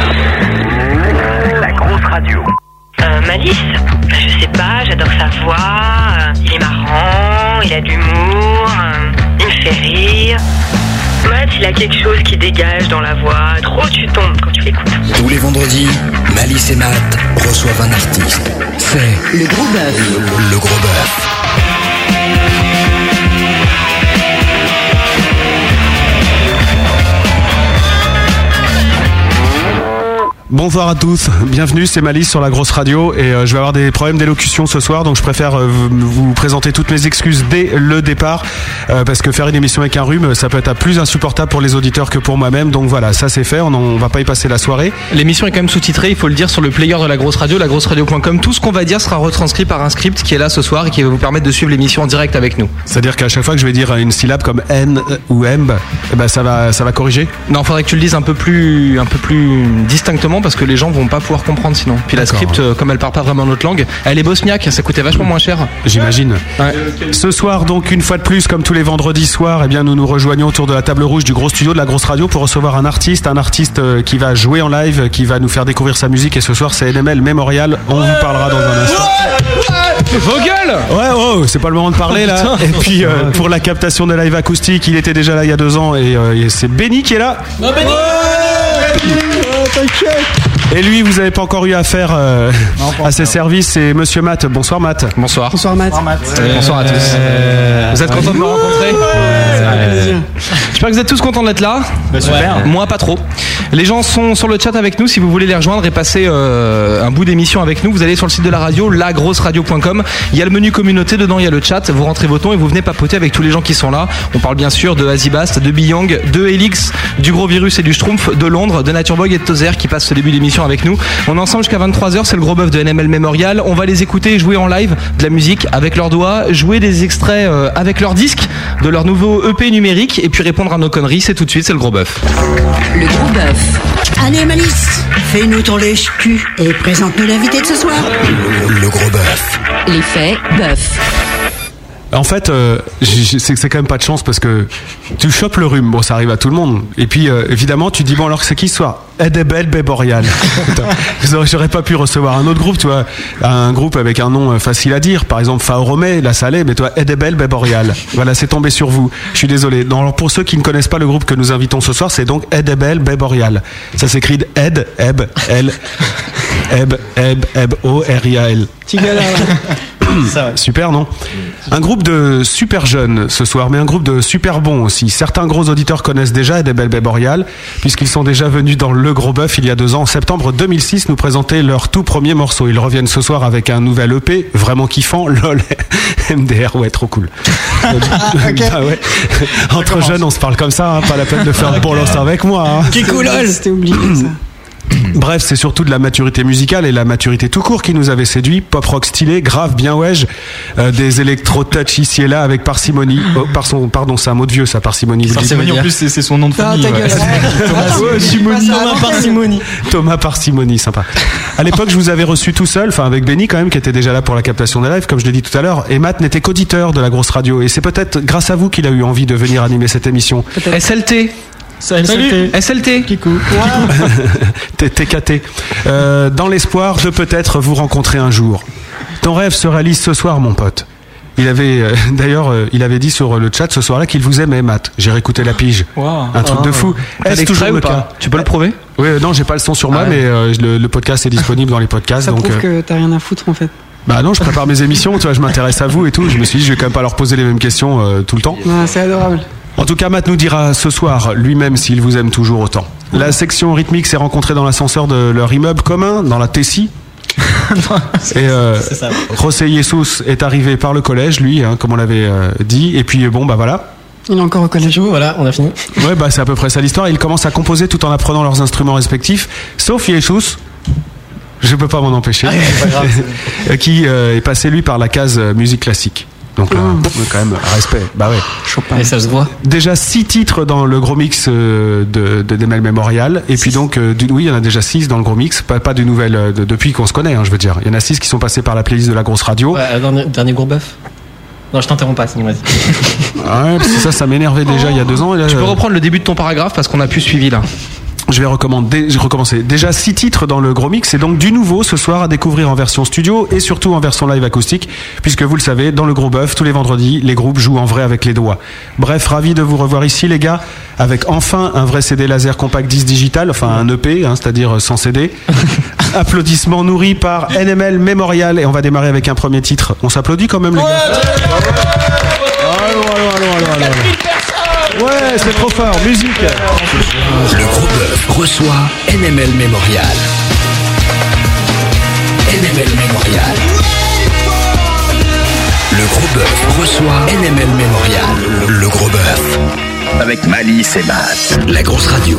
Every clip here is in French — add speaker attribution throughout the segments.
Speaker 1: Euh, euh, il a quelque chose qui dégage dans la voix. Trop tu tombes quand tu l'écoutes.
Speaker 2: Tous les vendredis, Malice et Matt reçoivent un artiste. C'est
Speaker 3: Le gros bœuf.
Speaker 2: le, le gros bœuf.
Speaker 4: Bonsoir à tous, bienvenue, c'est Malice sur la grosse radio et euh, je vais avoir des problèmes d'élocution ce soir donc je préfère euh, vous- vous présenter toutes mes excuses dès le départ euh, parce que faire une émission avec un rhume euh, ça peut être à plus insupportable pour les auditeurs que pour moi-même donc voilà, ça c'est fait, on, en- on va pas y passer la soirée.
Speaker 5: L'émission est quand même sous-titrée, il faut le dire, sur le player de la grosse radio, lagrosseradio.com. Tout ce qu'on va dire sera retranscrit par un script qui est là ce soir et qui va vous permettre de suivre l'émission en direct avec nous.
Speaker 4: C'est-à-dire qu'à chaque fois que je vais dire une syllabe comme N ou M, eh ben ça va, ça va corriger.
Speaker 5: Non, faudrait que tu le dises un peu plus, un peu plus distinctement parce que les gens vont pas pouvoir comprendre sinon. Puis la
Speaker 4: D'accord.
Speaker 5: script, euh, comme elle parle pas vraiment notre langue, elle est bosniaque, ça coûtait vachement moins cher.
Speaker 4: J'imagine.
Speaker 5: Ouais.
Speaker 3: Euh,
Speaker 4: Ce soir, donc, une fois de plus, comme tous les vendredis soirs, eh bien, nous nous rejoignons autour de la table rouge du gros studio de la grosse radio pour recevoir un artiste, un artiste euh, qui va jouer en live, euh, qui va nous faire découvrir sa musique. Et ce soir, c'est NML Memorial. On vous parlera dans un instant.
Speaker 5: Vos gueules
Speaker 4: Ouais, oh, c'est pas le moment de parler là. Et puis, euh, pour la captation de live acoustique, il était déjà là il y a deux ans et, euh, et c'est Benny qui est là. Et lui, vous avez pas encore eu affaire euh, à ses services, c'est Monsieur Matt. Bonsoir Matt. Euh,
Speaker 5: Bonsoir.
Speaker 3: Bonsoir Matt.
Speaker 5: Euh, Bonsoir à tous. Vous êtes contents de me rencontrer Euh, J'espère que vous êtes tous contents d'être là. Ouais. Moi, pas trop. Les gens sont sur le chat avec nous. Si vous voulez les rejoindre et passer euh, un bout d'émission avec nous, vous allez sur le site de la radio, lagrosseradio.com. Il y a le menu communauté, dedans il y a le chat. Vous rentrez vos tons et vous venez papoter avec tous les gens qui sont là. On parle bien sûr de Azibast, de Biyang, de Helix, du Gros Virus et du Schtroumpf, de Londres, de Naturebug et de Tozer qui passent ce début d'émission avec nous. On est ensemble jusqu'à 23h. C'est le gros bœuf de NML Memorial. On va les écouter et jouer en live de la musique avec leurs doigts, jouer des extraits euh, avec leurs disques de leur nouveau EP numérique et puis répondre à nos conneries. C'est tout de suite, c'est le gros bœuf.
Speaker 3: Le gros bœuf. Allez Malice, fais-nous ton lèche-cul et présente-nous l'invité de ce soir.
Speaker 2: Le, le gros bœuf.
Speaker 3: L'effet bœuf.
Speaker 4: En fait, euh, j'ai- j'ai- c'est c'est quand même pas de chance parce que tu chopes le rhume, bon, ça arrive à tout le monde. Et puis, euh, évidemment, tu dis bon alors c'est qui ce soir Edebel Béborial. Putain, vous aurez- J'aurais pas pu recevoir un autre groupe, tu vois, un groupe avec un nom euh, facile à dire, par exemple Faoromé, La Salée, mais toi Edebel Béborial. Voilà, c'est tombé sur vous. Je suis désolé. Non, alors pour ceux qui ne connaissent pas le groupe que nous invitons ce soir, c'est donc Edebel Béborial. Ça s'écrit Ed, Eb, L, Eb, Eb, Eb, O, R, I, A, L. Super, non Un groupe de super jeunes ce soir, mais un groupe de super bons aussi. Certains gros auditeurs connaissent déjà des belles boréales, puisqu'ils sont déjà venus dans Le Gros Bœuf il y a deux ans, en septembre 2006, nous présenter leur tout premier morceau. Ils reviennent ce soir avec un nouvel EP, vraiment kiffant, lol, MDR, ouais, trop cool. Bah ouais. Entre jeunes, on se parle comme ça, hein, pas la peine de faire pour l'instant avec moi. hein.
Speaker 3: C'était oublié ça.
Speaker 4: Bref, c'est surtout de la maturité musicale et la maturité tout court qui nous avait séduit. Pop rock stylé, grave, bien wesh, euh, des électro touch ici et là avec parcimonie. Oh, par son, pardon, c'est un mot de vieux, ça parcimonie. Vous dites-
Speaker 6: Parcimonie en plus, c'est c'est son nom de famille. Ah, ouais.
Speaker 3: Thomas Parcimonie.
Speaker 4: Thomas Parcimonie, sympa. À l'époque, je vous avais reçu tout seul, enfin avec Benny quand même, qui était déjà là pour la captation des lives, comme je l'ai dit tout à l'heure. Et Matt n'était qu'auditeur de la grosse radio. Et c'est peut-être grâce à vous qu'il a eu envie de venir animer cette émission.
Speaker 5: SLT. Salut. SLT.
Speaker 4: T- TKT. Euh, dans l'espoir de peut-être vous rencontrer un jour. Ton rêve se réalise ce soir, mon pote. Il avait euh, d'ailleurs, euh, il avait dit sur le chat ce soir-là qu'il vous aimait, Matt. J'ai réécouté la pige. Un truc de fou.
Speaker 5: Ah, T'as
Speaker 4: Est-ce toujours
Speaker 5: l'extrait ou
Speaker 4: le
Speaker 5: pas
Speaker 4: cas
Speaker 5: Tu peux le prouver
Speaker 4: Oui, euh, non, j'ai pas le son sur moi,
Speaker 5: Ah ouais.
Speaker 4: mais euh, le, le podcast est disponible dans les podcasts.
Speaker 7: Ça
Speaker 4: donc,
Speaker 7: prouve
Speaker 4: euh,
Speaker 7: que t'as rien à foutre en fait.
Speaker 4: bah non, je prépare mes émissions. Tu vois, je m'intéresse à vous et tout. Je me suis dit, je vais quand même pas leur poser les mêmes questions euh, tout le temps.
Speaker 7: Non, c'est adorable.
Speaker 4: En tout cas, Matt nous dira ce soir lui-même s'il vous aime toujours autant. La section rythmique s'est rencontrée dans l'ascenseur de leur immeuble commun, dans la Tessie. et euh, José Jesus est arrivé par le collège, lui, hein, comme on l'avait euh, dit. Et puis euh, bon, bah voilà.
Speaker 7: Il est encore au collège.
Speaker 8: Voilà, on a fini.
Speaker 4: Ouais, bah c'est à peu près ça l'histoire. Ils commencent à composer tout en apprenant leurs instruments respectifs, sauf Jesus. Je peux pas m'en empêcher.
Speaker 5: Ah,
Speaker 4: Euh, qui euh, est passé lui par la case euh, musique classique. Donc là, quand même, respect. Bah ouais.
Speaker 8: Et ça se voit.
Speaker 4: Déjà six titres dans le gros mix euh, de, de Demel Memorial. Et puis donc, euh, du- oui, il y en a déjà six dans le gros mix. Pas, pas de nouvelles euh, de- depuis qu'on se connaît, hein, je veux dire. Il y en a six qui sont passés par la playlist de la grosse radio.
Speaker 8: Ouais, euh, dernier, dernier gros bœuf. Non, je t'interromps pas, sinon vas-y.
Speaker 4: Ouais, parce que ça, ça m'énervait déjà il y a deux ans. Et là,
Speaker 5: Tu peux
Speaker 4: euh,
Speaker 5: reprendre le début de ton paragraphe parce qu'on a plus suivi là.
Speaker 4: Je vais recommander, j'ai recommencé. Déjà six titres dans le gros mix et donc du nouveau ce soir à découvrir en version studio et surtout en version live acoustique, puisque vous le savez, dans le gros bœuf, tous les vendredis, les groupes jouent en vrai avec les doigts. Bref, ravi de vous revoir ici les gars, avec enfin un vrai CD laser compact 10 digital, enfin un EP, hein, c'est-à-dire sans CD. Applaudissements nourris par NML Memorial et on va démarrer avec un premier titre. On s'applaudit quand même les gars. Ouais, c'est trop fort, musique.
Speaker 2: Le gros bœuf reçoit NML Memorial. NML Memorial. Le gros bœuf reçoit NML Memorial. Le gros bœuf. Avec Malice et Matt. La grosse radio.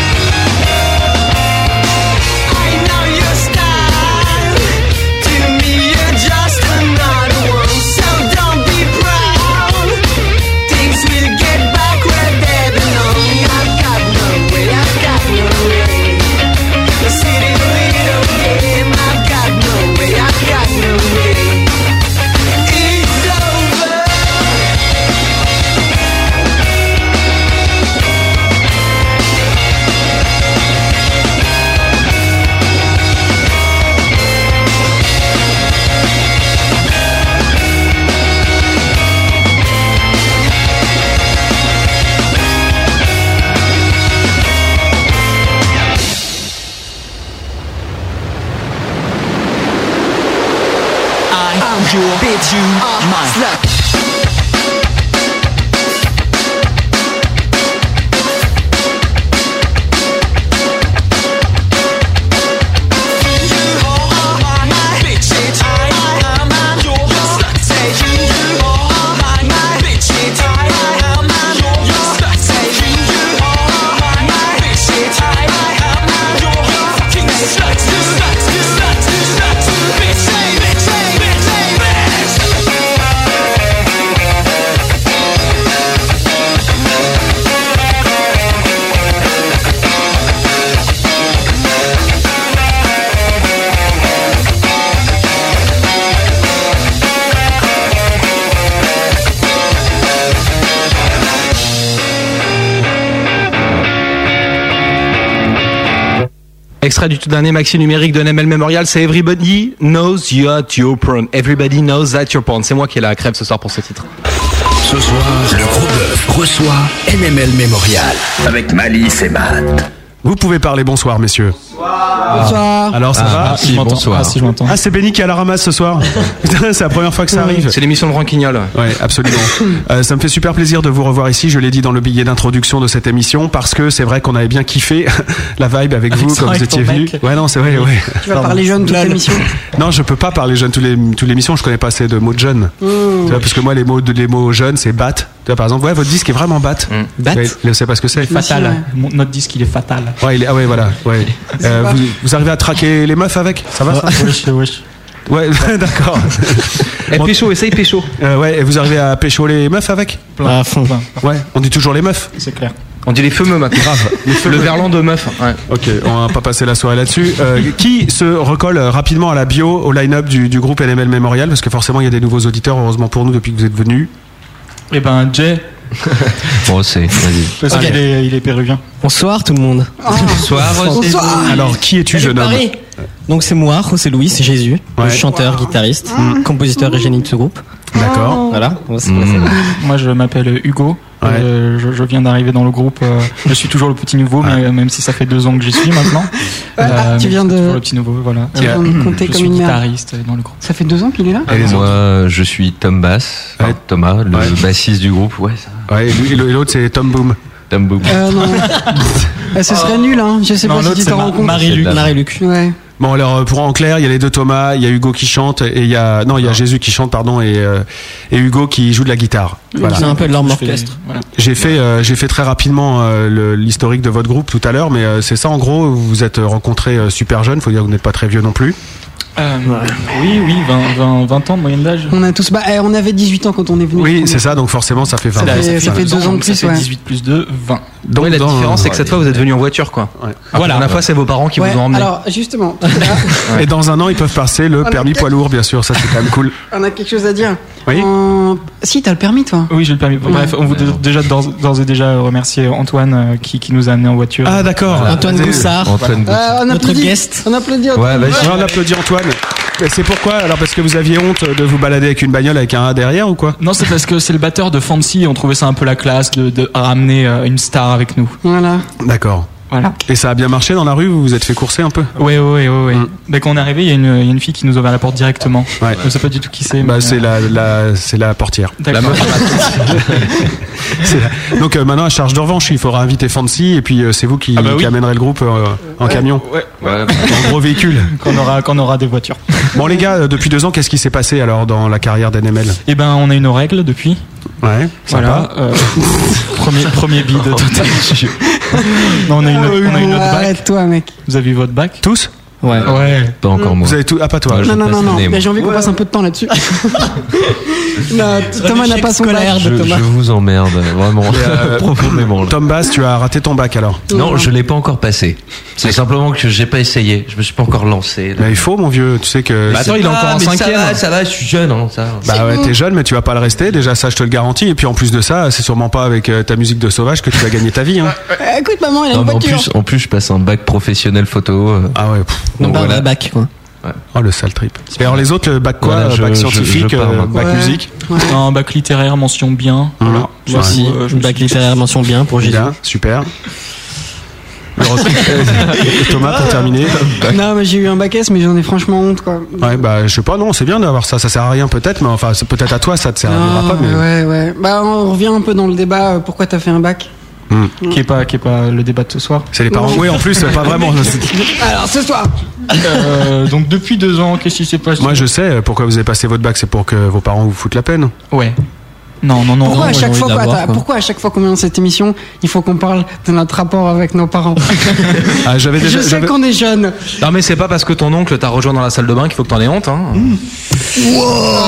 Speaker 9: Thank
Speaker 10: usual, bitch, you are my slut.
Speaker 5: Extrait du tout dernier maxi numérique de NML Memorial, c'est Everybody knows you're your porn. Everybody knows that you're porn. C'est moi qui ai la crêpe ce soir pour ce titre.
Speaker 2: Ce soir, le gros bœuf reçoit NML Memorial avec Malice et Matt.
Speaker 4: Vous pouvez parler bonsoir, messieurs.
Speaker 7: Bonsoir.
Speaker 4: Alors ça va
Speaker 6: Ah, si, bonsoir. Ah, si, je m'entends.
Speaker 4: Ah, c'est Benny qui est à la ramasse ce soir. Putain, c'est la première fois que ça arrive.
Speaker 5: C'est l'émission de Ranquignol.
Speaker 4: Ouais, absolument. Euh, ça me fait super plaisir de vous revoir ici. Je l'ai dit dans le billet d'introduction de cette émission parce que c'est vrai qu'on avait bien kiffé la vibe avec vous
Speaker 8: ça,
Speaker 4: quand vous
Speaker 8: avec ton
Speaker 4: étiez venus.
Speaker 8: mec.
Speaker 4: Ouais, non, c'est vrai. Ouais.
Speaker 7: Tu vas parler jeune toute l'émission.
Speaker 4: Non, je peux pas parler jeune tous les tous les missions. Je connais pas assez de mots de jeunes. Tu vois, parce que moi, les mots de- les mots jeunes, c'est bat. Tu vois, par exemple, ouais, votre disque est vraiment bat.
Speaker 6: Bat
Speaker 4: Ouais, Je sais pas ce que c'est.
Speaker 6: Fatal. Mon- Notre disque, il est fatal.
Speaker 4: Ouais, il est- ah ouais, voilà. Ouais. Euh,
Speaker 6: Bah.
Speaker 4: vous, vous arrivez à traquer les meufs avec Ça va ça
Speaker 6: Wesh, wesh.
Speaker 4: Ouais, d'accord.
Speaker 5: Eh,
Speaker 4: Bon.
Speaker 5: pécho, essaye pécho.
Speaker 4: Euh, ouais, et vous arrivez à pécho les meufs avec
Speaker 6: À fond.
Speaker 4: Ouais, on dit toujours les meufs.
Speaker 6: C'est clair.
Speaker 5: On dit les feux meufs maintenant. Le verlan de meuf. Ouais.
Speaker 4: Ok, on va pas passer la soirée là-dessus. Euh, qui se recolle euh, rapidement à la bio, au line-up du, du groupe NML Memorial Parce que forcément, il y a des nouveaux auditeurs, heureusement pour nous, depuis que vous êtes venus.
Speaker 6: Eh ben, Jay,
Speaker 11: Bon, c'est. Vas-y.
Speaker 6: parce qu'il est, il est péruvien.
Speaker 12: Bonsoir tout le monde.
Speaker 11: Soir,
Speaker 4: Alors, qui es-tu, jeune homme
Speaker 12: Donc c'est moi, José Louis, c'est Jésus,
Speaker 4: Ouais. Mm.
Speaker 12: le chanteur, guitariste, compositeur et génie de ce groupe.
Speaker 4: D'accord. Mm.
Speaker 12: Voilà. On va se-
Speaker 6: Moi, je m'appelle Hugo.
Speaker 4: Ouais.
Speaker 6: Euh, je, je viens d'arriver dans le groupe. euh, je suis toujours le petit nouveau, mais, euh, même si ça fait deux ans que j'y suis maintenant.
Speaker 7: Ah, tu
Speaker 6: mais
Speaker 7: viens
Speaker 6: je suis
Speaker 7: de-
Speaker 6: Toujours le petit nouveau, voilà. Euh,
Speaker 7: Tu viens de compter
Speaker 6: Je
Speaker 7: comme
Speaker 6: suis
Speaker 7: une merde.
Speaker 6: guitariste dans le groupe.
Speaker 7: Ça fait deux ans qu'il est là
Speaker 4: Et les autres
Speaker 11: Moi, je suis Tom Bass. Enfin,
Speaker 4: Ouais.
Speaker 11: Thomas, le
Speaker 4: Ouais.
Speaker 11: bassiste du groupe. Ouais, ça.
Speaker 4: Ouais, et lui- et l'autre, c'est Tom Boom.
Speaker 11: Tom Boom.
Speaker 7: Euh, non. Eh, ce serait nul, hein. Je sais
Speaker 6: Non,
Speaker 7: pas si
Speaker 6: l'autre,
Speaker 7: tu
Speaker 6: c'est
Speaker 7: t'en
Speaker 6: Ma-
Speaker 7: rends compte.
Speaker 6: Marie-Luc.
Speaker 11: C'est de la-
Speaker 12: Marie-Luc.
Speaker 7: Ouais.
Speaker 4: Bon, alors, euh, pour en clair, il y a les deux Thomas, il y a Hugo qui chante, et il y a. Non, il y a Jésus qui chante, pardon, et, euh, et Hugo qui joue de la guitare. Voilà.
Speaker 12: C'est un peu de l'arme
Speaker 6: Je fais-
Speaker 12: orchestre.
Speaker 6: voilà.
Speaker 4: J'ai fait, euh, j'ai fait très rapidement euh, le- l'historique de votre groupe tout à l'heure, mais euh, c'est ça en gros. Vous vous êtes rencontrés euh, super jeunes, faut dire que vous n'êtes pas très vieux non plus.
Speaker 6: Euh, Oui, oui, 20, 20, 20 ans de moyenne d'âge.
Speaker 7: On a tous. Bah, eh, on avait 18 ans quand on est venu.
Speaker 4: Oui, c'est ça. Donc forcément, ça fait 20
Speaker 7: Ça
Speaker 4: ans.
Speaker 7: fait- ça fait deux ans de
Speaker 6: donc ça
Speaker 7: plus,
Speaker 6: fait
Speaker 7: ouais.
Speaker 6: 18 plus 2, 20.
Speaker 4: Donc
Speaker 5: Ouais, la
Speaker 4: dans-
Speaker 5: différence, c'est que cette fois, vous êtes venu en voiture, quoi.
Speaker 4: Ouais.
Speaker 5: Voilà. La dernière fois, c'est vos parents qui
Speaker 7: Ouais,
Speaker 5: vous ont emmené.
Speaker 7: alors justement,
Speaker 4: Et dans un an, ils peuvent passer le
Speaker 7: mais
Speaker 4: permis
Speaker 7: quel-
Speaker 4: poids lourd, bien sûr. Ça, c'est quand même cool.
Speaker 7: on a quelque chose à dire.
Speaker 4: Oui.
Speaker 7: Euh, Si, t'as le permis, toi.
Speaker 6: Oui, j'ai le permis. Bref, on voudrait déjà d'ores d'ores et déjà remercier Antoine euh, qui, qui nous a amené en voiture.
Speaker 4: Ah d'accord.
Speaker 12: Antoine
Speaker 4: Vas-y.
Speaker 12: Goussard.
Speaker 11: Antoine Bout.
Speaker 7: Euh, on
Speaker 12: Notre
Speaker 7: applaudit.
Speaker 12: guest.
Speaker 7: On applaudit.
Speaker 11: Ouais, vas-y.
Speaker 4: Ouais, on applaudit Antoine. Et c'est pourquoi Alors parce que vous aviez honte de vous balader avec une bagnole avec un A derrière ou quoi
Speaker 6: Non, c'est parce que c'est le batteur de Fancy. On trouvait ça un peu la classe de, de ramener euh, une star avec nous.
Speaker 7: Voilà.
Speaker 4: D'accord.
Speaker 6: Voilà.
Speaker 4: Et ça a bien marché dans la rue. Vous vous êtes fait courser un peu
Speaker 6: Oui, oui, oui, oui.
Speaker 4: Mm.
Speaker 6: Dès qu'on est arrivé, il y, a une- il y a une fille qui nous a ouvert la porte directement.
Speaker 4: Ouais.
Speaker 6: Je sais pas du tout qui c'est.
Speaker 4: Bah
Speaker 6: mais,
Speaker 4: c'est
Speaker 6: euh,
Speaker 4: la, la c'est la portière.
Speaker 6: d'accord.
Speaker 4: C'est la- Donc euh, maintenant à charge de revanche, il faudra inviter Fancy et puis euh, c'est vous qui,
Speaker 6: Ah bah oui.
Speaker 4: qui amènerez le groupe euh, en camion,
Speaker 6: Ouais,
Speaker 11: Ouais,
Speaker 4: en gros véhicule.
Speaker 6: qu'on aura, qu'on aura des voitures.
Speaker 4: Bon les gars, euh, depuis deux ans, qu'est-ce qui s'est passé alors dans la carrière d'NML
Speaker 6: Eh ben, on a une règle depuis.
Speaker 4: Ouais,
Speaker 6: Voilà.
Speaker 4: sympa. Oh,
Speaker 6: euh, premier, premier bid total. non, on a une autre, on a une autre bac.
Speaker 7: Arrête-toi, mec.
Speaker 6: Vous avez eu votre bac
Speaker 4: Tous
Speaker 12: Ouais.
Speaker 6: Ouais.
Speaker 11: pas encore moi.
Speaker 4: Vous avez tout Ah pas toi.
Speaker 11: Ouais, Je
Speaker 7: Non, non,
Speaker 11: passe
Speaker 7: non, Ben,
Speaker 11: le
Speaker 7: non.
Speaker 11: nez, moi.
Speaker 7: Mais j'ai envie qu'on passe un peu de temps là-dessus. Non, Thomas n'a pas son
Speaker 12: scolaire
Speaker 7: bac.
Speaker 11: Je, je vous emmerde, vraiment,
Speaker 4: euh,
Speaker 11: profondément. là.
Speaker 4: Tom Bass, tu as raté ton bac alors.
Speaker 11: Non, je l'ai pas encore passé. C'est simplement que j'ai pas essayé. Je me suis pas encore lancé. là.
Speaker 4: Bah, il faut mon vieux, tu sais que.
Speaker 5: Bah, attends, il est encore
Speaker 11: Ah,
Speaker 5: en
Speaker 11: mais
Speaker 5: cinquième.
Speaker 11: Ça va, ça va, je suis jeune, hein, ça.
Speaker 4: Bah ouais, t'es jeune mais tu vas pas le rester, déjà ça je te le garantis et puis en plus de ça, c'est sûrement pas avec euh, ta musique de sauvage que tu vas gagner ta vie hein.
Speaker 7: Euh, Écoute, maman, il a
Speaker 11: Non,
Speaker 7: une
Speaker 11: mais en
Speaker 7: voiture.
Speaker 11: plus, en plus, je passe un bac professionnel photo. euh,
Speaker 4: Ah ouais. pff,
Speaker 12: Donc
Speaker 11: donc
Speaker 12: pas un
Speaker 11: voilà.
Speaker 5: bah,
Speaker 12: vrai bac quoi.
Speaker 4: Oh le sale trip. Et alors les autres le bac quoi
Speaker 11: Voilà, je-
Speaker 4: Bac
Speaker 11: je- je
Speaker 4: scientifique,
Speaker 11: pars,
Speaker 4: euh,
Speaker 11: moi.
Speaker 4: bac
Speaker 7: Ouais.
Speaker 4: musique.
Speaker 6: Un bac littéraire, mention bien.
Speaker 4: Voilà.
Speaker 6: Voilà.
Speaker 4: Ouais.
Speaker 12: Merci.
Speaker 6: Ouais, je me
Speaker 12: bac
Speaker 6: suis dit-
Speaker 12: littéraire mention bien pour Jésus.
Speaker 4: Bien, super. Thomas, Ah, pour terminer.
Speaker 7: Non, mais j'ai eu un bac S, mais j'en ai franchement honte, quoi.
Speaker 4: Ouais, bah, je sais pas, non, c'est bien d'avoir ça. Ça sert à rien, peut-être, mais enfin, c'est- peut-être à toi, ça te servira
Speaker 7: Non,
Speaker 4: pas, mais.
Speaker 7: Ouais, ouais. Bah, on revient un peu dans le débat. euh, Pourquoi t'as fait un bac
Speaker 6: Qui est pas, qui est pas le débat de ce soir.
Speaker 4: C'est les parents. Oui, en plus, pas vraiment.
Speaker 7: Alors, ce soir
Speaker 6: Euh, donc depuis deux ans, qu'est-ce qui s'est passé
Speaker 4: Moi, je sais pourquoi vous avez passé votre bac, c'est pour que vos parents vous foutent la peine.
Speaker 6: Ouais. Non, non, non.
Speaker 7: Pourquoi à chaque fois, quoi, attends, pourquoi à chaque fois qu'on met dans cette émission, il faut qu'on parle de notre rapport avec nos parents
Speaker 5: Ah, j'avais déjà-
Speaker 7: Je sais
Speaker 5: j'avais-
Speaker 7: qu'on est jeunes.
Speaker 5: Non mais c'est pas parce que ton oncle t'a rejoint dans la salle de bain qu'il faut que t'en aies honte. Hein.
Speaker 7: Mmh.
Speaker 6: Oh,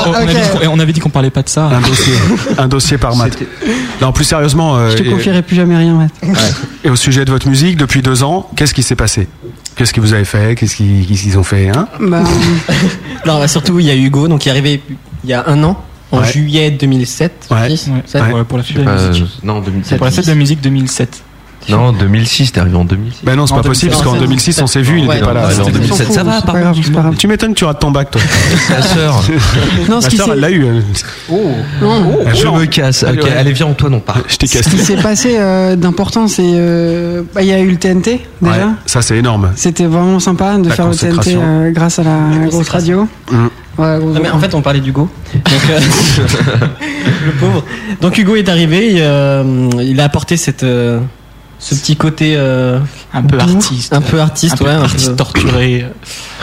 Speaker 6: on, avait dit qu'on- on avait dit qu'on parlait pas de ça.
Speaker 4: Un dossier, un dossier par mat. Non, plus sérieusement. euh,
Speaker 7: Je te
Speaker 4: et-
Speaker 7: confierai plus jamais rien, Matt.
Speaker 4: Et au sujet de votre musique, depuis deux ans, qu'est-ce qui s'est passé Qu'est-ce que vous avez fait Qu'est-ce qu'ils qu'est-ce qu'ils ont fait hein
Speaker 7: Bah,
Speaker 12: Non, bah, surtout, il y a Hugo, donc il est arrivé il y a un an, en
Speaker 4: Ouais.
Speaker 12: juillet 2007.
Speaker 4: Ouais.
Speaker 12: dix,
Speaker 6: Ouais.
Speaker 12: sept.
Speaker 6: Ouais, pour la fête de la
Speaker 11: Euh,
Speaker 6: musique.
Speaker 11: non, 2007.
Speaker 6: Pour la fête de la musique 2007.
Speaker 11: Non, 2006, t'es arrivé en 2006.
Speaker 4: Ben non, c'est
Speaker 6: En
Speaker 4: pas possible, parce qu'en 2006, on s'est vu, il
Speaker 12: Ouais,
Speaker 4: n'était pas là.
Speaker 11: ouais, en
Speaker 4: C'était-
Speaker 11: 2007, ça va,
Speaker 7: c'est pas grave, c'est pas grave.
Speaker 4: Tu m'étonnes, tu rates ton bac, toi.
Speaker 11: Ta sœur.
Speaker 7: Non, ce
Speaker 4: Ma
Speaker 7: qui
Speaker 4: soeur,
Speaker 7: s'est-
Speaker 4: elle l'a eu. elle.
Speaker 12: Oh.
Speaker 11: Je me casse. Ok,
Speaker 4: ouais.
Speaker 11: allez, viens, Antoine, on part.
Speaker 4: Je t'ai
Speaker 7: ce
Speaker 4: cassé.
Speaker 7: qui s'est passé euh, d'important, c'est. euh, bah, Il y a eu le TNT, déjà.
Speaker 4: Ouais, ça, c'est énorme.
Speaker 7: C'était vraiment sympa de
Speaker 4: La
Speaker 7: faire le TNT
Speaker 4: consécration.
Speaker 7: euh, grâce à la, grosse radio.
Speaker 4: Mhm.
Speaker 7: Ouais, grosse
Speaker 12: Non, mais en
Speaker 7: radio.
Speaker 12: fait, on parlait d'Hugo. Donc, euh, le pauvre. Donc, Hugo est arrivé, euh, il a apporté cette, euh, ce petit côté euh,
Speaker 6: Un peu
Speaker 12: doux,
Speaker 6: artiste.
Speaker 12: un peu artiste,
Speaker 6: Un peu
Speaker 12: ouais, un peu-
Speaker 6: artiste
Speaker 5: euh,
Speaker 6: torturé.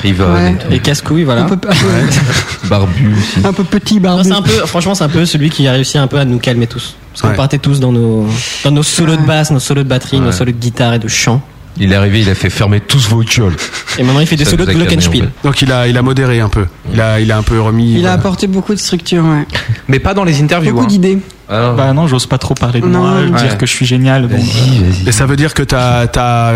Speaker 11: Rivon,
Speaker 7: Ouais.
Speaker 12: et casse-couille, voilà.
Speaker 7: un, peu, un peu-
Speaker 11: barbu aussi.
Speaker 7: un peu petit
Speaker 12: Non,
Speaker 7: barbu.
Speaker 12: c'est un peu, franchement, c'est un peu celui qui a réussi un peu à nous calmer tous. Parce qu'on
Speaker 4: Ouais.
Speaker 12: partait tous dans nos, dans nos solos de basse, nos solos de batterie,
Speaker 11: Ouais.
Speaker 12: nos solos de guitare et de chant.
Speaker 11: Il est arrivé, il a fait fermer tous vos gueules.
Speaker 12: Et maintenant, il fait des
Speaker 11: Ça
Speaker 12: solos
Speaker 11: vous
Speaker 12: de
Speaker 11: a calmé,
Speaker 12: glockenspiel.
Speaker 11: en fait.
Speaker 4: Donc, il a, il a modéré un peu. Il a, il a un peu remis.
Speaker 7: Il a
Speaker 4: voilà.
Speaker 7: apporté beaucoup de structure, ouais.
Speaker 5: Mais pas dans les interviews.
Speaker 7: beaucoup
Speaker 5: hein.
Speaker 7: d'idées.
Speaker 11: Ah,
Speaker 6: Bah non, j'ose pas trop parler de
Speaker 7: Non.
Speaker 6: moi,
Speaker 7: Ouais.
Speaker 6: dire que je suis génial. Bon,
Speaker 11: Vas-y,
Speaker 4: Et
Speaker 11: vas-y.
Speaker 4: ça veut dire que t'as as,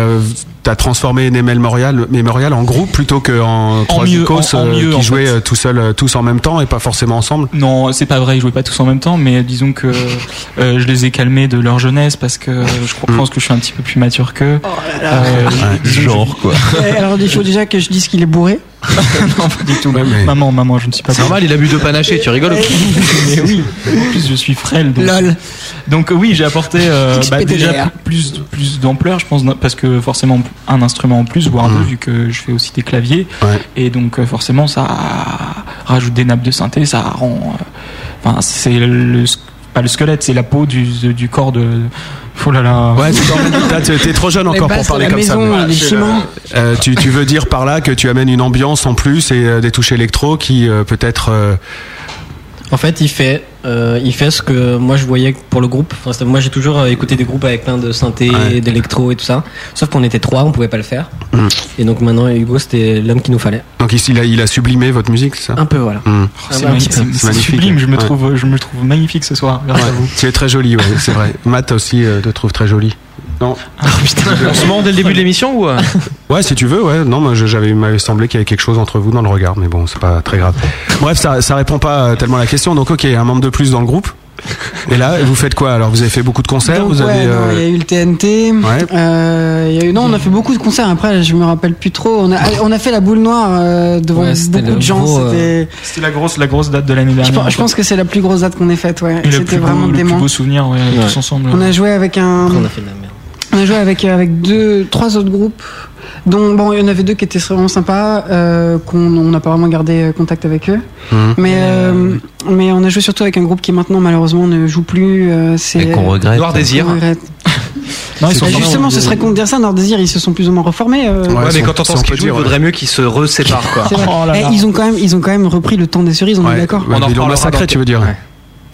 Speaker 4: transformé Nemel Memorial, Memorial en groupe plutôt qu'en trois
Speaker 6: mieux,
Speaker 4: icos,
Speaker 6: en- en
Speaker 4: euh,
Speaker 6: mieux, en
Speaker 4: qui jouaient
Speaker 6: fait.
Speaker 4: euh, tout seuls, euh, tous en même temps et pas forcément ensemble.
Speaker 6: Non, c'est pas vrai, ils jouaient pas tous en même temps, mais disons que euh, je les ai calmés de leur jeunesse parce que je crois-
Speaker 4: Mm.
Speaker 6: pense que je suis un petit peu plus mature qu'eux. Euh,
Speaker 11: Genre, quoi.
Speaker 7: Et Alors, il faut déjà que je dise qu'il est bourré.
Speaker 6: non, pas du tout.
Speaker 4: Ouais, mais-
Speaker 6: Maman, maman, je ne suis pas
Speaker 5: C'est normal, il a bu de panaché, tu rigoles.
Speaker 6: Mais oui, en plus je suis frêle. Donc,
Speaker 7: Lol.
Speaker 6: donc oui, j'ai apporté euh, bah,
Speaker 7: pété
Speaker 6: déjà
Speaker 7: derrière.
Speaker 6: plus, plus d'ampleur, je pense, parce que forcément un instrument en plus, voire deux, vu que je fais aussi des claviers.
Speaker 4: Hmm. Ouais.
Speaker 6: Et donc euh, forcément ça rajoute des nappes de synthé, ça rend... euh, Enfin, c'est le... Pas le squelette, c'est la peau du, du corps de... Oh là là.
Speaker 4: Ouais, tu- t'as- t'es t'es trop jeune encore
Speaker 7: Les
Speaker 4: pour
Speaker 7: basses
Speaker 4: parler
Speaker 7: de la
Speaker 4: comme ça. mais-
Speaker 7: maison, les ciments.
Speaker 4: Euh, tu, tu veux dire par là que tu amènes une ambiance en plus et euh, des touches électro qui euh, peut-être euh,
Speaker 12: En fait, il fait, euh, il fait ce que moi je voyais pour le groupe. Enfin, c'est- moi, j'ai toujours euh, écouté des groupes avec plein de synthé,
Speaker 4: Ouais.
Speaker 12: d'électro et tout ça. Sauf qu'on était trois, on pouvait pas le faire.
Speaker 4: Mm.
Speaker 12: Et donc maintenant, Hugo, c'était l'homme qu'il nous fallait.
Speaker 4: donc ici il a, il a sublimé votre musique, c'est ça
Speaker 12: Un peu, voilà.
Speaker 4: Hmm.
Speaker 6: Oh, C'est
Speaker 12: Ah bah,
Speaker 6: magnifique,
Speaker 12: c'est-
Speaker 6: c'est
Speaker 4: c'est magnifique.
Speaker 6: sublime, je me,
Speaker 4: Ouais.
Speaker 6: trouve, je me trouve magnifique ce soir. grâce à vous.
Speaker 4: Tu es très joli, ouais, c'est vrai. Matt aussi euh, te trouve très joli. Non.
Speaker 5: Oh, On se ment dès le début de l'émission ou euh,
Speaker 4: Ouais, si tu veux, ouais. Non, moi, je- j'avais il m'avait semblé qu'il y avait quelque chose entre vous dans le regard, mais bon, c'est pas très grave. Bref, ça, ça répond pas euh, tellement à la question. Donc, ok, un membre de plus dans le groupe. Et là, vous faites quoi Alors, vous avez fait beaucoup de concerts,
Speaker 7: Donc,
Speaker 4: vous
Speaker 7: ouais,
Speaker 4: avez.
Speaker 7: non,
Speaker 4: euh,
Speaker 7: Il y a eu le TNT.
Speaker 4: Ouais.
Speaker 7: Euh, il y a eu, non, on a fait beaucoup de concerts. Après, je me rappelle plus trop. On a, on a fait la boule noire euh, devant
Speaker 12: Ouais, c'était
Speaker 7: beaucoup
Speaker 12: le
Speaker 7: de gens.
Speaker 12: gros, euh,
Speaker 7: c'était-
Speaker 6: C'était la grosse, la grosse date de l'année
Speaker 7: je,
Speaker 6: dernière.
Speaker 7: pense, je pense que c'est la plus grosse date qu'on ait faite. Ouais.
Speaker 6: Et le
Speaker 7: C'était
Speaker 6: plus beau-
Speaker 7: vraiment
Speaker 6: le plus
Speaker 7: dément.
Speaker 6: beau souvenir, ouais,
Speaker 12: Ouais.
Speaker 6: tous ensemble.
Speaker 7: On a joué avec un.
Speaker 12: Après, on a fait de la merde.
Speaker 7: On a joué avec, euh, avec deux, trois autres groupes, dont bon, il y en avait deux qui étaient vraiment sympas, euh, qu'on on n'a pas vraiment gardé euh, contact avec eux.
Speaker 4: Mhm.
Speaker 7: Mais, euh, mais on a joué surtout avec un groupe qui maintenant malheureusement ne joue plus. euh, c'est
Speaker 11: Et qu'on regrette.
Speaker 5: Noir Désir
Speaker 7: qu'on regrette.
Speaker 6: Non, ils
Speaker 7: Et
Speaker 6: sont pas-
Speaker 7: justement, ce serait con de dire ça. Nord Désir, ils se sont plus ou moins reformés. euh.
Speaker 4: Ouais,
Speaker 5: Ouais, mais
Speaker 4: si on-
Speaker 5: quand t'entends
Speaker 4: si
Speaker 5: ce
Speaker 4: on
Speaker 5: qu'il
Speaker 4: peut
Speaker 5: joue, il
Speaker 4: dire,
Speaker 5: vaudrait mieux qu'il se resépare quoi.
Speaker 7: C'est vrai.
Speaker 6: Oh là
Speaker 7: Eh,
Speaker 6: là.
Speaker 7: ils ont quand même, ils ont quand même repris le temps des cerises. On
Speaker 4: Ouais,
Speaker 7: est d'accord.
Speaker 5: On
Speaker 4: ouais,
Speaker 5: en
Speaker 4: mais ils l'ont
Speaker 5: reparlera
Speaker 4: massacré,
Speaker 5: dans-
Speaker 4: tu veux dire.
Speaker 5: Ouais.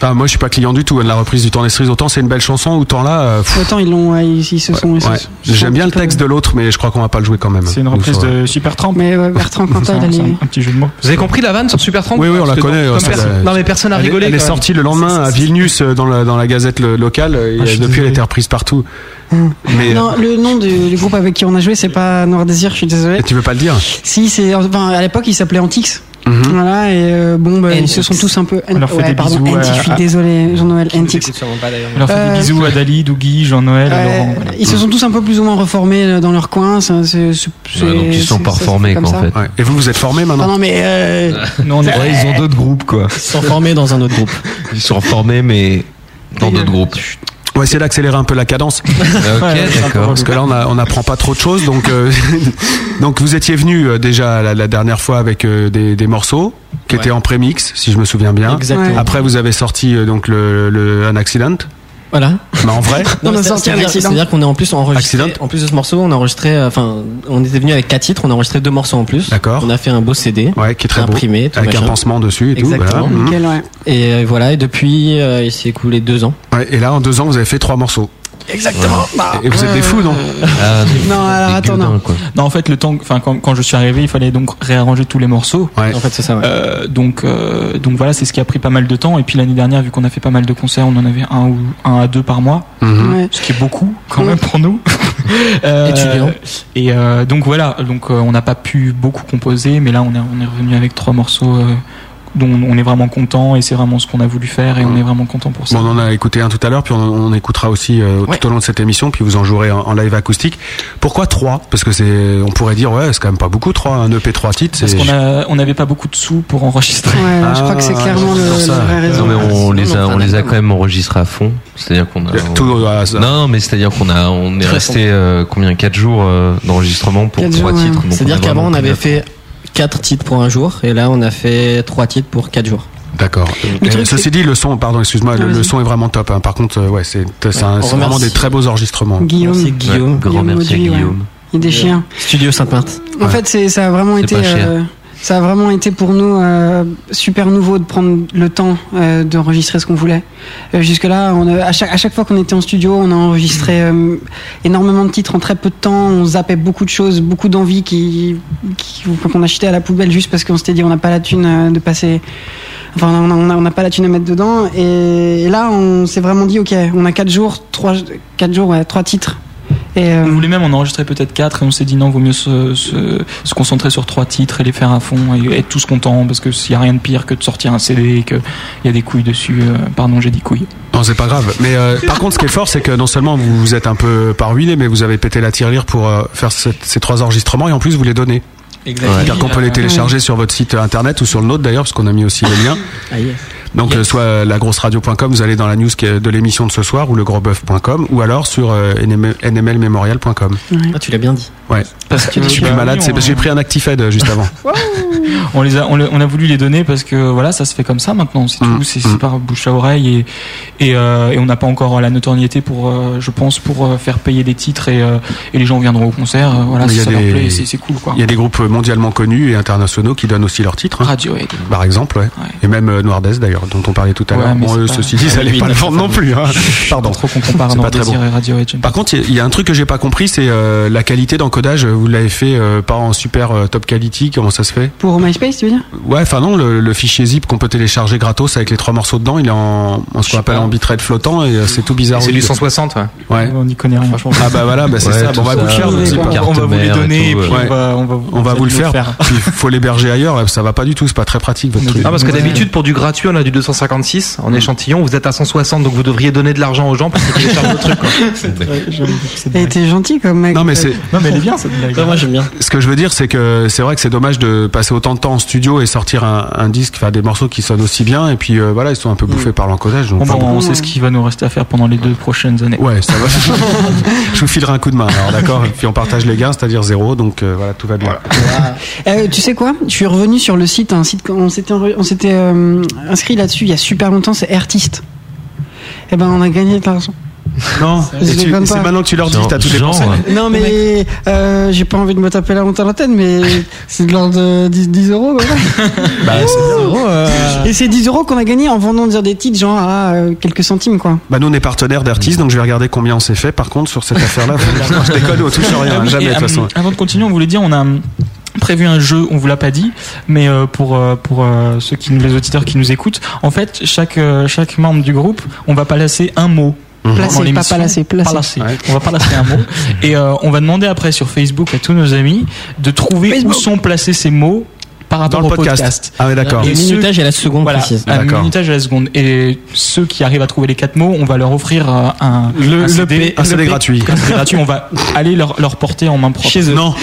Speaker 4: Enfin, moi, je suis pas client du tout hein, de la reprise du temps des cerises. Autant c'est une belle chanson, autant là. euh, pff,
Speaker 7: Autant ils l'ont, ouais, ils, ils se sont. ils se
Speaker 4: ouais.
Speaker 7: sont- ils se sont
Speaker 4: J'aime bien
Speaker 7: un
Speaker 4: le
Speaker 7: petit peu-
Speaker 4: texte de l'autre, mais je crois qu'on va pas le jouer quand même.
Speaker 6: C'est une
Speaker 4: Vous
Speaker 6: reprise
Speaker 4: saurez.
Speaker 6: de Super Tramp.
Speaker 7: Mais ouais, Bertrand Quentin, il a
Speaker 6: C'est
Speaker 7: les-
Speaker 6: un, un petit jeu de mots.
Speaker 5: Vous avez compris la vanne sur Super 30
Speaker 4: Oui, oui, on la connaît, ouais, ça, ça-
Speaker 5: Non mais personne n'a
Speaker 4: Elle, est-
Speaker 5: rigolé.
Speaker 4: elle est
Speaker 5: quand même.
Speaker 4: sortie le lendemain à Vilnius euh, dans la, dans la gazette le- locale et euh,
Speaker 6: Ah, je
Speaker 4: depuis
Speaker 6: suis
Speaker 4: elle
Speaker 6: désolé.
Speaker 4: était reprise partout. Mais euh,
Speaker 6: euh,
Speaker 7: Non, le nom du du groupe avec qui on a joué, c'est pas Noir Désir. Je suis désolé.
Speaker 4: tu veux pas le dire
Speaker 7: Si, c'est enfin, à l'époque, ils s'appelaient Antix.
Speaker 4: Mhm.
Speaker 7: Voilà, et euh, bon, bah, ils
Speaker 12: Antix.
Speaker 7: se sont tous un peu.
Speaker 6: On leur fait
Speaker 7: ouais,
Speaker 6: des
Speaker 7: pardon,
Speaker 6: bisous,
Speaker 7: Antix,
Speaker 6: euh,
Speaker 7: je suis
Speaker 6: à-
Speaker 7: désolé, Jean-Noël,
Speaker 12: Ils
Speaker 7: Antix.
Speaker 12: t'écoutent sûrement pas, d'ailleurs.
Speaker 6: On leur fait
Speaker 7: Euh,
Speaker 6: des bisous à Dali, Dougie, Jean-Noël, à
Speaker 7: Ouais,
Speaker 6: Laurent. voilà.
Speaker 7: ils se sont tous un peu plus ou moins reformés dans leur coin. ça, c'est- c'est-
Speaker 11: Ouais, Bah, donc ils se sont
Speaker 7: c'est-
Speaker 11: pas
Speaker 7: ça se
Speaker 11: reformés,
Speaker 7: fait comme
Speaker 11: quoi, en
Speaker 7: ça.
Speaker 11: fait.
Speaker 4: Ouais. Et vous, vous êtes formé
Speaker 7: Ah
Speaker 4: maintenant
Speaker 7: non, mais euh,
Speaker 6: Non, on est-
Speaker 11: Ouais, ils ont d'autres groupes, quoi.
Speaker 12: Ils se sont formés dans un autre groupe.
Speaker 11: Ils sont formés, mais dans d'autres groupes.
Speaker 4: On va essayer d'accélérer un peu la cadence.
Speaker 11: Ok, d'accord.
Speaker 4: Parce que là, on a- on n'apprend pas trop de choses. Donc, euh, donc vous étiez venu euh, déjà la, la dernière fois avec euh, des, des morceaux qui étaient en prémix, si je me souviens bien.
Speaker 12: Exactement.
Speaker 4: Après, vous avez sorti euh, donc le, le un accident.
Speaker 12: Voilà.
Speaker 4: Mais en vrai.
Speaker 12: Non, mais
Speaker 7: a
Speaker 12: c'est-
Speaker 7: sorti un
Speaker 12: c'est-à-dire-
Speaker 7: accident.
Speaker 12: C'est-à-dire qu'on est en plus enregistré. En plus de ce morceau, on a enregistré. euh, Enfin, on était venu avec quatre titres, on a enregistré deux morceaux en plus.
Speaker 4: D'accord.
Speaker 12: On a fait un beau CD.
Speaker 4: Ouais, qui est très beau.
Speaker 12: imprimé, tout
Speaker 4: Avec
Speaker 12: machin.
Speaker 4: un pansement dessus et tout,
Speaker 12: Exactement.
Speaker 4: voilà. Mhm.
Speaker 7: Nickel, ouais.
Speaker 12: Et euh, voilà. Et depuis, euh, il s'est écoulé deux ans.
Speaker 4: Ouais, et là, en deux ans, vous avez fait trois morceaux.
Speaker 12: Exactement.
Speaker 4: Et vous êtes des fous, non
Speaker 11: Ah, des-
Speaker 7: Euh, Non, alors
Speaker 11: des
Speaker 7: attends,
Speaker 11: gueudins,
Speaker 7: non.
Speaker 11: quoi.
Speaker 6: Non, en fait, le temps, enfin, quand, quand je suis arrivé, il fallait donc réarranger tous les morceaux.
Speaker 4: Ouais.
Speaker 12: En fait, c'est ça. Ouais.
Speaker 6: Euh, donc, euh, donc voilà, c'est ce qui a pris pas mal de temps. Et puis l'année dernière, vu qu'on a fait pas mal de concerts, on en avait un ou un à deux par mois,
Speaker 4: Mhm.
Speaker 7: Ouais.
Speaker 6: ce qui est beaucoup quand même pour nous. Euh,
Speaker 12: Étudiants.
Speaker 6: Et euh, donc voilà, donc euh, on n'a pas pu beaucoup composer, mais là on est, on est revenu avec trois morceaux euh, dont on est vraiment content et c'est vraiment ce qu'on a voulu faire et on est vraiment content pour ça.
Speaker 4: Bon, on en a écouté un tout à l'heure, puis on, on écoutera aussi euh, tout au long de cette émission, puis vous en jouerez en, en live acoustique. Pourquoi 3 Parce que c'est, on pourrait dire, ouais, c'est quand même pas beaucoup 3, un EP 3 titres.
Speaker 6: Parce
Speaker 4: c'est-
Speaker 6: qu'on a- on n'avait pas beaucoup de sous pour enregistrer.
Speaker 7: Ouais,
Speaker 4: Ah,
Speaker 7: je crois que c'est clairement
Speaker 4: c'est
Speaker 7: le,
Speaker 4: pour ça.
Speaker 7: la vraie
Speaker 11: Non,
Speaker 7: raison.
Speaker 11: mais on,
Speaker 12: Sinon,
Speaker 11: les
Speaker 12: on
Speaker 11: a,
Speaker 12: fera
Speaker 11: on les a
Speaker 12: l'album.
Speaker 11: quand même enregistrés à fond. C'est-à-dire qu'on a.
Speaker 4: Tout, euh, ça-
Speaker 11: Non, mais c'est-à-dire qu'on a, on est
Speaker 12: Très
Speaker 11: resté euh, combien 4 jours euh, d'enregistrement pour
Speaker 7: Quatre
Speaker 11: 3
Speaker 7: jours, ouais.
Speaker 11: titres. donc
Speaker 12: C'est-à-dire
Speaker 11: a
Speaker 12: qu'avant, on
Speaker 11: vraiment
Speaker 12: avait
Speaker 11: pu-
Speaker 12: fait quatre titres pour un jour, et là, on a fait trois titres pour quatre jours.
Speaker 4: D'accord.
Speaker 7: Le
Speaker 4: Euh,
Speaker 7: truc,
Speaker 4: Ceci
Speaker 7: c'est-
Speaker 4: dit, le son, pardon, excuse-moi, le,
Speaker 7: Ah,
Speaker 4: le
Speaker 7: vas-y.
Speaker 4: son est vraiment top. hein. Par contre, euh, ouais, c'est, c'est, un-
Speaker 12: on
Speaker 4: c'est
Speaker 12: remercie.
Speaker 4: vraiment des très beaux enregistrements.
Speaker 7: Guillaume,
Speaker 12: C'est
Speaker 11: Ouais,
Speaker 12: Guillaume,
Speaker 11: grand
Speaker 7: Guillaume
Speaker 11: merci à
Speaker 7: Audouy, ouais.
Speaker 11: Guillaume.
Speaker 7: il déchire.
Speaker 12: Studio Saint-Marthe.
Speaker 7: En
Speaker 4: Ouais.
Speaker 7: fait, c'est ça a vraiment
Speaker 11: C'est
Speaker 7: été
Speaker 11: pas cher.
Speaker 7: euh, ça a vraiment été pour nous euh, super nouveau de prendre le temps euh, d'enregistrer ce qu'on voulait. Euh, jusque là, on a- à chaque à chaque fois qu'on était en studio, on a enregistré euh, énormément de titres en très peu de temps. On zappait beaucoup de choses, beaucoup d'envies qui qui- qu'on achetait à la poubelle juste parce qu'on s'était dit on n'a pas la thune euh, de passer. Enfin, on n'a on a- on n'a pas la thune à mettre dedans. Et, là, on s'est vraiment dit ok, on a quatre jours, trois quatre jours, ouais, trois titres. Et euh,
Speaker 6: On voulait même en enregistrer peut-être quatre et on s'est dit non, vaut mieux se, se, se concentrer sur trois titres et les faire à fond et être tous contents parce que s'il n'y a rien de pire que de sortir un CD et qu'il y a des couilles dessus, euh, pardon, j'ai dit couilles.
Speaker 4: Non, c'est pas grave. Mais euh, par contre, ce qui est fort, c'est que non seulement vous vous êtes un peu pas ruiné, mais vous avez pété la tirelire pour euh, faire cette- ces trois enregistrements et en plus vous les donnez.
Speaker 11: Ouais.
Speaker 4: C'est-à-dire qu'on peut les télécharger sur votre site internet ou sur le nôtre d'ailleurs, parce qu'on a mis aussi les liens.
Speaker 12: Ah, yes.
Speaker 4: Donc euh, soit euh, lagrosseradio.com, vous allez dans la news qui est de l'émission de ce soir ou legrosboeuf.com ou alors sur euh, NM- nmlmemorial.com.
Speaker 12: Ah, tu l'as bien dit.
Speaker 4: Ouais.
Speaker 6: Parce que
Speaker 4: Je suis plus malade, c'est parce que j'ai pris un Actifed euh, juste avant.
Speaker 6: on les a, on, le- on a voulu les donner parce que voilà, ça se fait comme ça maintenant. C'est
Speaker 4: Mm.
Speaker 6: tout, c'est c'est par bouche à oreille et et, euh, et on n'a pas encore la notoriété pour, euh, je pense, pour euh, faire payer des titres et, euh, et les gens viendront au concert. euh, voilà,
Speaker 4: Mais
Speaker 6: si
Speaker 4: il y a
Speaker 6: ça leur
Speaker 4: des-
Speaker 6: plaît, c'est c'est cool quoi.
Speaker 4: Il y a des groupes mondialement connus et internationaux qui donnent aussi leurs titres. hein,
Speaker 6: Radiohead.
Speaker 4: Par exemple, ouais.
Speaker 6: Ouais.
Speaker 4: et même euh, Noirdez d'ailleurs, dont on parlait tout à
Speaker 6: Ouais,
Speaker 4: l'heure.
Speaker 6: mais
Speaker 4: Bon,
Speaker 6: c'est
Speaker 4: eux,
Speaker 6: pas-
Speaker 4: ceci dit,
Speaker 6: Ah,
Speaker 4: ça
Speaker 6: oui,
Speaker 4: allait
Speaker 6: oui,
Speaker 4: pas le
Speaker 6: non,
Speaker 4: vendre non plus. hein. Pardon.
Speaker 6: Pas trop qu'on compare
Speaker 4: C'est pas
Speaker 6: Nord
Speaker 4: très
Speaker 6: Désir
Speaker 4: bon.
Speaker 6: et Radiohead. j'aime
Speaker 4: Par contre, il y a- il y a un truc que j'ai pas compris, c'est euh, la qualité d'encodage. Vous l'avez fait euh, pas en super euh, top quality, comment ça se fait
Speaker 7: pour MySpace, tu veux dire
Speaker 4: Ouais, enfin non, le, le fichier zip qu'on peut télécharger gratos avec les trois morceaux dedans, il est en, en ce qu'on appelle en bitrate flottant et euh, c'est tout bizarre.
Speaker 5: C'est du 160, ouais.
Speaker 4: Ouais.
Speaker 6: On n'y connaît rien.
Speaker 4: Ah bah voilà, bah c'est
Speaker 11: Ouais,
Speaker 4: ça.
Speaker 11: tout
Speaker 4: Bon, bah,
Speaker 11: ça,
Speaker 4: vous le faire,
Speaker 11: euh,
Speaker 4: le zip.
Speaker 11: on va-
Speaker 6: on va vous les
Speaker 11: mère et
Speaker 6: donner et
Speaker 11: tout, euh,
Speaker 6: puis
Speaker 4: ouais.
Speaker 6: on, va, on va,
Speaker 4: euh. on va vous le
Speaker 6: nous
Speaker 4: faire. Il faut l'héberger ailleurs, là, ça va pas du tout, c'est pas très pratique votre
Speaker 6: On a
Speaker 11: Ah,
Speaker 4: truc.
Speaker 6: des-
Speaker 5: Non, Ah, parce que
Speaker 6: Ouais.
Speaker 5: d'habitude, pour du gratuit, on a du 256 en échantillon. Vous êtes à 160, donc vous devriez donner de l'argent aux gens pour qu'ils téléchargent le truc. quoi.
Speaker 7: Il était gentil comme mec. Euh,
Speaker 4: Non mais c'est
Speaker 6: Non, mais elle est bien cette blague.
Speaker 12: Ouais, moi, j'aime bien.
Speaker 4: ce que je veux dire c'est que c'est vrai que c'est dommage de passer autant de temps en studio et sortir un, un disque, faire des morceaux qui sonnent aussi bien et puis euh, voilà ils sont un peu bouffés par l'encodage. Donc,
Speaker 6: Bon, bah,
Speaker 4: enfin,
Speaker 6: on sait ce qui va nous rester à faire pendant les deux prochaines années.
Speaker 4: Ouais, ça va. je vous filerai un coup de main, alors d'accord. Et puis on partage les gains, c'est-à-dire zéro, donc euh, voilà, tout va bien.
Speaker 7: Euh, tu sais quoi Je suis revenu sur le site, un site qu'on s'était enre- on s'était euh, inscrit là-dessus il y a super longtemps, c'est Artiste. Eh ben on a gagné de l'argent.
Speaker 4: Non,
Speaker 7: Je
Speaker 4: et tu-
Speaker 7: déconne
Speaker 4: c'est
Speaker 7: pas.
Speaker 4: maintenant que tu leur dis,
Speaker 11: Genre-
Speaker 4: t'as tout
Speaker 6: Oh,
Speaker 4: dépensé.
Speaker 11: genre,
Speaker 7: Non mais euh, j'ai pas envie de me taper la honte à l'antenne, mais c'est de l'ordre de 10, 10 euros. voilà.
Speaker 4: Bah, c'est- Euh.
Speaker 7: Et c'est 10 euros qu'on a gagné en vendant dire des titres genre à euh, quelques centimes quoi.
Speaker 4: bah, nous on est partenaire d'artistes, donc je vais regarder combien on s'est fait. Par contre, sur cette affaire-là, non, je déconne, on touche rien,
Speaker 6: Ah oui,
Speaker 4: jamais
Speaker 6: et,
Speaker 4: de toute
Speaker 6: euh,
Speaker 4: façon.
Speaker 6: Avant de continuer, on voulait dire, on a hum, prévu un jeu, on vous l'a pas dit, mais euh, pour euh, pour euh, ceux qui nous les auditeurs qui nous écoutent, en fait, chaque euh, chaque membre du groupe, on va placer un mot.
Speaker 4: Mhm.
Speaker 6: dans
Speaker 7: Placer, pas
Speaker 6: l'émission.
Speaker 7: placer, placer.
Speaker 6: Placer.
Speaker 4: Ouais.
Speaker 6: On va placer un mot et euh, on va demander après sur Facebook à tous nos amis de trouver
Speaker 7: Facebook.
Speaker 6: où sont placés ces mots par rapport
Speaker 4: Dans le
Speaker 6: au podcast.
Speaker 4: podcast. Ah ouais, d'accord.
Speaker 6: Et
Speaker 4: Le
Speaker 6: ceux-
Speaker 4: minutage à la seconde
Speaker 6: voilà,
Speaker 4: précise.
Speaker 6: un
Speaker 4: D'accord.
Speaker 6: minutage à la seconde. Et ceux qui arrivent à trouver les quatre mots, on va leur offrir euh, un,
Speaker 4: Le-
Speaker 6: un
Speaker 4: le P- un CD
Speaker 6: P-
Speaker 4: gratuit.
Speaker 6: un CD gratuit. On va aller leur, leur porter en main propre.
Speaker 5: Chez eux.
Speaker 4: Non.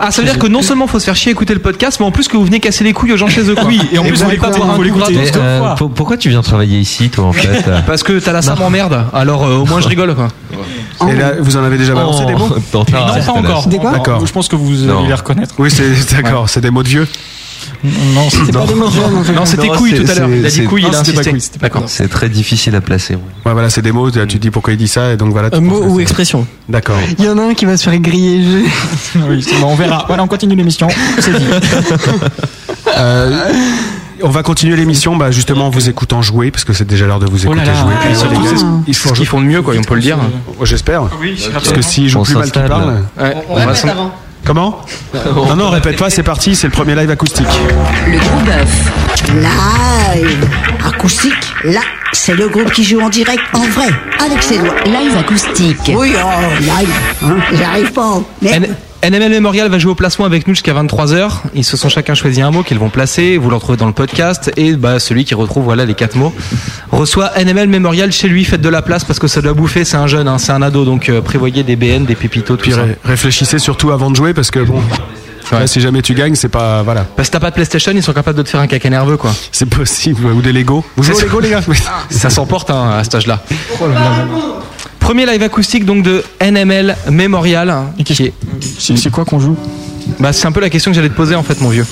Speaker 5: Ah, ça veut dire que non seulement faut se faire chier à écouter le podcast, mais en plus que vous venez casser les couilles aux gens chez eux. quoi.
Speaker 13: Oui,
Speaker 5: et en plus, vous voulez pas avoir un coup gratos
Speaker 13: Mais,
Speaker 5: deux
Speaker 13: euh,
Speaker 5: fois.
Speaker 13: pour- Pourquoi tu viens travailler ici, toi, en fait
Speaker 5: Parce que t'as la ça m'emmerde, alors euh, au moins je rigole quoi.
Speaker 4: Et là, vous en avez déjà balancé des mots
Speaker 13: Non,
Speaker 6: pas encore.
Speaker 4: D'accord.
Speaker 6: Je pense que vous
Speaker 4: Non.
Speaker 6: allez les reconnaître.
Speaker 4: Oui, c'est d'accord, c'est des mots de vieux.
Speaker 6: Non, c'était
Speaker 4: Non.
Speaker 6: pas des mots de vieux, non, en fait. Non, c'était couille tout à l'heure. Il a dit couille, il a insisté.
Speaker 13: D'accord. C'est très difficile à placer.
Speaker 4: Ouais, voilà, c'est des mots, tu tu dis pourquoi il dit ça, et donc voilà.
Speaker 7: Un mot ou
Speaker 4: expression. D'accord.
Speaker 7: Il y en a un qui va se faire griller. je-
Speaker 6: Oui, c'est bon, on verra. Voilà, on continue l'émission. C'est dit.
Speaker 4: Euh, on va continuer l'émission bah, justement en vous écoutant jouer, parce que c'est déjà l'heure de vous
Speaker 5: Oh
Speaker 4: écouter
Speaker 5: là là.
Speaker 4: jouer.
Speaker 5: Ah,
Speaker 4: Puis,
Speaker 5: surtout,
Speaker 4: les gars,
Speaker 5: c'est-
Speaker 4: ils font Euh,
Speaker 5: ce qu'ils font de mieux, quoi, on peut le dire.
Speaker 4: J'espère.
Speaker 5: Ah
Speaker 4: Parce que s'ils jouent
Speaker 5: On
Speaker 4: plus mal qu'ils
Speaker 5: s'installe.
Speaker 4: parlent.
Speaker 5: Ouais, On on va répète s'en- avant.
Speaker 4: Comment Non, non, répète pas, c'est parti, c'est le premier live acoustique.
Speaker 3: Le gros bœuf. Live. Acoustique. Là, c'est le groupe qui joue en direct, en vrai, avec ses doigts. Live acoustique. Oui, oh, live. hein, J'arrive pas. Mais
Speaker 5: N- NML Memorial va jouer au placement avec nous jusqu'à 23h. Ils se sont chacun choisi un mot qu'ils vont placer. Vous le retrouvez dans le podcast. Et bah, celui qui retrouve voilà, les quatre mots reçoit NML Memorial chez lui. Faites de la place parce que ça doit bouffer. C'est un jeune, hein, c'est un ado. Donc euh, prévoyez des BN, des pépitos, tout
Speaker 4: Puis
Speaker 5: ça.
Speaker 4: ré- réfléchissez surtout avant de jouer, parce que bon, là, si jamais tu gagnes, c'est pas. Voilà.
Speaker 5: Parce que t'as pas de PlayStation, ils sont capables de te faire un caca nerveux quoi.
Speaker 4: C'est possible, ou des Lego. Vous jouez aux Lego, les gars
Speaker 5: Ça s'emporte hein, à cet âge-là. Premier live acoustique donc de NML Memorial. hein, qui est-
Speaker 6: C'est quoi qu'on joue
Speaker 5: Bah, c'est un peu la question que j'allais te poser en fait, mon vieux.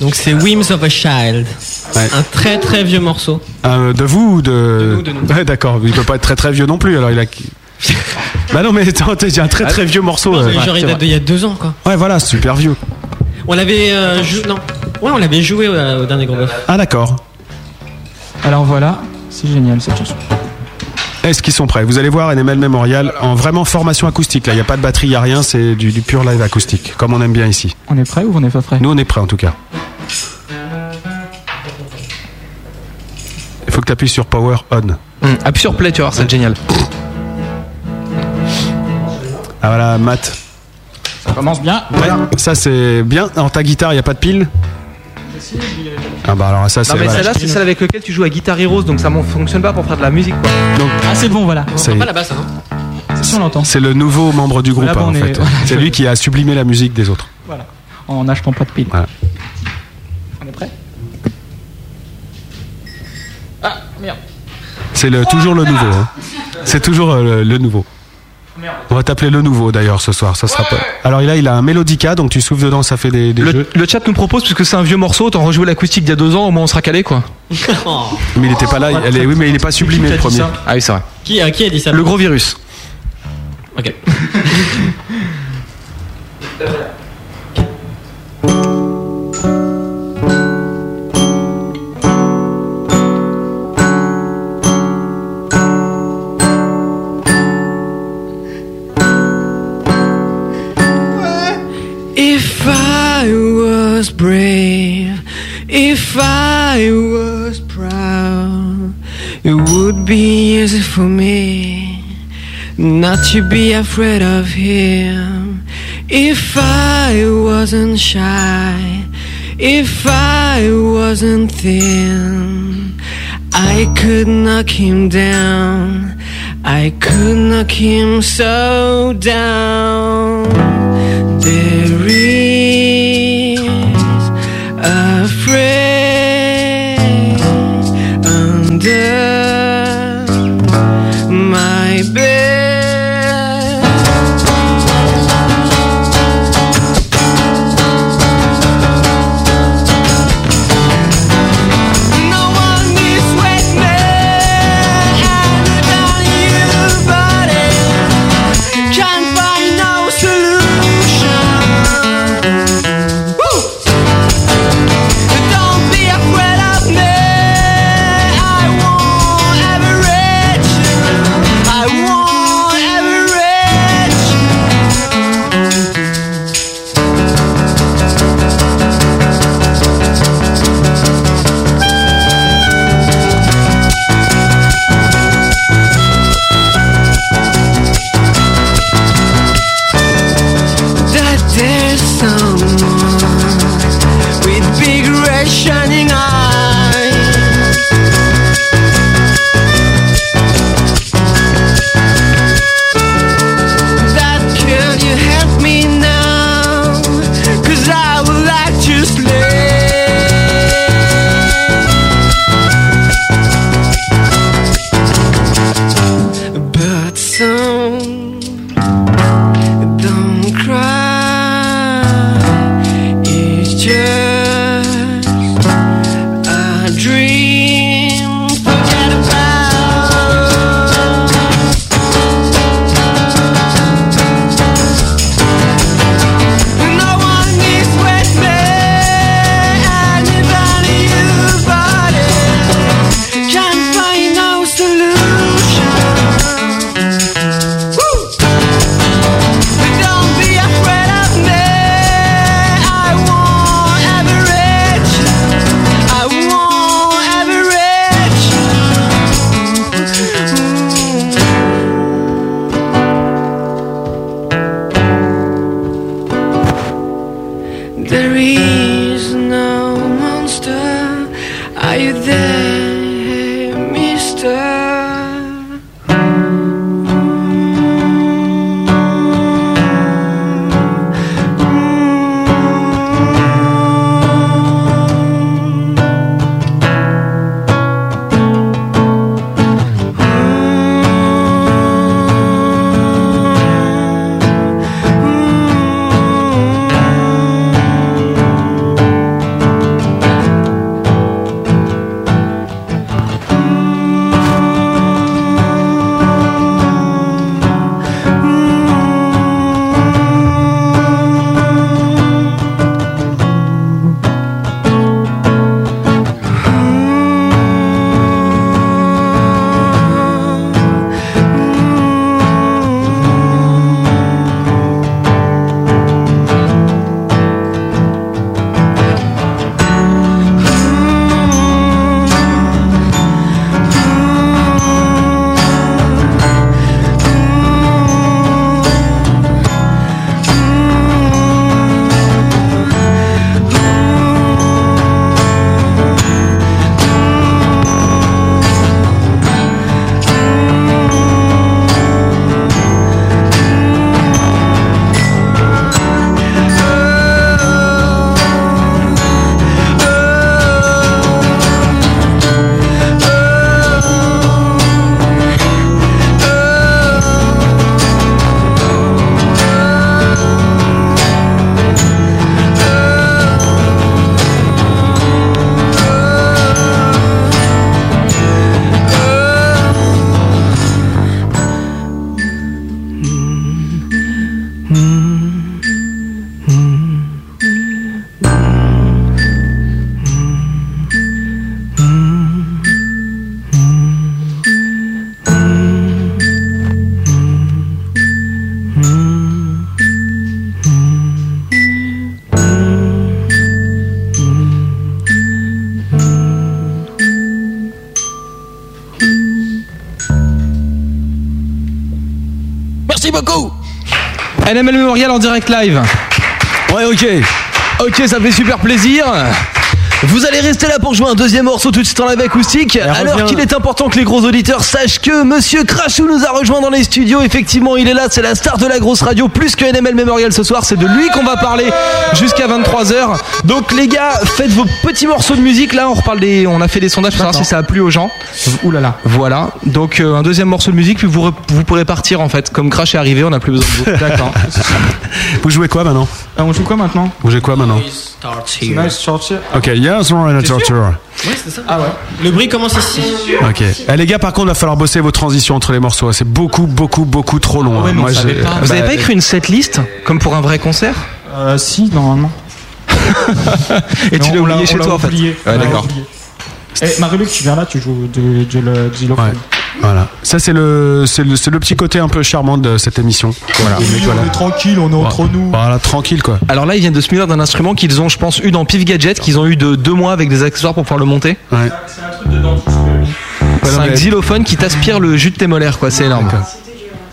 Speaker 12: Donc c'est Whims of a Child.
Speaker 4: Ouais.
Speaker 12: Un très très vieux morceau.
Speaker 4: Euh, de vous ou de.
Speaker 12: nous, de nous.
Speaker 4: Ouais, d'accord, il peut pas être très très vieux non plus, alors il a. bah non, mais attends, t'as dit un
Speaker 5: Ah,
Speaker 4: très très vieux morceau. euh,
Speaker 12: Genre il date d'il y a deux ans quoi.
Speaker 4: Ouais, voilà, super vieux.
Speaker 12: On l'avait euh, jou- non. Ouais, on l'avait joué euh, au dernier gros bœuf.
Speaker 4: Ah d'accord.
Speaker 6: Alors voilà, c'est génial cette chanson.
Speaker 4: Est-ce qu'ils sont prêts Vous allez voir NML Memorial en vraiment formation acoustique. Là, il n'y a pas de batterie, il n'y a rien, c'est du, du pur live acoustique, comme on aime bien ici.
Speaker 6: On est prêt ou on n'est pas prêt
Speaker 4: Nous, on est prêts en tout cas. Il faut que tu appuies sur Power On.
Speaker 5: Hum, appuie sur play, tu vas voir, c'est génial.
Speaker 4: Ah voilà, Matt.
Speaker 6: Ça commence bien.
Speaker 4: Ouais, ça c'est bien. En ta guitare, il n'y a pas de pile Ah bah alors ça c'est...
Speaker 5: Non mais
Speaker 4: voilà.
Speaker 5: celle-là c'est celle avec laquelle tu joues à Guitar Heroes donc ça ne fonctionne pas pour faire de la musique quoi.
Speaker 6: Ah c'est bon voilà.
Speaker 4: Ça y est.
Speaker 12: là-bas ça. hein.
Speaker 6: Si on l'entend.
Speaker 4: C'est le nouveau membre du groupe
Speaker 6: Voilà,
Speaker 4: hein,
Speaker 6: bon,
Speaker 4: en
Speaker 6: on est-
Speaker 4: fait.
Speaker 6: voilà.
Speaker 4: C'est lui qui a sublimé la musique des autres.
Speaker 6: Voilà. En achetant pas de pile.
Speaker 4: Voilà.
Speaker 6: On est prêt Ah merde.
Speaker 4: C'est le, toujours le nouveau. hein. C'est toujours euh, le, le nouveau. On va t'appeler le nouveau d'ailleurs ce soir. Ça sera pas... Alors là, il a un mélodica, donc tu souffles dedans, ça fait des, des
Speaker 5: Le,
Speaker 4: jeux.
Speaker 5: le chat nous propose puisque c'est un vieux morceau, t'en rejoues l'acoustique d'il y a deux ans, au moins on sera calé quoi.
Speaker 12: Oh.
Speaker 4: Mais il était pas là. il- elle est- oui, mais il est pas sublimé le premier.
Speaker 5: Ah oui c'est vrai.
Speaker 12: Qui, euh, qui a dit ça
Speaker 5: Le gros virus.
Speaker 12: Ok.
Speaker 9: If I was brave, if I was proud, it would be easy for me not to be afraid of him. If I wasn't shy, if I wasn't thin, I could knock him down. I could knock him so down. There is a phrase under my bed. No one is with me. Handed on your body. Can't find no solution.
Speaker 5: NML Memorial en direct live. Ouais, ok. Ok, ça fait super plaisir.
Speaker 14: Vous allez rester là pour jouer un deuxième morceau tout de suite en live acoustique. Alors
Speaker 5: reviens.
Speaker 14: qu'il est important que les gros auditeurs sachent que Monsieur Crachou nous a rejoint dans les studios. Effectivement, il est là, c'est la star de la grosse radio, plus que NML Memorial ce soir. C'est de lui qu'on va parler jusqu'à 23h. Donc les gars, faites vos petits morceaux de musique. Là, on reparle des, on a fait des sondages pour savoir si ça a plu aux gens.
Speaker 5: Ouh là là.
Speaker 14: Voilà. Donc euh, un deuxième morceau de musique, puis vous, re- vous pourrez partir en fait. Comme Crash est arrivé, on n'a plus besoin de vous. D'accord.
Speaker 4: Vous jouez quoi maintenant
Speaker 6: Euh, On joue quoi maintenant
Speaker 4: Vous jouez quoi maintenant
Speaker 6: Nice torture.
Speaker 4: Ok, yes, we're in a torture.
Speaker 8: Oui, c'est ça. Ah ouais. Le bruit commence ici.
Speaker 4: Ok. Eh, les gars, par contre, il va falloir bosser vos transitions entre les morceaux. hein. C'est beaucoup, beaucoup, beaucoup trop long.
Speaker 6: Ah
Speaker 4: hein. Moi, j'ai-
Speaker 5: Ah, Vous avez
Speaker 4: Bah,
Speaker 5: pas écrit une setlist comme pour un vrai concert
Speaker 6: Euh, si, normalement.
Speaker 5: Et tu
Speaker 6: Non,
Speaker 5: l'as
Speaker 6: on l'a-
Speaker 5: oublié
Speaker 6: on
Speaker 5: chez
Speaker 6: l'a
Speaker 5: toi en fait.
Speaker 6: oublié. On
Speaker 5: Ouais,
Speaker 6: l'a
Speaker 5: d'accord.
Speaker 6: oublié. Eh, Marie-Luc, tu viens là, tu joues du, du, le- du xylophone.
Speaker 4: Voilà. Ça, c'est le, c'est le, c'est le petit côté un peu charmant de cette émission.
Speaker 5: Ah,
Speaker 4: Voilà.
Speaker 6: Oui,
Speaker 4: Mais voilà.
Speaker 6: on est tranquille, on est entre nous.
Speaker 4: Voilà, tranquille quoi.
Speaker 5: Alors là, ils viennent de se munir d'un instrument qu'ils ont, je pense, eu dans Pif Gadget, qu'ils ont eu de deux mois avec des accessoires pour pouvoir le monter.
Speaker 4: Ouais.
Speaker 5: C'est
Speaker 4: non,
Speaker 5: un
Speaker 4: mais-
Speaker 5: xylophone qui t'aspire le jus de tes molaires, quoi. C'est énorme.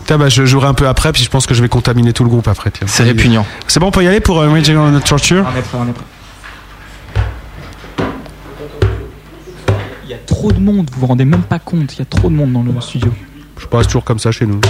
Speaker 4: Putain, bah, je jouerai un peu après, puis je pense que je vais contaminer tout le groupe après. C'est
Speaker 5: répugnant.
Speaker 4: C'est bon, on peut y aller pour euh, Raging on a Torture
Speaker 6: On est prêt, on est prêt. Il y a trop de monde, vous vous rendez même pas compte, il y a trop de monde dans le studio.
Speaker 4: Je passe toujours comme ça chez nous.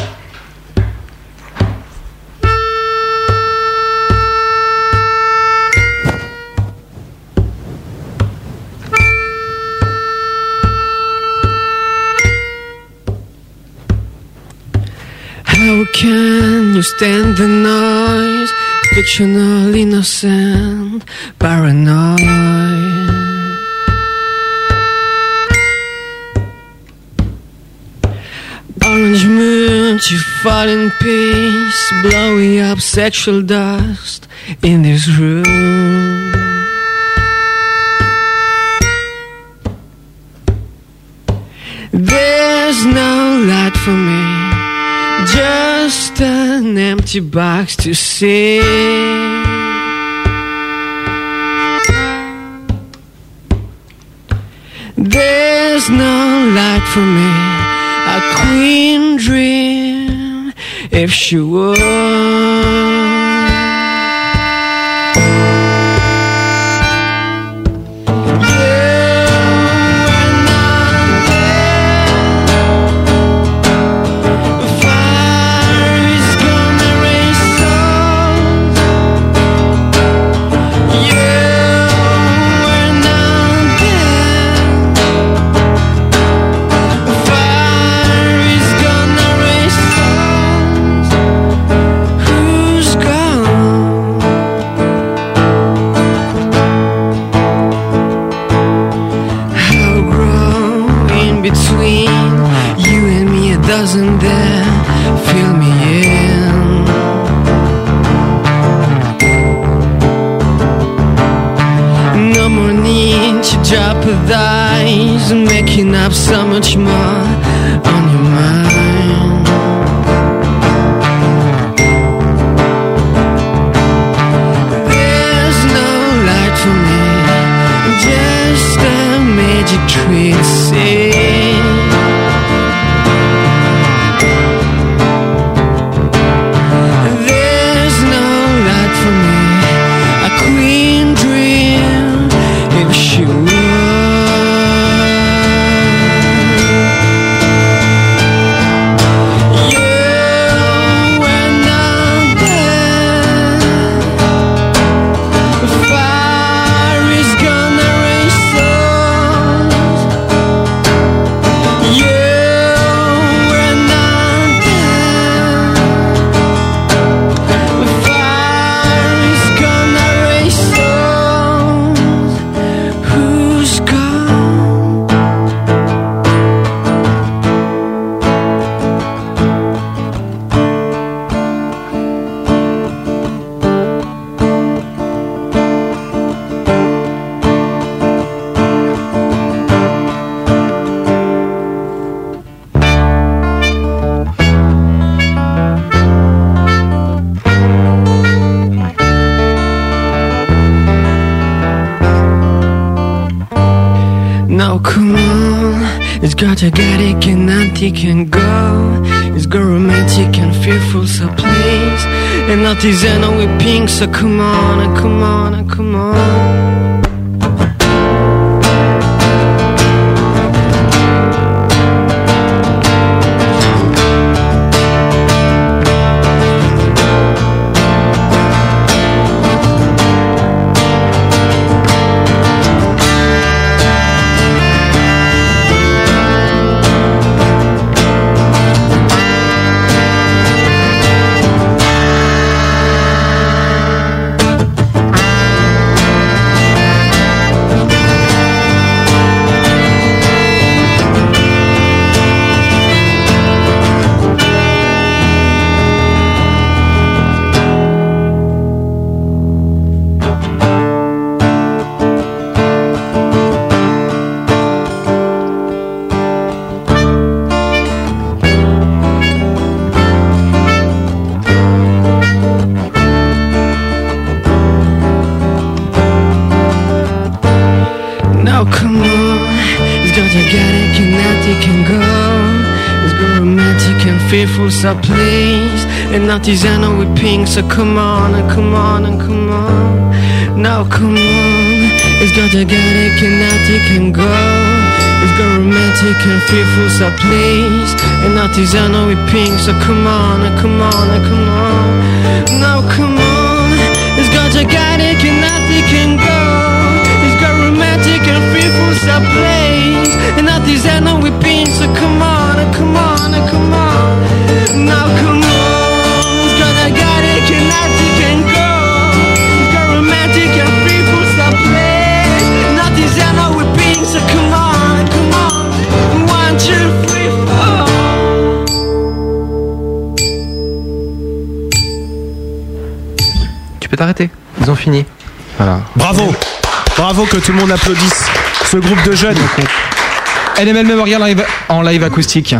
Speaker 9: How can you stand the noise? Fictional, innocent, paranoid. Orange moon to fall in peace, blowing up sexual dust in this room. There's no light for me. Just an empty box to see. There's no light for me. A queen dream if she would. Who's gone? How grown in between you and me? It doesn't there fill me in. No more need to jeopardize making up so much more on your mind. There's no light for me, just a magic trick. See, there's no light for me, a queen dream if she would. You and I. Fire is gonna race on. You and I. Fire is gonna race on. Who's gone? Now come on, it's got agadic and antique and go. It's got romantic and fearful, so please And not these and with pink, so come on, and come on, and come on. Now come on, it's got organic and nothing can go. It's got romantic and faithful, so please. And artisanal with pink, so come on, and come on, and come on. Now come on, it's got organic and nothing can go. It's got romantic and faithful, so please. And artisanal with pink, so come on, and come on, and come on. Now come on, it's got organic and nothing can go. It's got romantic and fearful subplays And not these end on with pain So come on, and come on, and come on Now come on It's got organic and nothing can go It's got romantic and fearful subplays And not these end on with pain So come on, and come on One, two, three, four
Speaker 14: Tu peux t'arrêter. Ils ont fini. Voilà.
Speaker 4: Bravo Bravo que tout le monde applaudisse ce groupe de jeunes.
Speaker 5: LML Memorial live- en live acoustique.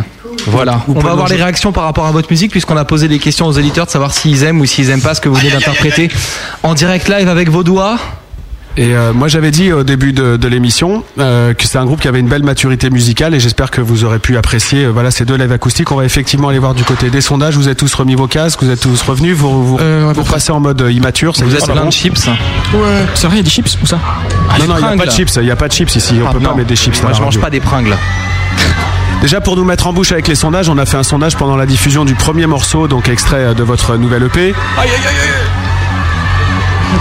Speaker 5: Voilà.
Speaker 14: Vous
Speaker 5: On
Speaker 14: pouvez
Speaker 5: va avoir
Speaker 14: manger.
Speaker 5: les réactions par rapport à votre musique puisqu'on a posé des questions aux éditeurs de savoir s'ils aiment ou s'ils aiment pas ce que vous venez d'interpréter en direct live avec vos doigts.
Speaker 4: Et euh, moi j'avais dit au début de, de l'émission euh, que c'est un groupe qui avait une belle maturité musicale et j'espère que vous aurez pu apprécier euh, voilà ces deux lives acoustiques. On va effectivement aller voir du côté des sondages. Vous êtes tous remis vos casques, vous êtes tous revenus, vous vous, vous passez en mode euh, immature. c'est
Speaker 5: Vous êtes
Speaker 4: juste
Speaker 5: plein
Speaker 4: avant.
Speaker 5: de chips.
Speaker 6: Ouais. C'est vrai, il y a des chips ou ça Ah,
Speaker 4: non non, il n'y a
Speaker 5: pringles,
Speaker 4: pas de
Speaker 5: Ah, là.
Speaker 4: chips, il n'y a pas de chips ici. On
Speaker 5: Ah,
Speaker 4: peut
Speaker 5: non.
Speaker 4: pas mettre des chips. à
Speaker 5: Moi,
Speaker 4: la
Speaker 5: je mange
Speaker 4: radio.
Speaker 5: pas des pringles.
Speaker 4: Déjà pour nous mettre en bouche avec les sondages, on a fait un sondage pendant la diffusion du premier morceau, donc extrait euh, de votre nouvelle E EP.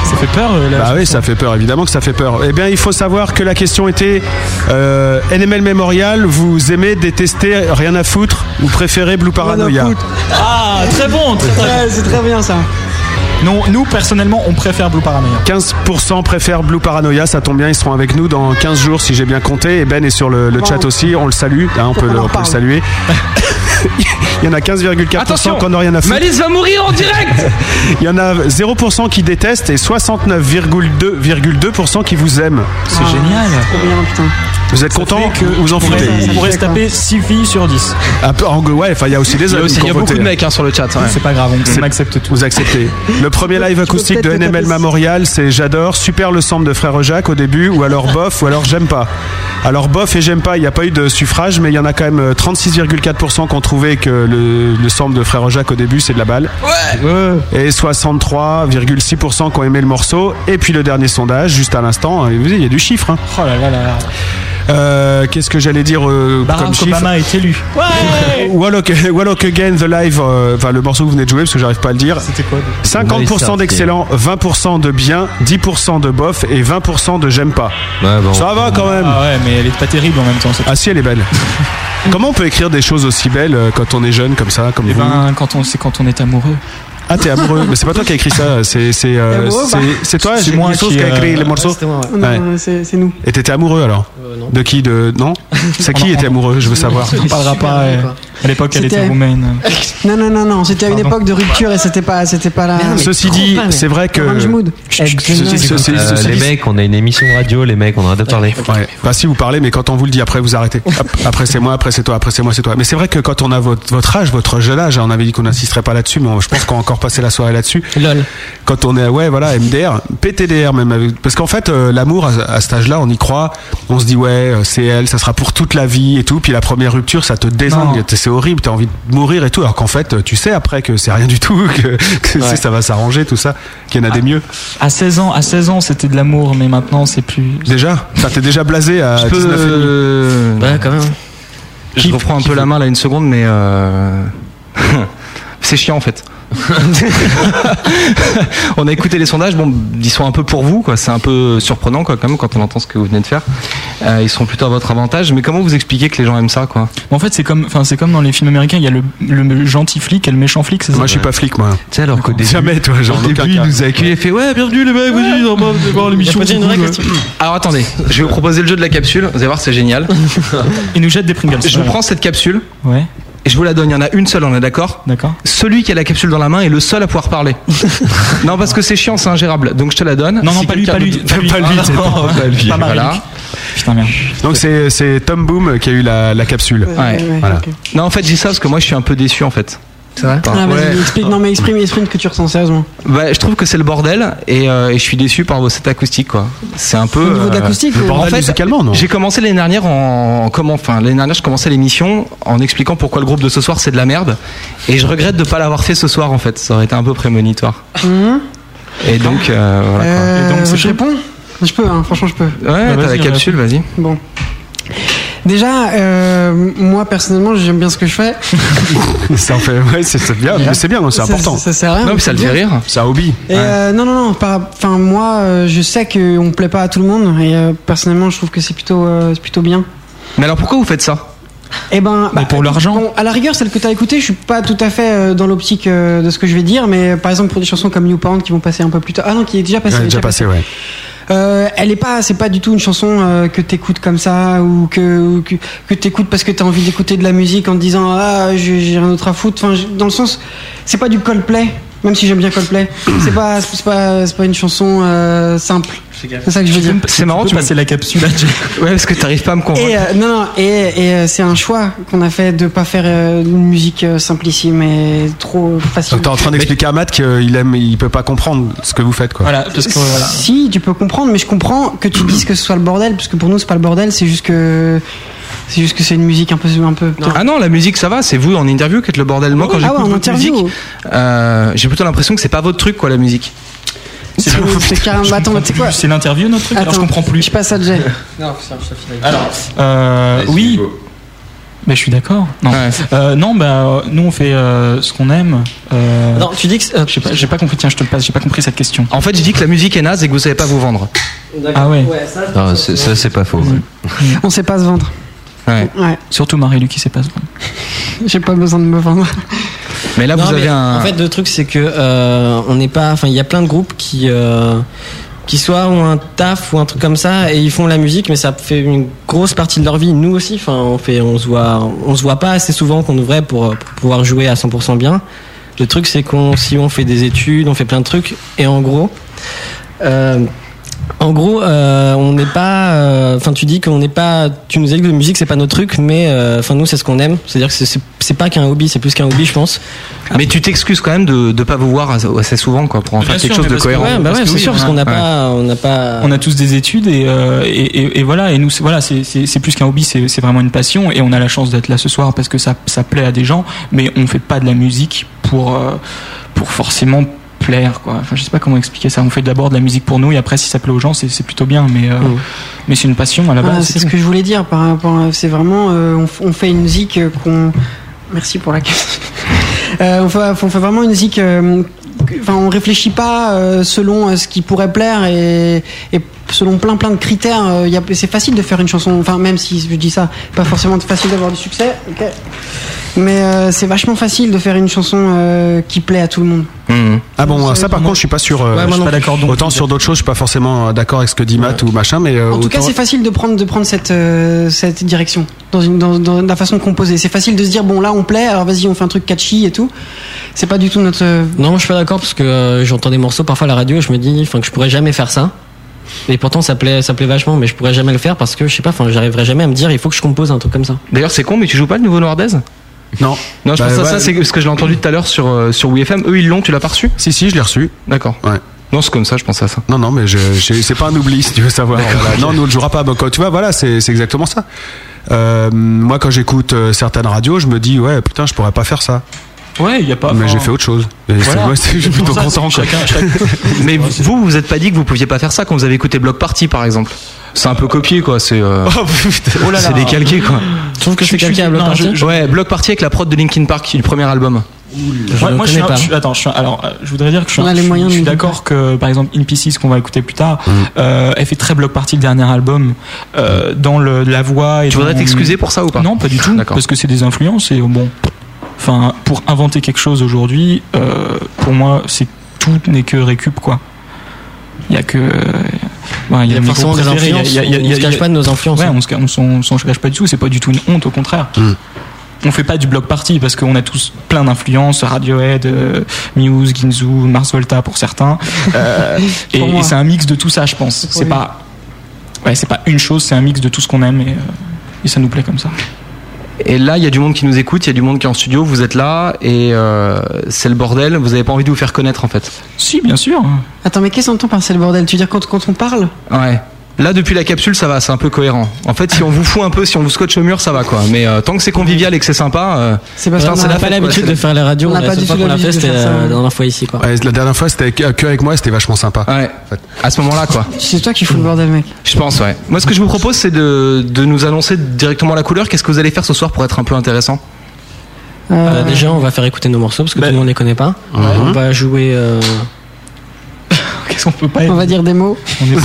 Speaker 6: Ça fait peur euh,
Speaker 4: Bah oui, ça fait peur, évidemment que ça fait peur. Eh bien, il faut savoir que la question était euh, NML Memorial, vous aimez, détestez, rien à foutre, ou préférez Blue Paranoia
Speaker 6: Ah, très bon, très, très...
Speaker 7: C'est très bien ça.
Speaker 6: Non, nous personnellement, on préfère Blue Paranoia.
Speaker 4: 15% préfèrent Blue Paranoia, ça tombe bien, ils seront avec nous dans 15 jours si j'ai bien compté. Et Ben est sur le, le
Speaker 6: Wow.
Speaker 4: chat aussi, on le salue, hein, on, peut, le- on peut le saluer. Il y en a 15,4% qui n'ont rien à foutre.
Speaker 5: Malice va mourir en direct
Speaker 4: Il y en a 0% qui détestent et 69,2% qui vous aiment.
Speaker 6: C'est génial.
Speaker 7: Trop bien, putain.
Speaker 4: Vous êtes content que vous en
Speaker 6: pourrait-
Speaker 4: foutez
Speaker 6: on pourrait se taper
Speaker 4: 6 filles sur 10. Un peu, en gros, ouais, enfin, il y a aussi des
Speaker 5: Il y a
Speaker 4: hommes
Speaker 5: aussi-
Speaker 4: qui
Speaker 5: il y a
Speaker 4: ont
Speaker 5: beaucoup
Speaker 4: voté.
Speaker 5: de mecs, hein, sur le chat, ouais. C'est pas grave, on-
Speaker 4: C'est-
Speaker 5: on accepte tout.
Speaker 4: Vous acceptez. Le premier live acoustique de
Speaker 5: peut-être te
Speaker 4: NML
Speaker 5: taper
Speaker 4: Memorial, c'est J'adore, super le sample de Frère Jacques au début, ou alors bof, ou alors j'aime pas. Alors bof et j'aime pas, il n'y a pas eu de suffrage, mais il y en a quand même euh, 36,4% qui ont trouvé que le, le sample de Frère Jacques au début, c'est de la balle. Et 63,6% qui ont aimé le morceau. Et puis le dernier sondage, juste à l'instant, hein, vous voyez, il y a du chiffre. hein.
Speaker 6: Oh là là là. là.
Speaker 4: Euh, Qu'est-ce que j'allais dire euh, comme
Speaker 6: Barack
Speaker 4: chiffre
Speaker 6: Obama est élu.
Speaker 4: Wallock, Wallock Again, The Live, euh, enfin le morceau que vous venez de jouer parce que j'arrive pas à le dire. C'était quoi
Speaker 11: Ouais, ça,
Speaker 4: 50% d'excellent, 20% de bien, 10% de bof et 20% de j'aime pas. Ça va quand même.
Speaker 6: Ah ouais, mais elle est pas terrible en même temps. cette-
Speaker 4: Ah si, elle est belle. Comment on peut écrire des choses aussi belles euh, quand on est jeune comme ça, comme
Speaker 6: Eh
Speaker 4: vous
Speaker 6: ben, quand on, c'est quand on est amoureux.
Speaker 4: Ah t'es amoureux, mais c'est pas toi qui as écrit ça, c'est c'est euh,
Speaker 6: T'es amoureux,
Speaker 4: c'est-
Speaker 6: bah.
Speaker 4: c'est toi,
Speaker 6: C'est
Speaker 4: j'ai
Speaker 6: moi
Speaker 4: une sauce
Speaker 6: qui,
Speaker 4: qui a écrit
Speaker 6: euh,
Speaker 4: les morceaux.
Speaker 6: ouais, c'était moi, ouais.
Speaker 4: Ouais.
Speaker 7: Non, C'est c'est nous.
Speaker 4: Et t'étais amoureux alors De qui de non C'est qui était amoureux Je veux savoir.
Speaker 6: On parlera pas. euh, à l'époque, elle était
Speaker 7: C'était-
Speaker 6: roumaine.
Speaker 7: Non, non, non, non. C'était à une
Speaker 6: Pardon.
Speaker 7: époque de rupture et c'était pas, c'était pas là.
Speaker 4: Ceci dit, c'est vrai que.
Speaker 7: Orange Mood.
Speaker 4: Ceci- ceci-
Speaker 11: Euh,
Speaker 4: ceci
Speaker 11: les
Speaker 4: dit-
Speaker 11: mecs, on a une émission radio, les mecs, on arrête de parler.
Speaker 4: Ouais. Bah si vous parlez, mais quand on vous le dit après, vous arrêtez. Hop, après c'est moi, après c'est toi, après c'est moi, c'est toi. Mais c'est vrai que quand on a votre, votre âge, votre jeune âge, hein, on avait dit qu'on n'insisterait pas là-dessus, mais on- je pense qu'on va encore passer la soirée là-dessus.
Speaker 12: Lol.
Speaker 4: Quand on est, ouais, voilà, MDR, PTDR même, avec- parce qu'en fait, euh, l'amour à, à cet âge-là, on y croit, on se dit ouais, euh, c'est elle, ça sera pour toute la vie et tout. Puis la première rupture, ça te désingue, c'est horrible, t'as envie de mourir et tout. Alors qu'en fait, euh, tu sais après que c'est rien du tout, que, que
Speaker 6: Ouais.
Speaker 4: c'est- ça va s'arranger, tout ça, qu'il y en a des mieux.
Speaker 6: Ah, À 16 ans, à 16 ans, c'était de l'amour, mais maintenant, c'est plus.
Speaker 4: Déjà Enfin, t'es déjà blasé à
Speaker 5: Je peux,
Speaker 4: 19 et demi.
Speaker 5: euh,
Speaker 4: Ouais, quand même.
Speaker 5: Je reprends un peu la main là une seconde, mais euh, c'est chiant en fait. on a écouté les sondages, bon, ils sont un peu pour vous, quoi. C'est un peu surprenant, quoi, quand même, quand on entend ce que vous venez de faire. Euh, ils sont plutôt à votre avantage, mais comment vous expliquez que les gens aiment ça, quoi
Speaker 6: En fait, c'est comme, enfin, c'est comme dans les films américains, il y a le, le gentil flic et le méchant flic. c'est ça
Speaker 4: Moi, je suis pas flic, moi.
Speaker 5: Tu sais, alors qu'au début.
Speaker 4: Jamais, toi, genre,
Speaker 5: au début, il nous a accueillis et fait Ouais, bienvenue les mecs, vous êtes en bas, vous allez voir l'émission.
Speaker 6: Il y a pas déjà une vraie
Speaker 5: c'est cool,
Speaker 6: question.
Speaker 5: ouais. Alors attendez, je vais vous proposer le jeu de la capsule, vous allez voir, c'est génial.
Speaker 6: Il nous jette des Pringles.
Speaker 5: Je vous prends cette capsule
Speaker 6: Ouais.
Speaker 5: et je vous la donne, il y en a une seule, on est d'accord
Speaker 6: D'accord.
Speaker 5: Celui qui a la capsule dans la main est le seul à pouvoir parler. non, parce que c'est chiant, c'est ingérable. Donc je te la donne.
Speaker 6: Non, non,
Speaker 5: Si
Speaker 6: pas lui,
Speaker 5: quelqu'un
Speaker 6: pas lui,
Speaker 5: d'autre-
Speaker 6: pas lui. Ah,
Speaker 5: c'est
Speaker 6: non,
Speaker 5: pas- hein.
Speaker 6: pas lui. Pas Marie-Luc.
Speaker 5: Voilà.
Speaker 6: Putain, merde.
Speaker 4: Donc c'est c'est Tom Boom qui a eu la, la capsule.
Speaker 5: Ouais. Non, en fait, je dis ça parce que moi, je suis un peu déçu, en fait. C'est vrai
Speaker 7: Ah, vas-y, explique, non, mais exprime, exprime ce que tu ressens sérieusement.
Speaker 5: Bah, je trouve que c'est le bordel et, euh, et je suis déçu par vos sets acoustiques quoi. C'est un peu euh,
Speaker 7: Au niveau de l'acoustique, Le ou- bordel
Speaker 5: en fait,
Speaker 7: musicalement, non
Speaker 5: J'ai commencé l'année dernière en, en comment enfin l'année dernière je commençais l'émission en expliquant pourquoi le groupe de ce soir c'est de la merde et je regrette de pas l'avoir fait ce soir en fait. Ça aurait été un peu prémonitoire.
Speaker 7: Mhm.
Speaker 5: Et donc euh, voilà. quoi.
Speaker 7: Euh, je réponds Je peux, hein, franchement, je peux.
Speaker 6: Bah,
Speaker 5: Ouais, t'as la capsule, vas-y.
Speaker 7: Bon. Déjà, euh, moi personnellement, j'aime bien ce que je fais.
Speaker 4: Ça en fait, ouais, c'est c'est bien, mais c'est bien, c'est
Speaker 7: Ça-
Speaker 4: important.
Speaker 7: ça sert à rien, Non, mais mais ça le c'est fait bien. rire.
Speaker 4: C'est un hobby.
Speaker 7: Et euh, non, non, non, pas. Enfin, moi, euh, je sais qu'on ne plaît pas à tout le monde, et euh, personnellement, je trouve que c'est plutôt, euh, c'est plutôt bien.
Speaker 5: Mais alors pourquoi vous faites ça
Speaker 7: Eh ben,
Speaker 5: Mais pour l'argent.
Speaker 7: bon, à la rigueur, celle que tu as écoutée, je suis pas tout à fait euh, dans l'optique euh, de ce que je vais dire, mais euh, par exemple pour des chansons comme New Pound qui vont passer un peu plus tard. Ah non, qui est déjà passée.
Speaker 4: Ouais, déjà passé, ouais.
Speaker 7: Euh, elle est pas, c'est pas du tout une chanson euh, que t'écoutes comme ça ou que ou que, que t'écoutes parce que t'as envie d'écouter de la musique en te disant ah j'ai j'ai rien d'autre à foutre. Enfin, j'ai- dans le sens, c'est pas du Coldplay. Même si j'aime bien Coldplay, c'est pas c'est pas c'est pas une chanson euh, simple. C'est ça que je veux dire.
Speaker 5: C'est marrant, tu passer
Speaker 6: la capsule.
Speaker 5: ouais, parce que t'arrives pas à me convaincre.
Speaker 7: Et euh, non, non, et, et, euh, c'est un choix qu'on a fait de pas faire euh, une musique euh, simplissime et trop facile.
Speaker 4: Donc t'es en train d'expliquer à Matt qu'il aime, il peut pas comprendre ce que vous faites, quoi.
Speaker 6: Voilà, parce
Speaker 7: Si, tu peux comprendre, mais je comprends que tu dises que ce soit le bordel, parce que pour nous c'est pas le bordel, c'est juste que c'est juste que c'est une musique un peu un peu.
Speaker 5: Ah non, la musique ça va, c'est vous en interview qui êtes le bordel. Moi quand
Speaker 7: Ah
Speaker 5: j'écoute
Speaker 7: ouais, en
Speaker 5: votre
Speaker 7: interview.
Speaker 5: musique, euh, j'ai plutôt l'impression que c'est pas votre truc quoi la musique.
Speaker 7: C'est c'est carrément. bah, Attends, mais tu sais quoi
Speaker 6: C'est l'interview notre truc. Alors je
Speaker 7: Attends,
Speaker 6: comprends plus.
Speaker 7: Je passe à Jay.
Speaker 12: Non, ça, ça finit.
Speaker 6: Alors, euh, oui. Mais je suis d'accord. Non, Euh, non, bah euh, nous on fait euh, ce qu'on aime. euh,
Speaker 12: Non, tu dis que.
Speaker 6: je sais pas, j'ai pas compris. Tiens, je te le passe. J'ai pas compris cette question.
Speaker 5: En fait, je dis que la musique est naze et que vous savez pas vous vendre.
Speaker 6: Ah ouais.
Speaker 11: Non, c'est- ça c'est pas faux. ouais.
Speaker 7: On sait pas se vendre.
Speaker 5: Ouais.
Speaker 7: Ouais.
Speaker 6: Surtout Marie-Luc qui sait pas se vendre.
Speaker 7: J'ai pas besoin de me vendre.
Speaker 5: Mais là,
Speaker 12: Non,
Speaker 5: vous
Speaker 12: mais
Speaker 5: avez un.
Speaker 12: En fait, le truc, c'est que euh, on n'est pas. Enfin, il y a plein de groupes qui. euh, qui soit ont un taf ou un truc comme ça et ils font la musique mais ça fait une grosse partie de leur vie nous aussi enfin on fait on se voit on se voit pas assez souvent qu'on devrait pour, euh, pour pouvoir jouer à 100% bien le truc c'est qu'on si on fait des études on fait plein de trucs et en gros euh, en gros, euh, on n'est pas. euh, Enfin, tu dis qu'on n'est pas. Tu nous as dit que la musique c'est pas notre truc, mais euh, enfin nous c'est ce qu'on aime. C'est-à-dire que c'est- c'est c'est pas qu'un hobby, c'est plus qu'un hobby, je pense.
Speaker 5: Ah Mais tu t'excuses quand même de ne pas vous voir assez- assez souvent quoi, pour en faire
Speaker 6: Bien
Speaker 5: quelque
Speaker 6: sûr,
Speaker 5: chose de
Speaker 6: mais parce que-
Speaker 5: cohérent.
Speaker 6: ouais, bah ouais,
Speaker 12: c'est
Speaker 6: oui,
Speaker 12: sûr parce
Speaker 6: hein.
Speaker 12: qu'on n'a
Speaker 6: Ouais.
Speaker 12: pas, on n'a pas.
Speaker 5: Euh.
Speaker 6: On a tous des études et, euh, et, et- et voilà et nous c'est- voilà c'est- c'est c'est plus qu'un hobby c'est c'est vraiment une passion et on a la chance d'être là ce soir parce que ça ça plaît à des gens mais on fait pas de la musique pour euh, pour forcément plaire quoi enfin je sais pas comment expliquer ça on fait d'abord de la musique pour nous et après si ça plaît aux gens c'est c'est plutôt bien mais euh,
Speaker 5: Mm.
Speaker 6: mais c'est une passion
Speaker 5: Ah,
Speaker 6: à la base
Speaker 7: Voilà,
Speaker 6: c'est
Speaker 7: c'est ce
Speaker 6: tout.
Speaker 7: que je voulais dire par rapport à- c'est vraiment euh, on, f- on fait une musique euh, qu'on merci pour la question Euh, on, fait, on fait vraiment une musique euh, que- enfin on réfléchit pas euh, selon euh, ce qui pourrait plaire et, et selon plein plein de critères euh, y a- c'est facile de faire une chanson enfin même si je dis ça pas forcément facile d'avoir du succès ok. mais euh, c'est vachement facile de faire une chanson euh, qui plaît à tout le monde
Speaker 4: Ah bon, ça par contre, je suis pas sûr. euh,
Speaker 7: Ouais, moi
Speaker 4: je suis
Speaker 7: non
Speaker 4: pas
Speaker 7: plus.
Speaker 4: d'accord. Autant sur d'autres choses, je suis pas forcément euh, d'accord avec ce que dit Matt ou machin, mais. euh,
Speaker 7: En tout cas, c'est facile de prendre, de prendre cette, euh, cette direction dans, une, dans, dans la façon composée. C'est facile de se dire, bon, là, on plaît, alors vas-y, on fait un truc catchy et tout. C'est pas du tout notre. euh,
Speaker 12: Non, je suis pas d'accord parce que euh, j'entends des morceaux parfois à la radio et je me dis, enfin que je pourrais jamais faire ça. Et pourtant ça plaît, ça plaît vachement, mais je pourrais jamais le faire parce que je sais pas, enfin j'arriverai jamais à me dire, il faut que je compose un truc comme ça.
Speaker 5: D'ailleurs, c'est con, mais tu joues pas le nouveau Noir d'Aise
Speaker 4: Non.
Speaker 5: Non, je
Speaker 4: Bah,
Speaker 5: pense à
Speaker 4: ouais.
Speaker 5: ça, c'est ce que je l'ai entendu tout à l'heure sur, euh, sur WFM. Eux, ils l'ont, tu l'as pas reçu
Speaker 4: Si, si, je l'ai reçu.
Speaker 5: D'accord.
Speaker 4: Ouais.
Speaker 5: Non, c'est comme ça, je pensais à ça.
Speaker 4: Non, non, mais je, je- c'est pas un oubli, si tu veux savoir. Voilà. Non, on ne le jouera pas. Bon, quand tu vois, voilà, c'est c'est exactement ça. Euh, moi, quand j'écoute euh, certaines radios, je me dis, ouais, putain, je pourrais pas faire ça.
Speaker 6: Ouais, il y a pas.
Speaker 4: Mais
Speaker 6: enfin,
Speaker 4: j'ai fait autre chose.
Speaker 5: Euh,
Speaker 4: Et c'est-
Speaker 6: Voilà.
Speaker 4: ouais, c'est- je suis
Speaker 6: C'est pour
Speaker 4: plutôt
Speaker 6: ça,
Speaker 4: content.
Speaker 6: c'est
Speaker 4: quoi.
Speaker 6: chacun- chacun-
Speaker 5: Mais vous, vous vous êtes pas dit que vous pouviez pas faire ça quand vous avez écouté Block Party par exemple C'est un peu copié quoi, c'est. euh,
Speaker 6: Oh là là.
Speaker 5: c'est décalqué quoi.
Speaker 6: Tu trouves que Je- c'est je- calqué à Block non, Party je- je-
Speaker 5: Ouais, Block Party avec la prod de Linkin Park, le premier album.
Speaker 6: Ouais, moi, je suis, un- je suis- attends, je suis un- alors, euh, je voudrais dire que je suis,
Speaker 5: On
Speaker 6: un-
Speaker 5: a les
Speaker 6: je suis-
Speaker 5: moyens
Speaker 6: je suis
Speaker 5: de-
Speaker 6: d'accord que, par exemple, In Pieces, qu'on va écouter plus
Speaker 4: Mm.
Speaker 6: tard, euh, elle fait très bloc partie le dernier album, euh, dans le, la voix et
Speaker 5: Tu voudrais
Speaker 6: dans-
Speaker 5: t'excuser pour ça ou pas
Speaker 6: Non, pas du tout,
Speaker 5: D'accord.
Speaker 6: parce que c'est des influences et euh, bon, enfin, pour inventer quelque chose aujourd'hui, euh, pour moi, c'est tout n'est que récup, quoi. Il y a que. euh, ouais,
Speaker 12: Il y a
Speaker 6: mes groupes
Speaker 12: forcément des
Speaker 6: préférés, il y a- il y a- il y a-
Speaker 12: influences, on
Speaker 6: il y a-
Speaker 12: se cache pas de nos influences. hein. Mm.
Speaker 6: Ouais, on se, ca- on s'en- on s'en cache pas du tout, c'est pas du tout une honte, au contraire on fait pas du bloc party parce qu'on a tous plein d'influences Radiohead euh, Muse Ginzu Mars Volta pour certains Euh, et,
Speaker 5: Pour moi.
Speaker 6: et c'est un mix de tout ça je pense c'est pas ouais c'est pas une chose c'est un mix de tout ce qu'on aime et, euh, et ça nous plaît comme ça
Speaker 5: Et là, il y a du monde qui nous écoute, il y a du monde qui est en studio, vous êtes là et euh, c'est le bordel, vous avez pas envie de vous faire connaître en fait.
Speaker 6: si bien sûr
Speaker 7: Attends, mais qu'est-ce qu'on entend par c'est le bordel Tu veux dire quand, quand on parle
Speaker 5: Ouais. Là, depuis la capsule, ça va, c'est un peu cohérent. En fait, si on vous fout un peu, si on vous scotche au mur, ça va quoi. Mais euh, tant que c'est convivial et que c'est sympa, euh, putain,
Speaker 12: on
Speaker 5: la
Speaker 12: n'a pas
Speaker 5: fête, quoi,
Speaker 12: l'habitude
Speaker 5: c'est-
Speaker 12: de faire la radio.
Speaker 5: On n'a
Speaker 12: La
Speaker 5: pas
Speaker 12: seule
Speaker 5: du
Speaker 12: fois
Speaker 5: tout
Speaker 12: qu'on l'a fait,
Speaker 5: l'habitude de
Speaker 12: c'était
Speaker 5: faire ça,
Speaker 12: euh,
Speaker 5: ouais.
Speaker 12: dans la fois ici. quoi.
Speaker 4: Ouais, la dernière fois, c'était que que avec moi, c'était vachement sympa.
Speaker 5: Ouais. À ce moment-là, quoi.
Speaker 7: C'est toi qui fous le bordel, mec.
Speaker 5: Je pense, ouais. Moi, ce que je vous propose, c'est de, de nous annoncer directement la couleur. Qu'est-ce que vous allez faire ce soir pour être un peu intéressant
Speaker 12: Euh, Déjà, on va faire écouter nos morceaux
Speaker 4: Ben-
Speaker 12: parce que tout le monde les connaît pas.
Speaker 5: Mhm.
Speaker 12: On va jouer. euh,
Speaker 6: qu'est-ce qu'on peut pas
Speaker 7: On va dire des mots
Speaker 6: on est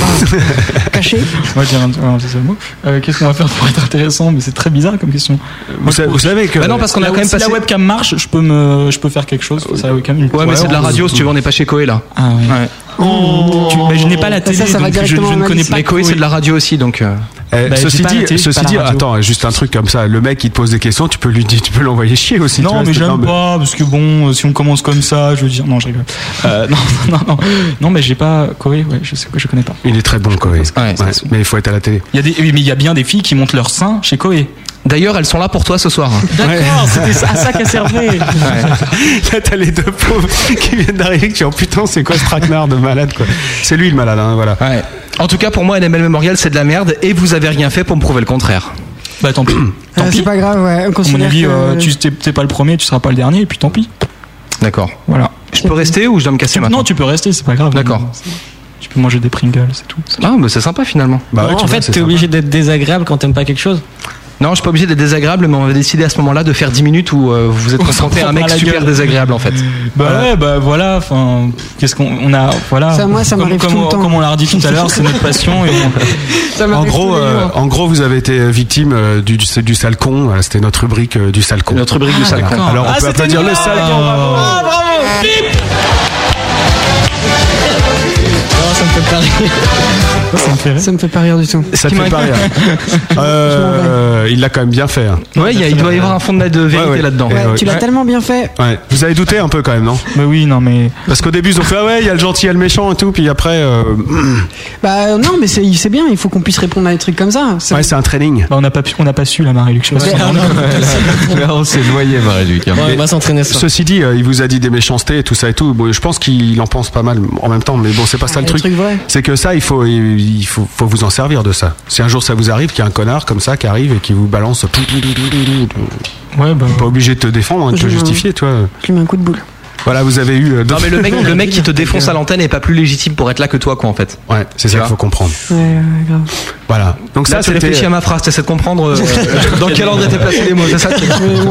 Speaker 6: pas
Speaker 7: cachés.
Speaker 6: on va dire un, un seul mot. Euh, qu'est-ce qu'on va faire pour être intéressant mais c'est très bizarre comme question Moi, je
Speaker 4: sa-
Speaker 6: pense-
Speaker 4: vous savez que- Bah non, parce qu'on a
Speaker 6: Si la-
Speaker 4: quand même
Speaker 6: si
Speaker 4: passé-
Speaker 6: la webcam marche je peux me je peux faire quelque chose Faut ça, la webcam, une-
Speaker 5: Ouais, mais c'est de la
Speaker 6: on-
Speaker 5: radio, si tu veux, on n'est pas chez Koé là.
Speaker 6: Ah ouais. Tu- bah, je n'ai pas la télé, donc je, je ne connais pas.
Speaker 5: Mais Koé, c'est de la radio aussi, donc. euh,
Speaker 4: Eh,
Speaker 5: bah, j'ai
Speaker 4: ceci
Speaker 5: pas la
Speaker 4: dit,
Speaker 5: télé,
Speaker 4: ceci
Speaker 5: j'ai pas
Speaker 4: dit ah,
Speaker 5: la radio.
Speaker 4: attends, juste un truc comme ça. Le mec, il te pose des questions, tu peux lui dire, tu peux l'envoyer chier aussi. tu
Speaker 6: Non,
Speaker 4: vois,
Speaker 6: mais
Speaker 4: c'est-
Speaker 6: j'aime pas, parce que bon, euh, si on commence comme ça, je veux dire. Non, je rigole. Euh, non, non, non, non, mais j'ai pas. Corée, ouais, je sais que je connais pas.
Speaker 4: Il est très bon, Koé.
Speaker 5: Ouais,
Speaker 4: mais il faut être à la télé.
Speaker 6: Il y a des, oui, mais il y a bien des filles qui montent leur sein chez Koé.
Speaker 5: D'ailleurs, elles sont là pour toi ce soir.
Speaker 6: D'accord, c'était à ça qu'a servi.
Speaker 4: Là, t'as les deux pauvres qui viennent d'arriver, qui sont putain, c'est quoi ce traquenard de malade, quoi. C'est lui le malade, hein, voilà.
Speaker 5: Ouais. En tout cas, pour moi, NML Memorial, c'est de la merde et vous avez rien fait pour me prouver le contraire.
Speaker 6: Bah, tant pis. Tant
Speaker 7: Euh,
Speaker 6: pis.
Speaker 7: C'est pas grave, ouais. On
Speaker 6: À mon
Speaker 7: considère
Speaker 6: avis,
Speaker 7: que-
Speaker 6: euh, tu t'es t'es pas le premier, tu seras pas le dernier, et puis tant pis.
Speaker 5: D'accord.
Speaker 6: Voilà.
Speaker 5: Je peux rester ou je dois me casser maintenant
Speaker 6: Non, tu peux rester, c'est pas grave.
Speaker 5: D'accord.
Speaker 6: Tu peux manger des Pringles, c'est tout.
Speaker 5: Ah, mais c'est sympa finalement.
Speaker 4: Bah
Speaker 12: Non, en fait, t'es obligé d'être désagréable quand t'aimes pas quelque chose.
Speaker 5: Non, je suis pas obligé d'être désagréable, mais on va décider à ce moment-là de faire 10 minutes où euh, vous êtes
Speaker 6: On s'en
Speaker 5: confronté à un
Speaker 6: prend
Speaker 5: mec
Speaker 6: plein la
Speaker 5: super
Speaker 6: gueule.
Speaker 5: désagréable en fait.
Speaker 6: Bah ouais, bah voilà, enfin, qu'est-ce qu'on on a, voilà.
Speaker 7: Ça, moi, ça
Speaker 6: Comme-
Speaker 7: m'arrive
Speaker 6: comme,
Speaker 7: tout le temps.
Speaker 6: Comme on l'a redit tout à l'heure, c'est notre passion et on-
Speaker 4: En gros, euh, en gros, vous avez été victime euh, du, du, du sale con. Voilà, c'était notre rubrique euh, du sale con.
Speaker 5: Notre rubrique
Speaker 6: du sale con.
Speaker 4: Alors, on
Speaker 6: Ah,
Speaker 4: peut
Speaker 6: c'était
Speaker 4: applaudir
Speaker 6: nous
Speaker 4: le sale con.
Speaker 6: Ah,
Speaker 15: bravo
Speaker 6: Oh,
Speaker 12: Non, ça me fait pas rire.
Speaker 6: Ça me fait rire.
Speaker 7: Ça me fait pas rire du tout.
Speaker 4: Ça te fait pas rire. Euh, il l'a quand même bien fait. hein.
Speaker 5: Ouais, il y a- il doit y avoir un fond de, de vérité
Speaker 4: ouais.
Speaker 5: là-dedans. Bah
Speaker 4: Ouais,
Speaker 7: Ouais, tu l'as
Speaker 4: ouais.
Speaker 7: tellement bien fait.
Speaker 4: Ouais. Vous avez douté un peu quand même, non
Speaker 6: Mais oui, non, mais.
Speaker 4: Parce qu'au début, ils ont fait ah ouais, il y a le gentil, il y a le méchant et tout, puis après, euh,
Speaker 7: Bah euh, non, mais c'est c'est bien, il faut qu'on puisse répondre à des trucs comme ça. C'est-
Speaker 4: ouais, c'est un training.
Speaker 6: Bah, on n'a pas, pu- on n'a pas su la marée luxe.
Speaker 11: on s'est noyé, Marie-Luc. hein.
Speaker 12: Ouais, on va s'entraîner ce soir.
Speaker 4: Ceci dit, euh, il vous a dit des méchancetés et tout ça et tout. Bon, je pense qu'il en pense pas mal en même temps, mais bon, c'est pas ça le
Speaker 7: le
Speaker 4: truc.
Speaker 7: truc vrai.
Speaker 4: C'est que ça, il faut, il faut, faut vous en servir de ça. Si un jour ça vous arrive, qu'il y a un connard comme ça qui arrive et qui vous balance,
Speaker 6: Ouais, bah.
Speaker 4: pas obligé de te défendre, hein, de te
Speaker 7: Je-
Speaker 4: justifier, toi.
Speaker 7: Je lui mets un coup de boule.
Speaker 4: Voilà, vous avez eu. euh,
Speaker 5: Non,
Speaker 4: d'autres-
Speaker 5: mais le mec, le mec qui te défonce à l'antenne est pas plus légitime pour être là que toi, quoi, en fait.
Speaker 4: Ouais, c'est ça qu'il faut comprendre.
Speaker 7: Ouais, ouais, grave.
Speaker 4: Voilà. Donc
Speaker 5: Là,
Speaker 4: ça,
Speaker 5: tu
Speaker 4: c'était-
Speaker 5: réfléchis à ma phrase, t'essaies de comprendre euh, dans quel ordre étaient placés les mots, c'est ça qui-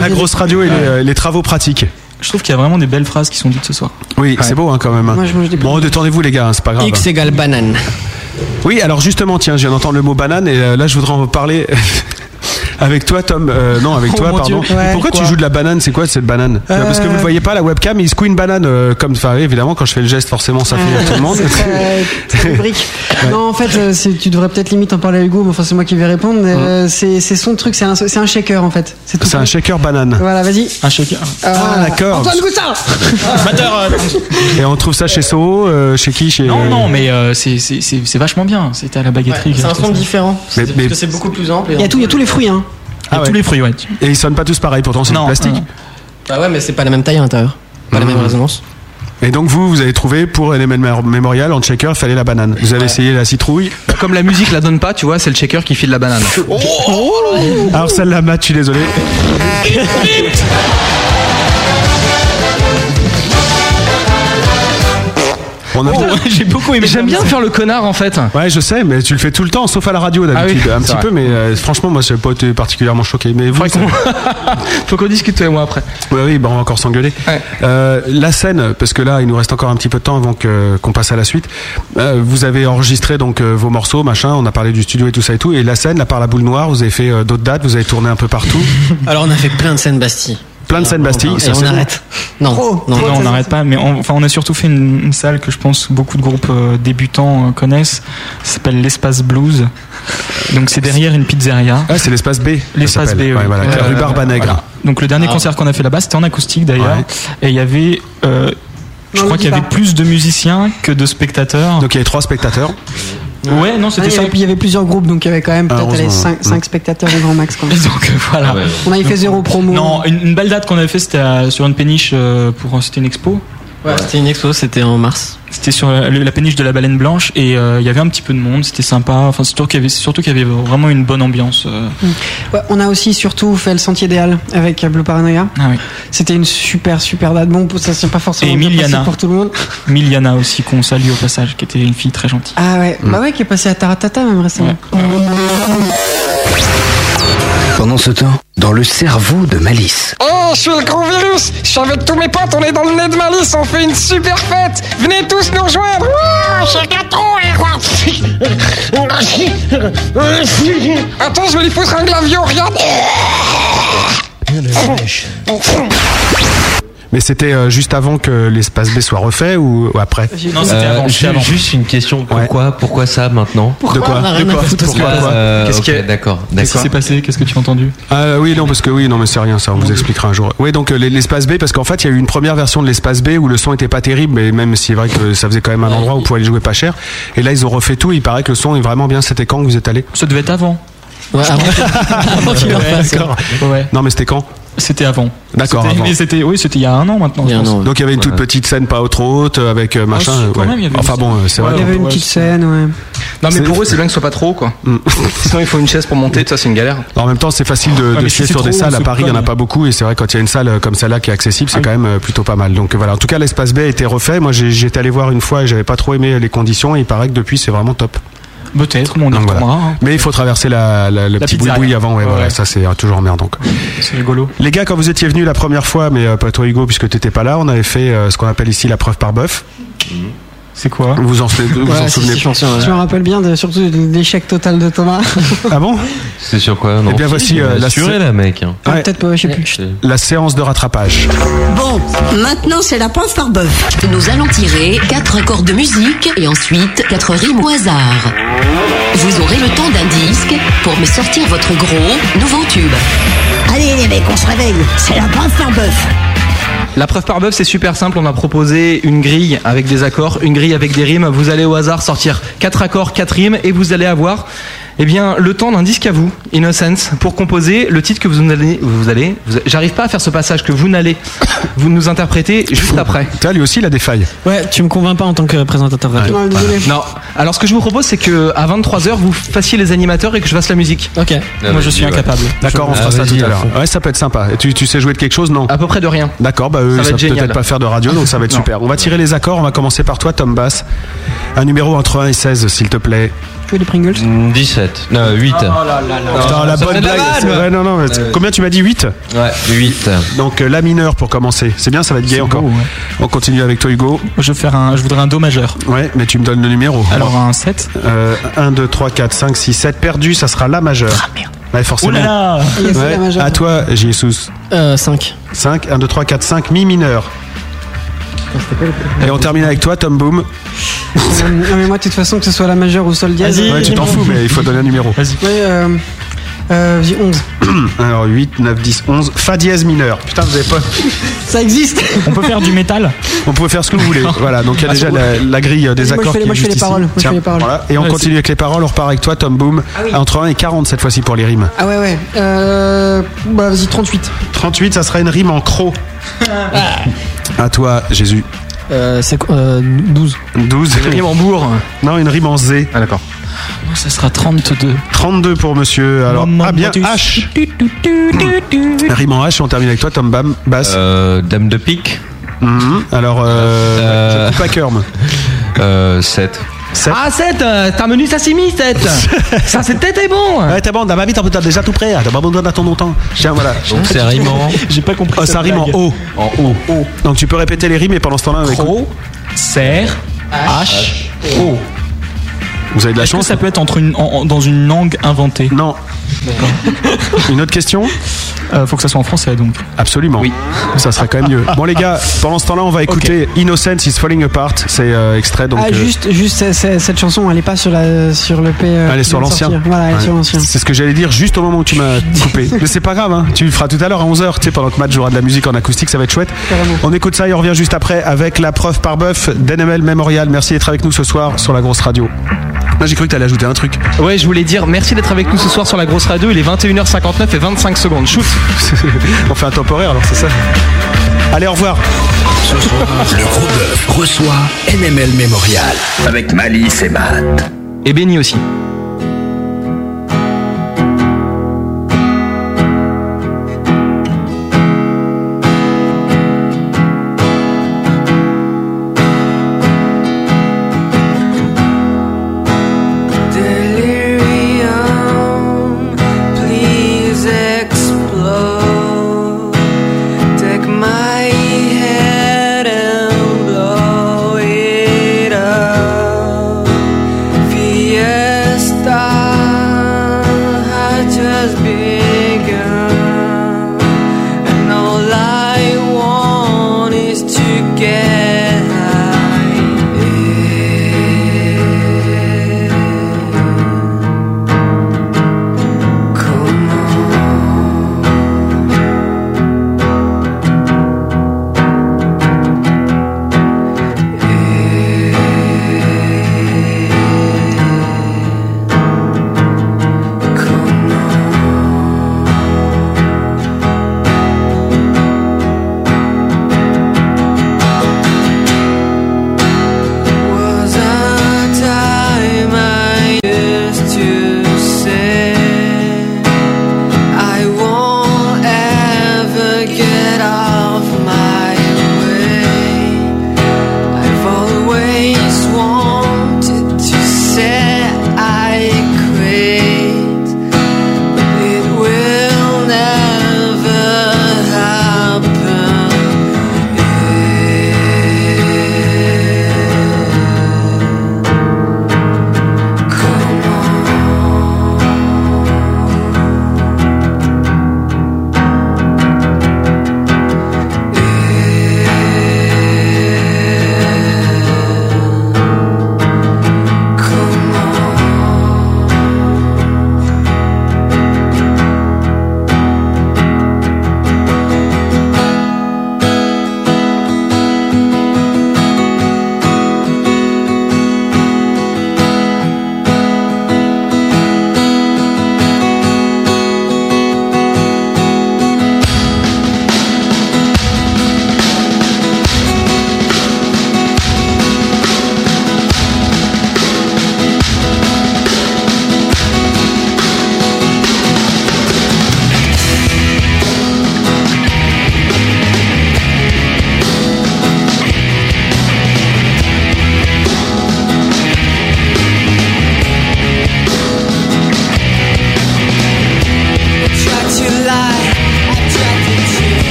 Speaker 4: La grosse radio et les, euh, les travaux pratiques.
Speaker 6: Je trouve qu'il y a vraiment des belles phrases qui sont dites ce soir.
Speaker 4: Oui, c'est beau hein, quand même. hein.
Speaker 7: Moi, je mange des
Speaker 4: bon, détendez-vous les gars, hein, c'est pas grave.
Speaker 12: X égale banane.
Speaker 4: Oui, alors justement, tiens, je viens d'entendre le mot banane et euh, là, je voudrais en parler avec toi, Tom. Euh, non, avec
Speaker 6: Oh
Speaker 4: toi,
Speaker 6: mon
Speaker 4: pardon.
Speaker 6: Dieu.
Speaker 4: Mais
Speaker 6: Ouais.
Speaker 4: pourquoi tu
Speaker 6: Quoi
Speaker 4: joues de la banane C'est quoi cette banane
Speaker 7: Euh.
Speaker 4: Bah, Parce que vous ne voyez pas la webcam, il secoue une banane euh, comme ça. Évidemment, quand je fais le geste, forcément, ça fait tout le monde.
Speaker 7: C'est très- très rubrique. Non, en fait, euh, c'est- tu devrais peut-être limite en parler à Hugo, mais enfin, c'est moi qui vais répondre. Euh, C'est c'est son truc, c'est un, c'est un shaker en fait. C'est tout.
Speaker 4: C'est un shaker banane.
Speaker 7: Voilà, vas-y. Ah.
Speaker 6: Un shaker.
Speaker 4: Ah,
Speaker 7: Euh,
Speaker 4: d'accord.
Speaker 7: Antoine Goussin
Speaker 12: euh,
Speaker 4: Et on trouve ça chez Soho, euh, chez qui chez,
Speaker 6: Non, non, mais euh, c'est- c'est c'est- c'est vachement bien. C'était à la baguetterie.
Speaker 12: Ouais,
Speaker 6: que
Speaker 12: c'est un
Speaker 6: j'achetais
Speaker 12: son
Speaker 6: ça.
Speaker 12: différent.
Speaker 4: Mais-
Speaker 12: C'est-
Speaker 4: mais-
Speaker 12: Parce que c'est beaucoup plus ample.
Speaker 7: Il y a tout- il y a tous les fruits, hein.
Speaker 4: Ah
Speaker 6: Et
Speaker 4: ouais.
Speaker 6: tous les fruits, ouais.
Speaker 4: Et ils sonnent pas tous pareil, pourtant c'est du
Speaker 6: Non,
Speaker 4: plastique. Euh,
Speaker 6: non.
Speaker 12: Bah ouais, mais c'est pas la même taille à l'intérieur. Pas la même résonance.
Speaker 4: Et donc vous, vous avez trouvé pour NML Memorial en checker, fallait la banane. Vous avez essayé la citrouille.
Speaker 5: Comme la musique la donne pas, tu vois, c'est le checker qui file la banane.
Speaker 4: Oh. Alors celle-là, Matt, je suis désolé. On a-
Speaker 5: J'ai beaucoup aimé. J'aime bien faire le connard en fait.
Speaker 4: Ouais, je sais, mais tu le fais tout le temps, sauf à la radio d'habitude,
Speaker 5: Ah oui,
Speaker 4: un
Speaker 5: c'est
Speaker 4: petit
Speaker 5: vrai.
Speaker 4: peu. Mais euh, franchement, moi, j'ai pas été particulièrement choqué. Mais vous,
Speaker 5: faut qu'on discute toi et moi après.
Speaker 4: Oui, oui, bah, on va encore s'engueuler. Euh, la scène, parce que là, il nous reste encore un petit peu de temps avant que- qu'on passe à la suite. Euh, vous avez enregistré donc euh, vos morceaux, machin. On a parlé du studio et tout ça et tout. Et la scène, là, par la boule noire, vous avez fait euh, d'autres dates, vous avez tourné un peu partout.
Speaker 12: Alors on a fait plein de scènes Bastille.
Speaker 4: Plein de scènes Bastille.
Speaker 12: Et
Speaker 4: ça,
Speaker 12: on
Speaker 4: c'est bon.
Speaker 12: arrête. Non, non,
Speaker 6: Non,
Speaker 12: non,
Speaker 6: on n'arrête pas, mais on, enfin, on a surtout fait une, une salle que je pense beaucoup de groupes euh, débutants euh, connaissent. Ça s'appelle l'espace blues. Donc c'est derrière une pizzeria.
Speaker 4: Ah, c'est l'espace B. ça
Speaker 6: L'espace B,
Speaker 4: s'appelle.
Speaker 6: oui. Euh,
Speaker 4: Ouais, voilà, rue Barbanègre.
Speaker 6: voilà. Donc le dernier
Speaker 4: Ah.
Speaker 6: concert qu'on a fait là-bas, c'était en acoustique d'ailleurs,
Speaker 4: Ouais.
Speaker 6: et il y avait. euh, je
Speaker 4: Non,
Speaker 6: crois
Speaker 4: le
Speaker 6: qu'il y
Speaker 4: dis
Speaker 6: avait
Speaker 4: pas.
Speaker 6: plus de musiciens que de spectateurs.
Speaker 4: Donc il y avait trois spectateurs.
Speaker 6: Ouais, non,
Speaker 7: Ouais,
Speaker 6: c'était
Speaker 7: il y
Speaker 6: ça.
Speaker 7: avait- Il y avait plusieurs groupes, donc il y avait quand même
Speaker 6: Ah,
Speaker 7: peut-être
Speaker 6: heureusement,
Speaker 7: 5,
Speaker 6: ouais.
Speaker 7: spectateurs au grand max. Quand même.
Speaker 6: Donc euh,
Speaker 4: Ah
Speaker 6: voilà.
Speaker 7: Ah On avait fait zéro promo.
Speaker 6: Non, une, une belle date qu'on avait fait, c'était à- sur une péniche euh, pour c'était une expo.
Speaker 12: Ouais, c'était une expo, c'était en mars.
Speaker 6: C'était sur la, le- la péniche de la Baleine Blanche et euh, il y avait un petit peu de monde, c'était sympa. Enfin, c'est surtout qu'il y avait surtout qu'il y avait vraiment une bonne ambiance. euh.
Speaker 7: Mm. Ouais, on a aussi surtout fait le Sentier des Halles avec Blue Paranoia.
Speaker 6: Ah oui.
Speaker 7: C'était une super super date. Bon, ça c'est pas forcément
Speaker 6: Et
Speaker 7: bien passé
Speaker 6: Miliana.
Speaker 7: pour tout le monde.
Speaker 6: Miliana aussi qu'on salue au passage, qui était une fille très gentille.
Speaker 7: Ah ouais,
Speaker 4: Mm.
Speaker 7: bah ouais, qui est passé à Taratata même récemment.
Speaker 2: Pendant ce temps, dans le cerveau de Malice.
Speaker 16: Oh, je suis le gros virus Je suis avec tous mes potes, on est dans le nez de Malice, on fait une super fête Venez tous nous rejoindre Wouah, chacun trop, les rois Attends, je vais lui foutre un glavion, regarde
Speaker 4: Mais c'était euh, juste avant que l'espace B soit refait ou ou après
Speaker 11: Non, c'était avant, c'était avant. Euh, Juste une question. Pourquoi, pourquoi ça maintenant
Speaker 4: De quoi De quoi Pourquoi
Speaker 11: Euh,
Speaker 4: Qu'est-ce
Speaker 11: ok,
Speaker 4: qu'il y a
Speaker 11: D'accord.
Speaker 4: Qu'est-ce qui s'est
Speaker 6: passé Qu'est-ce que tu as entendu
Speaker 4: Ah oui, non, parce que oui, non, mais c'est rien, ça, on vous expliquera un jour. Oui, donc euh, l'espace B, parce qu'en fait, il y a eu une première version de l'espace B où le son était pas terrible, mais même si c'est vrai que ça faisait quand même un endroit où on pouvait aller jouer pas cher. Et là, ils ont refait tout, il paraît que le son est vraiment bien. C'était quand que vous êtes allé
Speaker 6: Ça devait être avant. Ouais, avant.
Speaker 7: Ah,
Speaker 6: Avant qu'il le refasse.
Speaker 4: D'accord.
Speaker 6: Ouais.
Speaker 4: Non, mais c'était quand
Speaker 6: C'était avant.
Speaker 4: D'accord.
Speaker 6: C'était-
Speaker 4: avant.
Speaker 6: mais c'était oui, c'était il y a un an maintenant. je pense.
Speaker 4: Donc il y avait une toute petite scène pas trop haute avec euh, machin.
Speaker 6: Ah, si, quand
Speaker 4: ouais.
Speaker 6: même, il y avait
Speaker 4: enfin
Speaker 6: une
Speaker 4: bon,
Speaker 6: scène.
Speaker 4: euh, c'est
Speaker 5: Ouais,
Speaker 4: vrai.
Speaker 5: il y avait une petite
Speaker 7: scène, ouais.
Speaker 5: Non mais
Speaker 4: C'est- Mm.
Speaker 5: pour eux c'est bien que ce soit pas trop quoi. Sinon il faut une chaise pour monter, ça c'est une galère.
Speaker 4: En même temps, c'est facile de,
Speaker 6: Ah,
Speaker 5: Ouais,
Speaker 4: de
Speaker 5: mais si
Speaker 4: chier
Speaker 5: c'est
Speaker 4: sur
Speaker 5: trop,
Speaker 4: des
Speaker 5: on
Speaker 4: salles.
Speaker 5: se
Speaker 4: À Paris, il n'y en a
Speaker 5: cogne.
Speaker 4: pas beaucoup. Et c'est vrai, quand il y a une salle euh, comme celle-là qui est accessible,
Speaker 6: Ah
Speaker 4: c'est quand même euh, plutôt pas mal. Donc voilà, en tout cas, l'espace B a été refait. Moi, j'ai- j'étais allé voir une fois et j'avais pas trop aimé les conditions. Et il paraît que depuis, c'est vraiment top.
Speaker 6: Peut-être, mais on y
Speaker 4: Donc, voilà.
Speaker 6: retournera, hein.
Speaker 4: Mais il faut traverser la, la- le
Speaker 6: La
Speaker 4: petit
Speaker 6: pizzeria.
Speaker 4: boui-boui avant. Ouais,
Speaker 6: Ouais,
Speaker 4: voilà,
Speaker 6: ouais.
Speaker 4: ça, c'est euh, toujours emmerdant. quoi.
Speaker 6: C'est rigolo.
Speaker 4: Les gars, quand vous étiez venus la première fois, mais euh, pas toi, Hugo, puisque t'étais pas là, on avait fait euh, ce qu'on appelle ici la preuve par bœuf.
Speaker 6: C'est quoi
Speaker 4: Vous en, souvenez- vous
Speaker 7: Ouais,
Speaker 4: en
Speaker 7: si,
Speaker 4: souvenez
Speaker 7: si, Je me rappelle bien de, surtout de l'échec total de Thomas.
Speaker 4: Ah bon
Speaker 11: C'est sur quoi non
Speaker 4: Eh bien, voici, euh, la
Speaker 11: Assuré
Speaker 4: sé-
Speaker 11: là, mec. hein.
Speaker 7: Ah, Peut-être pas, je sais plus.
Speaker 4: La séance de rattrapage.
Speaker 17: Bon, maintenant c'est la preuve par bœuf. Nous allons tirer quatre accords de musique et ensuite quatre rimes au hasard. Vous aurez le temps d'un disque pour me sortir votre gros nouveau tube.
Speaker 3: Allez les mecs, on se réveille. C'est la preuve par bœuf.
Speaker 5: La preuve par bœuf, c'est super simple. On a proposé une grille avec des accords, une grille avec des rimes. Vous allez au hasard sortir quatre accords, quatre rimes, et vous allez avoir, eh bien, le temps d'un disque à vous, Innocence, pour composer le titre que vous allez, vous allez. vous- J'arrive pas à faire ce passage que vous n'allez, vous nous interprétez juste après.
Speaker 4: Toi, lui aussi, il a des failles.
Speaker 12: Ouais, tu me convaincs pas en tant que présentateur de radio.
Speaker 5: Non. Alors, ce que je vous propose, c'est que à 23h, vous fassiez les animateurs et que je fasse la musique.
Speaker 12: Ok.
Speaker 5: Moi, je suis incapable.
Speaker 4: D'accord, on
Speaker 5: Je-
Speaker 4: fera ça tout
Speaker 5: Vas-y,
Speaker 4: à l'heure. Ah, Ouais, ça peut être sympa. Et tu, tu sais jouer de quelque chose, non
Speaker 5: À peu près de rien.
Speaker 4: D'accord, bah eux,
Speaker 5: Ça va
Speaker 4: ça
Speaker 5: être
Speaker 4: va
Speaker 5: génial.
Speaker 4: peut-être pas faire de radio, donc ça va être
Speaker 5: Non.
Speaker 4: super. On va tirer les accords, on va commencer par toi, Tom Bass. Un numéro entre 1 et 16, s'il te plaît.
Speaker 7: Que les Pringles
Speaker 11: 17. Non, 8.
Speaker 2: Oh
Speaker 4: Putain, la bonne blague. c'est vrai, non, non, mais c'est- Combien tu m'as dit 8
Speaker 11: Ouais, 8.
Speaker 4: Donc euh, la mineure pour commencer. C'est bien, ça va être gay encore. On continue avec toi, Hugo.
Speaker 6: Je, vais faire un, je voudrais un Do majeur.
Speaker 4: Ouais, mais tu me donnes le numéro. Euh,
Speaker 6: Alors un 7
Speaker 4: 1, 2, 3, 4, 5, 6, 7. Perdu, ça sera la majeure. Ouais, forcément.
Speaker 6: Oh là là
Speaker 7: Il a fait la
Speaker 4: Ouais,
Speaker 7: majeure.
Speaker 4: À toi, Jésus.
Speaker 12: Euh, 5.
Speaker 4: 5, 1, 2, 3, 4, 5, mi mineur. Et on termine avec toi, Tom Boom.
Speaker 7: non, mais moi, de toute façon, que ce soit la majeure ou euh, sol dièse.
Speaker 4: Ouais, tu t'en fous, mais il faut donner un numéro.
Speaker 7: Ouais, euh, euh, vas-y, 11.
Speaker 4: Alors 8, 9, 10, 11. Fa dièse mineur. Putain, vous avez pas.
Speaker 7: Ça existe
Speaker 6: On peut faire du métal
Speaker 4: On pouvait faire ce que vous voulez. Voilà, donc il y a déjà la, la grille euh, des
Speaker 7: Vas-y, Ah, moi, je
Speaker 4: accords
Speaker 7: fais les-
Speaker 4: qui
Speaker 7: moi,
Speaker 4: est
Speaker 7: je fais
Speaker 4: juste
Speaker 7: les paroles,
Speaker 4: ici.
Speaker 7: moi, je
Speaker 4: Tiens,
Speaker 7: fais les paroles. Ah
Speaker 4: voilà. Et on
Speaker 7: Ouais,
Speaker 4: continue
Speaker 7: c'est-
Speaker 4: avec les paroles. On repart avec toi, Tom Boom. Entre 1 et 40 cette fois-ci pour les rimes.
Speaker 7: Ah ouais, ouais. Euh, bah, vas-y, 38.
Speaker 4: 38, ça sera une rime en croc. À toi, Jésus.
Speaker 12: Euh, c'est quoi euh, 12.
Speaker 4: 12.
Speaker 12: Une rime
Speaker 4: en bourg Non, une rime en Z. Ah, d'accord.
Speaker 6: Non, ça sera 32.
Speaker 4: 32 pour monsieur. Alors,
Speaker 6: Maman
Speaker 4: ah bien,
Speaker 6: Brutus.
Speaker 4: H. Rime en H, on termine avec toi, Tom Bam, basse.
Speaker 18: Euh, dame de pique.
Speaker 4: Alors, euh, je coupe à cœur, moi.
Speaker 18: 7.
Speaker 5: Ah, 7 T'as un menu sashimi, 7 Ça, c'était t'es bon
Speaker 4: Ouais, t'es bon, dans ma vie, t'as t'as déjà tout prêt. hein. T'as pas besoin d'attendre longtemps. Tiens, voilà.
Speaker 18: Donc, c'est rime en-
Speaker 4: J'ai pas compris. ça
Speaker 18: ta
Speaker 4: rime en
Speaker 18: blague.
Speaker 4: O. En O. Donc, tu peux répéter les rimes et pendant ce temps-là, avec. Pro,
Speaker 6: serre,
Speaker 4: H, O. Vous avez de la
Speaker 6: Est-ce que
Speaker 4: chance
Speaker 6: ça peut être entre une, en- en- dans une langue inventée
Speaker 4: Non. Une autre question
Speaker 6: Euh, Faut que ça soit en français donc.
Speaker 4: Absolument. Oui. Ça serait quand même mieux. Bon, les gars, pendant ce temps-là, on va écouter Innocence is Falling Apart. C'est euh, extrait donc.
Speaker 7: ah,
Speaker 4: euh,
Speaker 7: juste, juste c'est- c'est- cette chanson, elle est pas sur la sur le P. euh,
Speaker 4: Elle est sur l'ancien.
Speaker 7: Voilà, elle est
Speaker 4: Ouais.
Speaker 7: sur l'ancien.
Speaker 4: C'est ce que j'allais dire juste au moment où tu m'as coupé. Mais c'est pas grave, hein. tu le feras tout à l'heure à 11h. Tu sais, pendant que Matt jouera de la musique en acoustique, ça va être chouette. On écoute ça et on revient juste après avec la preuve par bœuf d'NML Memorial. Merci d'être avec nous ce soir sur la grosse radio. Là, j'ai cru que t'allais ajouter un truc.
Speaker 5: Ouais, je voulais dire merci d'être avec nous ce soir sur la grosse radio. Il est 21h59 et 25 secondes. Shoot
Speaker 4: On fait un temporaire alors, c'est ça Allez, au revoir.
Speaker 2: Ce soir, le gros bœuf reçoit NML Memorial avec Malice et Matt.
Speaker 5: Et Benny aussi.
Speaker 9: Delirium, please explode. Take my head and blow it up. Fierce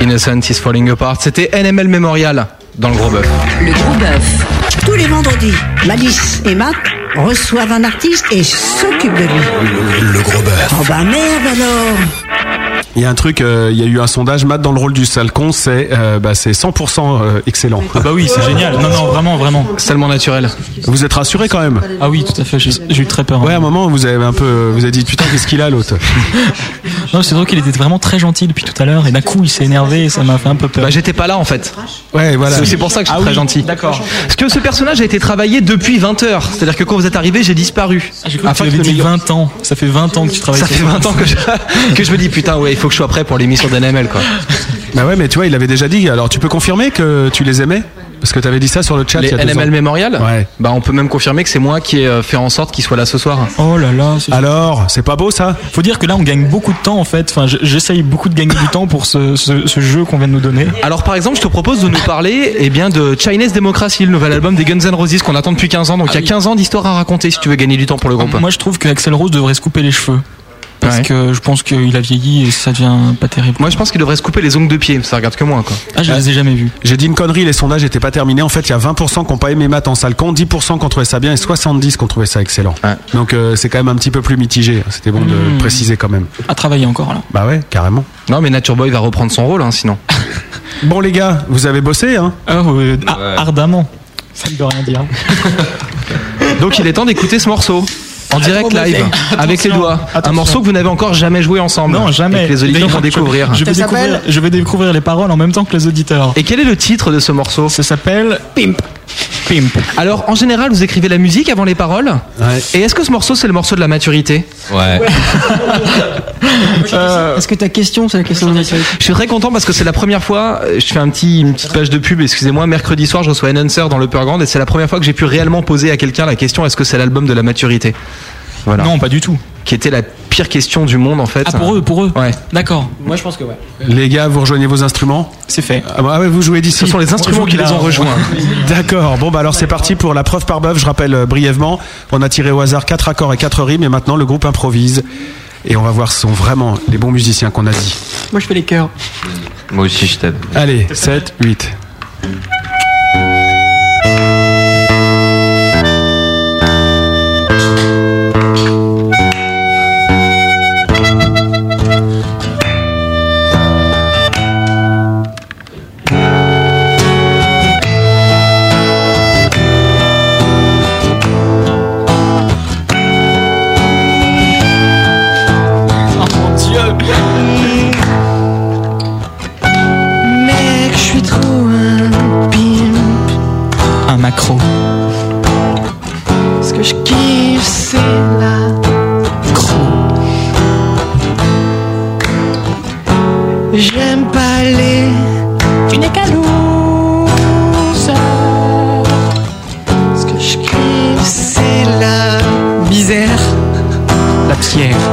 Speaker 5: Innocent is Falling Apart. C'était NML Memorial dans le gros bœuf.
Speaker 3: Le gros bœuf. Tous les vendredis, Malice et Matt reçoivent un artiste et s'occupent de lui.
Speaker 2: Le gros bœuf.
Speaker 3: Oh bah merde alors
Speaker 4: Il y a un truc, euh, il y a eu un sondage, Matt dans le rôle du salcon, c'est euh, bah, c'est 100% euh, excellent.
Speaker 6: Ah bah oui, c'est génial. Non, non, vraiment, vraiment.
Speaker 5: Tellement naturel.
Speaker 4: Vous êtes rassuré quand même
Speaker 6: Ah oui, tout à fait. J'ai j'ai eu très peur. hein.
Speaker 4: Ouais, à un moment, vous avez un peu, vous avez dit putain, qu'est-ce qu'il a l'autre
Speaker 6: Non, c'est drôle qu'il était vraiment très gentil depuis tout à l'heure et d'un coup il s'est énervé et ça m'a fait un peu peur.
Speaker 5: Bah j'étais pas là en fait.
Speaker 4: Ouais, voilà. Ah
Speaker 5: C'est- C'est pour ça que je suis très gentil.
Speaker 6: D'accord.
Speaker 5: Parce que ce personnage a été travaillé depuis 20 heures. C'est-à-dire que quand vous êtes arrivé, j'ai disparu.
Speaker 6: Ah, J'ai cru que tu avais dit 20 ans. Ça fait 20 ans que tu travailles
Speaker 5: Ça
Speaker 6: sur
Speaker 5: fait 20 ans que je, que je me dis putain ouais il faut que je sois prêt pour l'émission d'NML quoi.
Speaker 4: Bah ouais, mais tu vois, il avait déjà dit. Alors tu peux confirmer que tu les aimais Parce que t'avais dit ça sur le chat.
Speaker 5: Les
Speaker 4: il y a deux
Speaker 5: NML
Speaker 4: ans.
Speaker 5: Memorial
Speaker 4: Ouais.
Speaker 5: Bah on peut même confirmer que c'est moi qui ai euh, fait en sorte qu'il soit là ce soir.
Speaker 6: Oh là là.
Speaker 4: Alors, c'est pas beau ça
Speaker 6: Faut dire que là on gagne beaucoup de temps en fait. Enfin, je- j'essaye beaucoup de gagner du temps pour ce, ce- ce jeu qu'on vient de nous donner.
Speaker 5: Alors par exemple, je te propose de nous parler eh bien, de Chinese Democracy, le nouvel album des Guns N' Roses qu'on attend depuis 15 ans. Donc il
Speaker 4: Ah
Speaker 5: y a 15 ans d'histoire à raconter si tu veux gagner du temps pour le groupe.
Speaker 6: Moi je trouve que Axel Rose devrait se couper les cheveux. Parce
Speaker 5: bah. Ouais.
Speaker 6: que je pense qu'il a vieilli et ça devient pas terrible.
Speaker 5: Moi je pense qu'il devrait se couper les ongles de pied, ça regarde que moi quoi.
Speaker 6: Ah, je les ai jamais vus.
Speaker 4: J'ai dit une connerie, les sondages n'étaient pas terminés. En fait, il y a 20% qui n'ont pas aimé Matt en salcon, 10% qui ont trouvé ça bien et 70% qui ont trouvé ça excellent. Donc euh, c'est quand même un petit peu plus mitigé. C'était bon de le préciser quand même.
Speaker 6: Hmm. À travailler encore là.
Speaker 4: Bah ouais, carrément.
Speaker 5: Non mais Nature Boy va reprendre son rôle hein, sinon.
Speaker 4: Bon les gars, vous avez bossé hein
Speaker 6: Ah, euh, ah, Ardemment. Ça ne veut rien dire.
Speaker 5: Donc il est temps d'écouter ce morceau. En direct
Speaker 6: Attention.
Speaker 5: live, avec les doigts. Un
Speaker 6: Oh, bah, Attention.
Speaker 5: morceau que vous n'avez encore jamais joué ensemble.
Speaker 6: Non, jamais.
Speaker 5: Et que les auditeurs
Speaker 6: D'ailleurs,
Speaker 5: vont
Speaker 6: je-
Speaker 5: découvrir.
Speaker 6: Je, vais
Speaker 5: Ça
Speaker 6: découvrir
Speaker 5: s'appelle
Speaker 6: je vais découvrir les paroles en même temps que les auditeurs.
Speaker 5: Et quel est le titre de ce morceau
Speaker 6: Ça s'appelle Pimp. Pimp.
Speaker 5: Alors, en général, vous écrivez la musique avant les paroles. Et est-ce que ce morceau, c'est le morceau de la maturité Ouais.
Speaker 7: Euh, Est-ce que ta question, c'est la question de la maturité
Speaker 5: Je suis très content parce que c'est la première fois, euh, je fais un petit, une petite page de pub, excusez-moi, mercredi soir je reçois Enhancer dans l'Upper Grand et c'est la première fois que j'ai pu réellement poser à quelqu'un la question est-ce que c'est l'album de la maturité Voilà.
Speaker 6: Non, pas du tout.
Speaker 5: Qui était la pire question du monde en fait.
Speaker 6: Ah, pour eux, pour eux
Speaker 5: Ouais.
Speaker 6: D'accord.
Speaker 12: Moi, je pense que ouais.
Speaker 4: Les gars, vous rejoignez vos instruments
Speaker 6: C'est fait.
Speaker 4: Ah bah ouais, vous jouez d'ici.
Speaker 5: Ce sont les instruments qui les ont rejoints.
Speaker 4: D'accord. Bon bah alors c'est parti pour la preuve par bœuf. Je rappelle euh, brièvement, on a tiré au hasard quatre accords et quatre rimes et maintenant le groupe improvise. Et on va voir ce sont vraiment les bons musiciens qu'on a dit.
Speaker 7: Moi, je fais les chœurs.
Speaker 11: Moi aussi, je t'aime.
Speaker 4: Allez, 7, 8.
Speaker 15: Mec, je suis trop un pimp.
Speaker 6: Un macro.
Speaker 15: Ce que je kiffe, c'est la J'aime pas les. Tu n'es qu'un loser. Ce que je kiffe, c'est la misère.
Speaker 6: La pierre.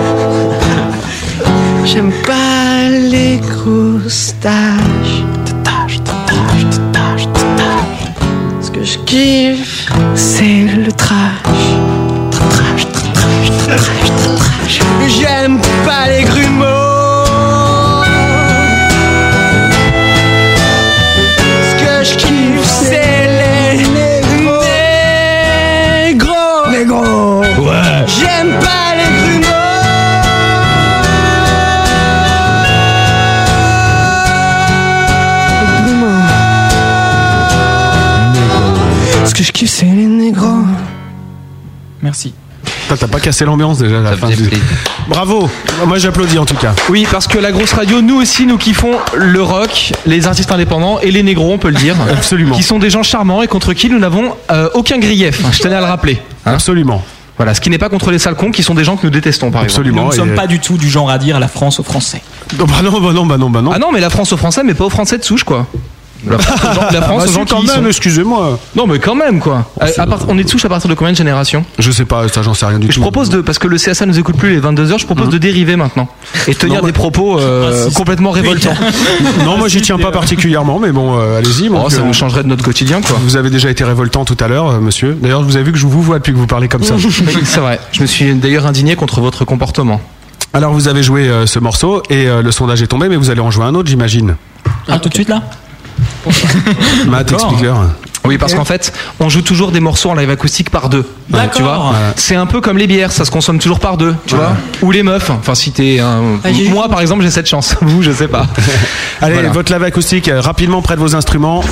Speaker 15: J'aime pas les croustages. Tâche, tâche, tâche, tâche. Ce que je kiffe, c'est le trash. Trash, trash, trash, trash, trash. J'aime pas les grumeaux. Ce que je kiffe, c'est les négros. Négros.
Speaker 2: Ouais.
Speaker 15: J'aime pas les grumeaux. Ce que je kiffe, c'est les négros.
Speaker 6: Merci.
Speaker 4: Putain, T'as pas cassé l'ambiance déjà à la fin du... Bravo Moi j'applaudis en tout cas.
Speaker 5: Oui, parce que la grosse radio, nous aussi, nous kiffons le rock, les artistes indépendants et les négros, on peut le dire.
Speaker 4: Absolument.
Speaker 5: Qui sont des gens charmants et contre qui nous n'avons euh, aucun grief. Je tenais à le rappeler. hein.
Speaker 4: Absolument.
Speaker 5: Voilà, ce qui n'est pas contre les salcons, qui sont des gens que nous détestons, par
Speaker 4: Absolument,
Speaker 5: exemple.
Speaker 4: Nous ne sommes et- pas
Speaker 6: du tout du genre à dire la France aux Français.
Speaker 4: Non, bah non, bah non, bah non, bah non.
Speaker 5: Ah non, mais la France aux Français, mais pas aux Français de souche, quoi. La France aux gens, la France
Speaker 4: Ah bah
Speaker 5: aux gens qui
Speaker 4: si, quand
Speaker 5: y
Speaker 4: même,
Speaker 5: sont.
Speaker 4: excusez-moi. Oh,
Speaker 5: Non, mais quand même, quoi. Euh, à part- on est de souche à partir de combien de générations
Speaker 4: Je sais pas, ça j'en sais rien du tout. Hein
Speaker 5: Je propose de, parce que le CSA nous écoute plus les 22h, je propose de dériver maintenant. Et tenir des propos euh, complètement révoltants.
Speaker 4: Ah, Non, moi j'y tiens pas particulièrement, mais bon, euh, allez-y. mon
Speaker 5: Oh,
Speaker 4: Dieu.
Speaker 5: ça nous changerait de notre quotidien, quoi.
Speaker 4: Vous avez déjà été révoltant tout à l'heure, euh, monsieur. D'ailleurs, vous avez vu que je vous vois depuis que vous parlez comme ça.
Speaker 5: Oui, C'est vrai. Je me suis d'ailleurs indigné contre votre comportement.
Speaker 4: Alors vous avez joué euh, ce morceau et euh, le sondage est tombé, mais vous allez en jouer un autre, j'imagine.
Speaker 6: Ah, tout de suite là
Speaker 4: Matt, explique-leur.
Speaker 5: Oui, parce qu'en fait, on joue toujours des morceaux en live acoustique par deux.
Speaker 6: D'accord.
Speaker 5: Tu vois,
Speaker 6: Ouais.
Speaker 5: c'est un peu comme les bières, ça se consomme toujours par deux, tu vois. Ou les meufs. Enfin, si t'es un-
Speaker 4: Ah,
Speaker 5: moi, par exemple, j'ai cette chance. Vous, je sais pas.
Speaker 4: Allez, votre live acoustique, euh, rapidement près de vos instruments.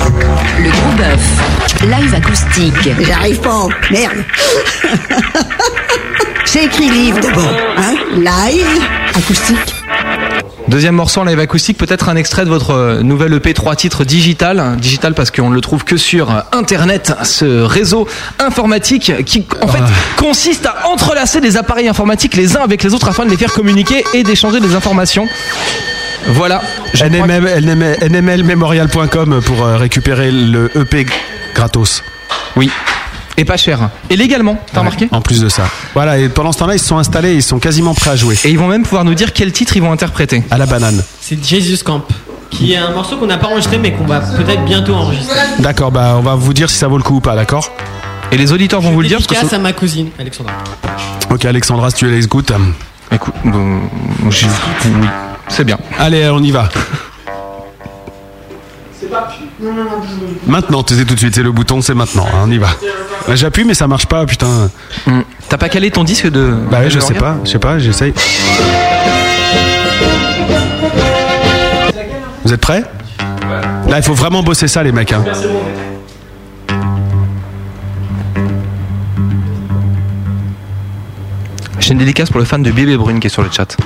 Speaker 17: Le gros bœuf, live acoustique.
Speaker 3: J'arrive pas, merde. C'est écrit livre d'abord, hein Live, acoustique.
Speaker 5: Deuxième morceau en live acoustique, peut-être un extrait de votre euh, nouvelle EP 3 titres digital. Digital parce qu'on ne le trouve que sur euh, Internet, ce réseau informatique qui, en fait, consiste à entrelacer des appareils informatiques les uns avec les autres afin de les faire communiquer et d'échanger des informations. Voilà.
Speaker 4: NMM, NMM, NMLmemorial.com pour euh, récupérer le EP gratos.
Speaker 5: Oui. Et pas cher. Et légalement, t'as remarqué
Speaker 4: En plus de ça. Voilà, et pendant ce temps-là, ils se sont installés, ils sont quasiment prêts à jouer.
Speaker 5: Et ils vont même pouvoir nous dire quels titres ils vont interpréter.
Speaker 4: À la banane.
Speaker 12: C'est Jesus Camp, qui est un morceau qu'on n'a pas enregistré mais qu'on va peut-être bientôt enregistrer.
Speaker 4: D'accord, bah on va vous dire si ça vaut le coup ou pas, d'accord
Speaker 5: Et les auditeurs vont vous le dire
Speaker 12: Dédicace à ma cousine, Alexandra.
Speaker 4: Ok, Alexandra, si tu les écoutes.
Speaker 5: Écoute, c'est bien.
Speaker 4: Allez, on y va.
Speaker 19: Non, non, non,
Speaker 4: Maintenant, tu sais tout de suite, c'est le bouton, c'est maintenant, hein, on y va. Bah, J'appuie, mais ça marche pas, putain.
Speaker 5: Hmm. T'as pas calé ton disque de.
Speaker 4: Bah ouais, je sais pas, je sais pas, j'essaye.
Speaker 19: hein
Speaker 4: Vous êtes prêts Là, il faut vraiment bosser ça, les mecs. hein.
Speaker 5: J'ai une dédicace pour le fan de Bébé Brune qui est sur le chat.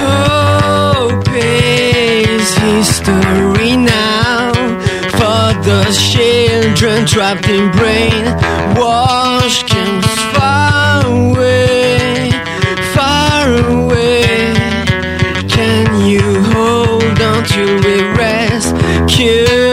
Speaker 9: Hope is history now for the children trapped in brain wash camps far away, far away. Can you hold on to the rescue?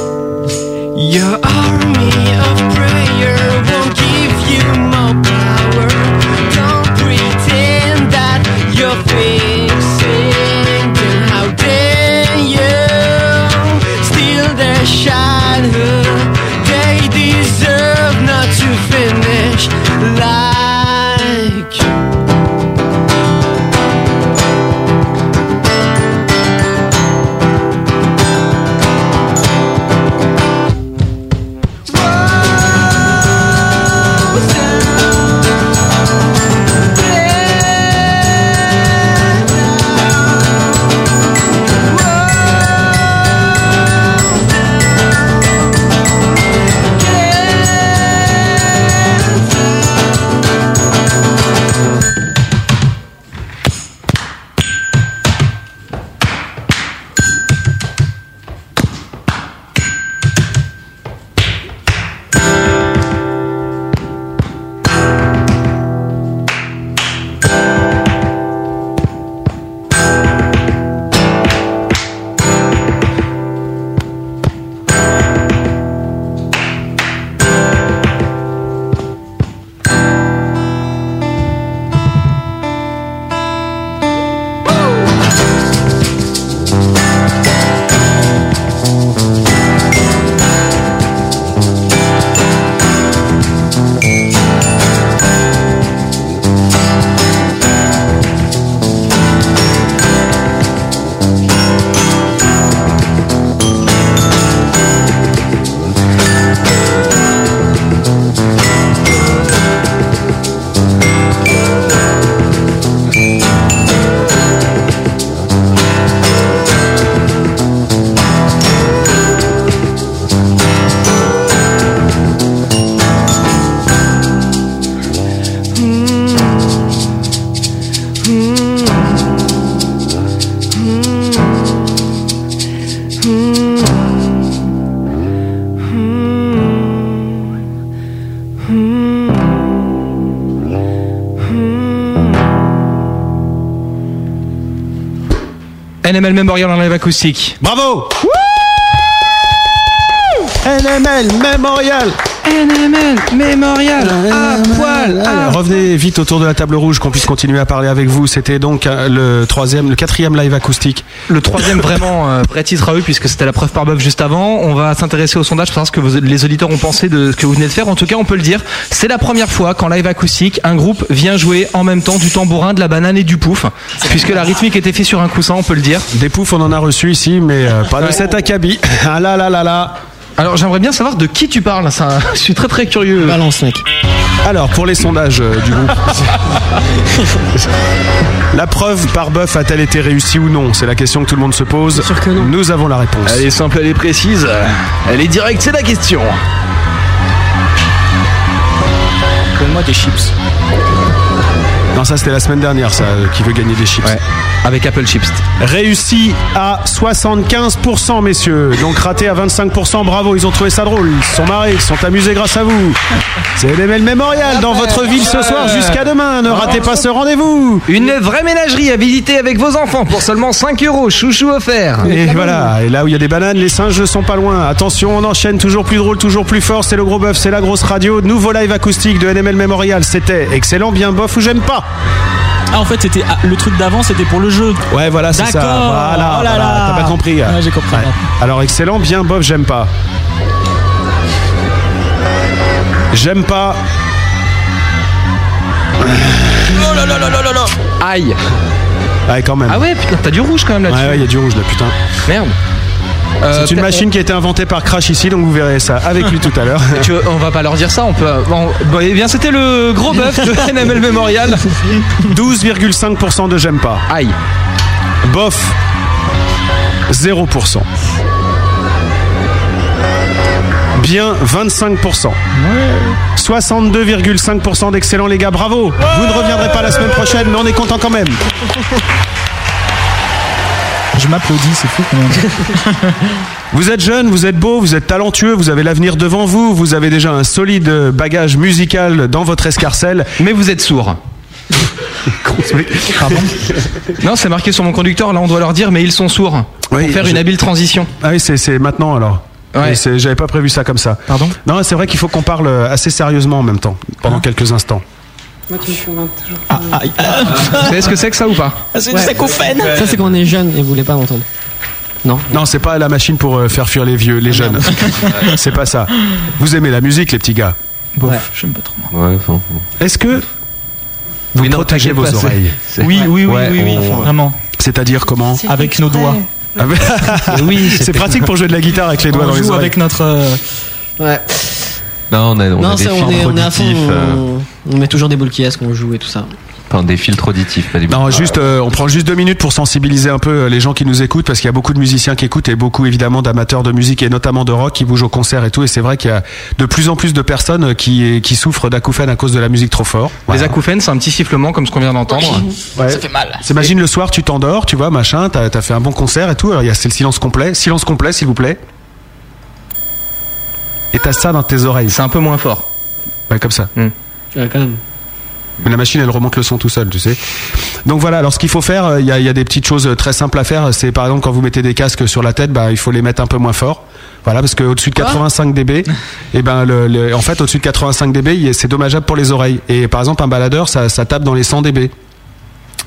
Speaker 9: Your army of prayer won't give you more power. Don't pretend that you're fixing. them. How dare you steal their childhood? They deserve not to finish like you. Whoa.
Speaker 5: NML Memorial en live acoustique.
Speaker 4: Bravo NML Memorial
Speaker 5: NML Memorial à poil à
Speaker 4: Revenez vite autour de la table rouge qu'on puisse continuer à parler avec vous. C'était donc euh, le troisième, le quatrième live acoustique.
Speaker 5: Le troisième vraiment euh, vrai titre à eux puisque c'était la preuve par bœuf juste avant. On va s'intéresser au sondage pour savoir ce que vous- les auditeurs ont pensé de ce que vous venez de faire. En tout cas, on peut le dire, c'est la première fois qu'en live acoustique, un groupe vient jouer en même temps du tambourin, de la banane et du pouf, puisque la rythmique était faite sur un coussin, on peut le dire.
Speaker 4: Des poufs, on en a reçu ici, mais euh, pas de
Speaker 5: Ouais.
Speaker 4: cet acabit. Ah là là là là.
Speaker 5: Alors j'aimerais bien savoir de qui tu parles. Ça, je suis très très curieux.
Speaker 12: Balance mec.
Speaker 4: Alors, pour les sondages euh, du groupe. la preuve par bœuf a-t-elle été réussie ou non C'est la question que tout le monde se pose. Nous avons la réponse.
Speaker 14: Elle est simple, elle est précise, elle est directe, c'est la question.
Speaker 6: Donne-moi tes chips.
Speaker 4: Non, ça c'était la semaine dernière, ça, euh, qui veut gagner des chips.
Speaker 5: Avec Apple Chips.
Speaker 4: Réussi à 75%, messieurs. Donc raté à 25%. Bravo, ils ont trouvé ça drôle. Ils se sont marrés, ils se sont amusés grâce à vous. C'est LML Mémorial dans votre ville ce soir jusqu'à demain. Ne ratez pas ce rendez-vous.
Speaker 5: Une vraie ménagerie à visiter avec vos enfants pour seulement 5 euros, chouchou offert.
Speaker 4: Et voilà, et là où il y a des bananes, les singes ne sont pas loin. Attention, on enchaîne toujours plus drôle, toujours plus fort. C'est le gros bœuf, c'est la grosse radio. Nouveau live acoustique de NML Memorial. C'était excellent, bien bof ou j'aime pas.
Speaker 6: Ah, en fait, c'était ah, le truc d'avant, c'était pour le jeu.
Speaker 4: Ouais, voilà, c'est ça.
Speaker 6: D'accord.
Speaker 4: Voilà,
Speaker 6: Oh là
Speaker 4: voilà,
Speaker 6: là.
Speaker 4: t'as pas compris.
Speaker 6: Ouais, j'ai compris.
Speaker 4: Ouais. Alors, excellent, bien bof, j'aime pas. J'aime pas.
Speaker 14: Oh là là là là là là
Speaker 5: Aïe
Speaker 4: Ouais, quand même.
Speaker 5: Ah ouais, putain, t'as du rouge quand même
Speaker 4: Ouais,
Speaker 5: là-dessus.
Speaker 4: ouais, il y a du rouge là, putain.
Speaker 5: Merde. Euh,
Speaker 4: C'est une
Speaker 5: per-
Speaker 4: machine qui a été inventée par Crash ici, donc vous verrez ça avec lui tout à l'heure.
Speaker 5: Tu veux- on va pas leur dire ça, on peut. bon, bon, eh bien, c'était le gros bœuf de NML Memorial.
Speaker 4: 12,5% de j'aime pas.
Speaker 5: Aïe.
Speaker 4: Bof. 0%. Bien 25%. 62,5% d'excellents les gars, bravo Vous ne reviendrez pas la semaine prochaine, mais on est content quand même.
Speaker 6: Je m'applaudis, c'est fou.
Speaker 4: Vous êtes jeune, vous êtes beau, vous êtes talentueux, vous avez l'avenir devant vous, vous avez déjà un solide bagage musical dans votre escarcelle.
Speaker 5: Mais vous êtes sourd. Non, c'est marqué sur mon conducteur, là on doit leur dire, mais ils sont sourds. pour faire une habile transition.
Speaker 4: Ah oui, c'est- c'est maintenant alors.
Speaker 5: Ouais.
Speaker 4: Et c'est- J'avais pas prévu ça comme ça.
Speaker 5: Pardon Ah.
Speaker 4: Non, c'est vrai qu'il faut qu'on parle euh, assez sérieusement en même temps, pendant quelques instants.
Speaker 7: Moi, tu me convaincs toujours. Ah,
Speaker 5: Vous savez ce que c'est que ça ou pas
Speaker 7: c'est une
Speaker 12: sacophène Ça, c'est quand on est jeune et vous voulez pas l'entendre. Non.
Speaker 4: Non, c'est pas la machine pour euh, faire fuir les vieux, les jeunes. c'est pas ça. Vous aimez la musique, les petits gars.
Speaker 6: Bof, j'aime pas trop. moi.
Speaker 11: Ouais, enfin.
Speaker 4: Est-ce que vous
Speaker 11: non,
Speaker 4: protégez
Speaker 11: t'inquiète
Speaker 4: vos
Speaker 11: pas, c'est-
Speaker 4: oreilles
Speaker 11: c'est-
Speaker 6: Oui, oui, oui,
Speaker 11: Ouais,
Speaker 6: oui, oui,
Speaker 11: on-
Speaker 6: vraiment.
Speaker 4: C'est-à-dire comment
Speaker 6: Avec nos doigts.
Speaker 4: Ah ben-
Speaker 11: Oui,
Speaker 4: c'est pratique pour jouer de la guitare avec les doigts
Speaker 6: On
Speaker 4: dans les
Speaker 6: joue
Speaker 4: oreilles.
Speaker 6: avec notre. euh,
Speaker 12: Ouais.
Speaker 11: Non, on a, on a
Speaker 12: non,
Speaker 11: des
Speaker 12: ça, on
Speaker 11: filtres
Speaker 12: est, on est à fond.
Speaker 11: auditifs. euh,
Speaker 12: On, on met toujours des boules qui est-ce qu'on joue et tout ça.
Speaker 11: Enfin, des filtres auditifs, pas des
Speaker 4: Non, juste, euh, on prend juste deux minutes pour sensibiliser un peu euh, les gens qui nous écoutent, parce qu'il y a beaucoup de musiciens qui écoutent et beaucoup évidemment d'amateurs de musique et notamment de rock qui bougent au concert et tout. Et c'est vrai qu'il y a de plus en plus de personnes euh, qui, qui souffrent d'acouphènes à cause de la musique trop fort.
Speaker 5: Les acouphènes, c'est un petit sifflement comme ce qu'on vient d'entendre.
Speaker 4: Ça fait mal. T'imagines le soir, tu t'endors, tu vois, machin, t'as as fait un bon concert et tout. Alors il y a c'est le silence complet, silence complet, s'il vous plaît. Et t'as ça dans tes oreilles.
Speaker 5: C'est un peu moins fort. Hmm.
Speaker 4: Ouais, comme ça.
Speaker 12: quand même.
Speaker 4: Mais la machine, elle remonte le son tout seul, tu sais. Donc voilà, alors ce qu'il faut faire, euh, il y, a- il y a des petites choses euh, très simples à faire. C'est par exemple quand vous mettez des casques sur la tête, bah, il faut les mettre un peu moins fort. Voilà, parce qu'au-dessus de 85 dB, et ben le- le- en fait, au-dessus de 85 dB, il y a- c'est dommageable pour les oreilles. Et par exemple, un baladeur, ça, ça tape dans les 100 dB.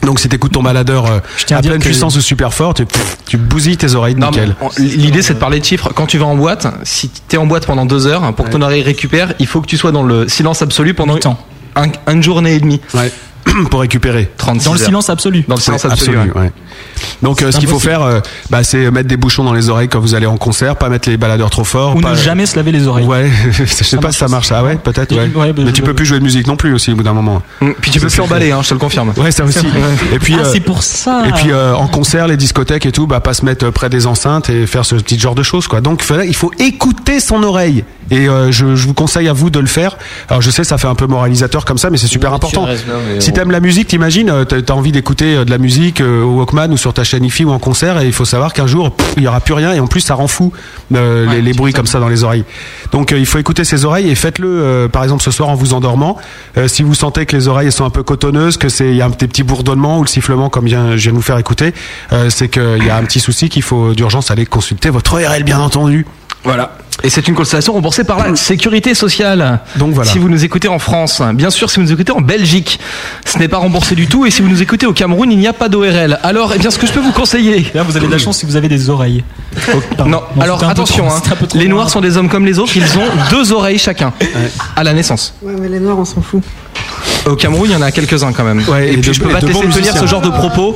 Speaker 4: Donc si t'écoutes ton baladeur euh,
Speaker 6: tiens à
Speaker 4: à
Speaker 6: dire
Speaker 4: pleine
Speaker 6: que-
Speaker 4: puissance ou super fort, tu, pff, tu bousilles tes oreilles,
Speaker 5: Non,
Speaker 4: nickel.
Speaker 5: mais on- L'idée, c'est de parler de chiffres. Quand tu vas en boîte, si t'es en boîte pendant deux heures, pour que ton oreille récupère, il faut que tu sois dans le silence absolu pendant
Speaker 6: temps.
Speaker 5: un- une journée et demie.
Speaker 4: Ouais. pour récupérer.
Speaker 5: 36
Speaker 6: Dans le
Speaker 5: heures.
Speaker 6: silence absolu.
Speaker 5: Dans le silence
Speaker 4: Ouais,
Speaker 5: absolu.
Speaker 4: absolu,
Speaker 5: ouais.
Speaker 4: ouais. Donc euh, ce qu'il faut
Speaker 6: impossible.
Speaker 4: faire, euh, bah, c'est mettre des bouchons dans les oreilles quand vous allez en concert, pas mettre les baladeurs trop forts.
Speaker 6: Ou
Speaker 4: pas- euh,
Speaker 6: ne jamais se laver les oreilles.
Speaker 4: Ouais, je sais pas
Speaker 6: marche
Speaker 4: si ça marche. Ah ouais, peut-être. Ouais.
Speaker 6: Ouais, bah,
Speaker 4: Mais
Speaker 6: je-
Speaker 4: tu peux plus jouer de musique non plus aussi au bout d'un moment.
Speaker 5: Mm, Puis tu peux plus
Speaker 4: Ça, c'est-
Speaker 5: emballer, hein, je te le confirme.
Speaker 4: Ouais, ça aussi. Et puis,
Speaker 6: Ah,
Speaker 4: euh,
Speaker 6: c'est pour ça.
Speaker 4: et puis euh, en concert, les discothèques et tout, bah pas se mettre près des enceintes et faire ce petit genre de choses quoi. Donc fa- il faut écouter son oreille. Et euh, je, je vous conseille à vous de le faire. Alors je sais, ça fait un peu moralisateur comme ça, mais c'est super
Speaker 20: Non, mais tu
Speaker 4: important.
Speaker 20: restes- non, mais
Speaker 4: si
Speaker 20: on-
Speaker 4: t'aimes la musique, t'imagines, euh, t'as t'as envie d'écouter euh, de la musique euh, au Walkman ou sur ta chaîne IFI ou en concert, et il faut savoir qu'un jour, pff, il y aura plus rien, et en plus, ça rend fou euh, les, les bruits comme ça dans les oreilles. Donc euh, il faut écouter ses oreilles et faites-le, euh, par exemple, ce soir en vous endormant. Euh, si vous sentez que les oreilles elles sont un peu cotonneuses, que c'est il y a un- des petits bourdonnements ou le sifflement comme vient, je viens de vous faire écouter, euh, c'est qu'il y a un petit souci qu'il faut d'urgence aller consulter votre ORL, bien entendu.
Speaker 5: Voilà. Et c'est une constellation remboursée par la sécurité sociale.
Speaker 4: Donc voilà.
Speaker 5: Si vous nous écoutez en France, bien sûr, si vous nous écoutez en Belgique, ce n'est pas remboursé du tout. Et si vous nous écoutez au Cameroun, il n'y a pas d'ORL. Alors, eh bien, ce que je peux vous conseiller. Oh,
Speaker 6: Là, Eh vous avez de la chance si vous avez des oreilles.
Speaker 5: non, alors
Speaker 6: c'était un peu
Speaker 5: attention,
Speaker 6: trop-
Speaker 5: hein.
Speaker 6: c'était un peu trop
Speaker 5: les
Speaker 6: loin.
Speaker 5: noirs sont des hommes comme les autres, ils ont deux oreilles chacun à la naissance.
Speaker 7: Ouais, mais les noirs, on s'en fout.
Speaker 5: Au Cameroun, il y en a quelques-uns quand même. et,
Speaker 4: et
Speaker 5: puis
Speaker 4: de-
Speaker 5: je peux
Speaker 4: et
Speaker 5: pas
Speaker 4: de
Speaker 5: te laisser
Speaker 4: bons
Speaker 5: tenir
Speaker 4: musiciens.
Speaker 5: ce genre de propos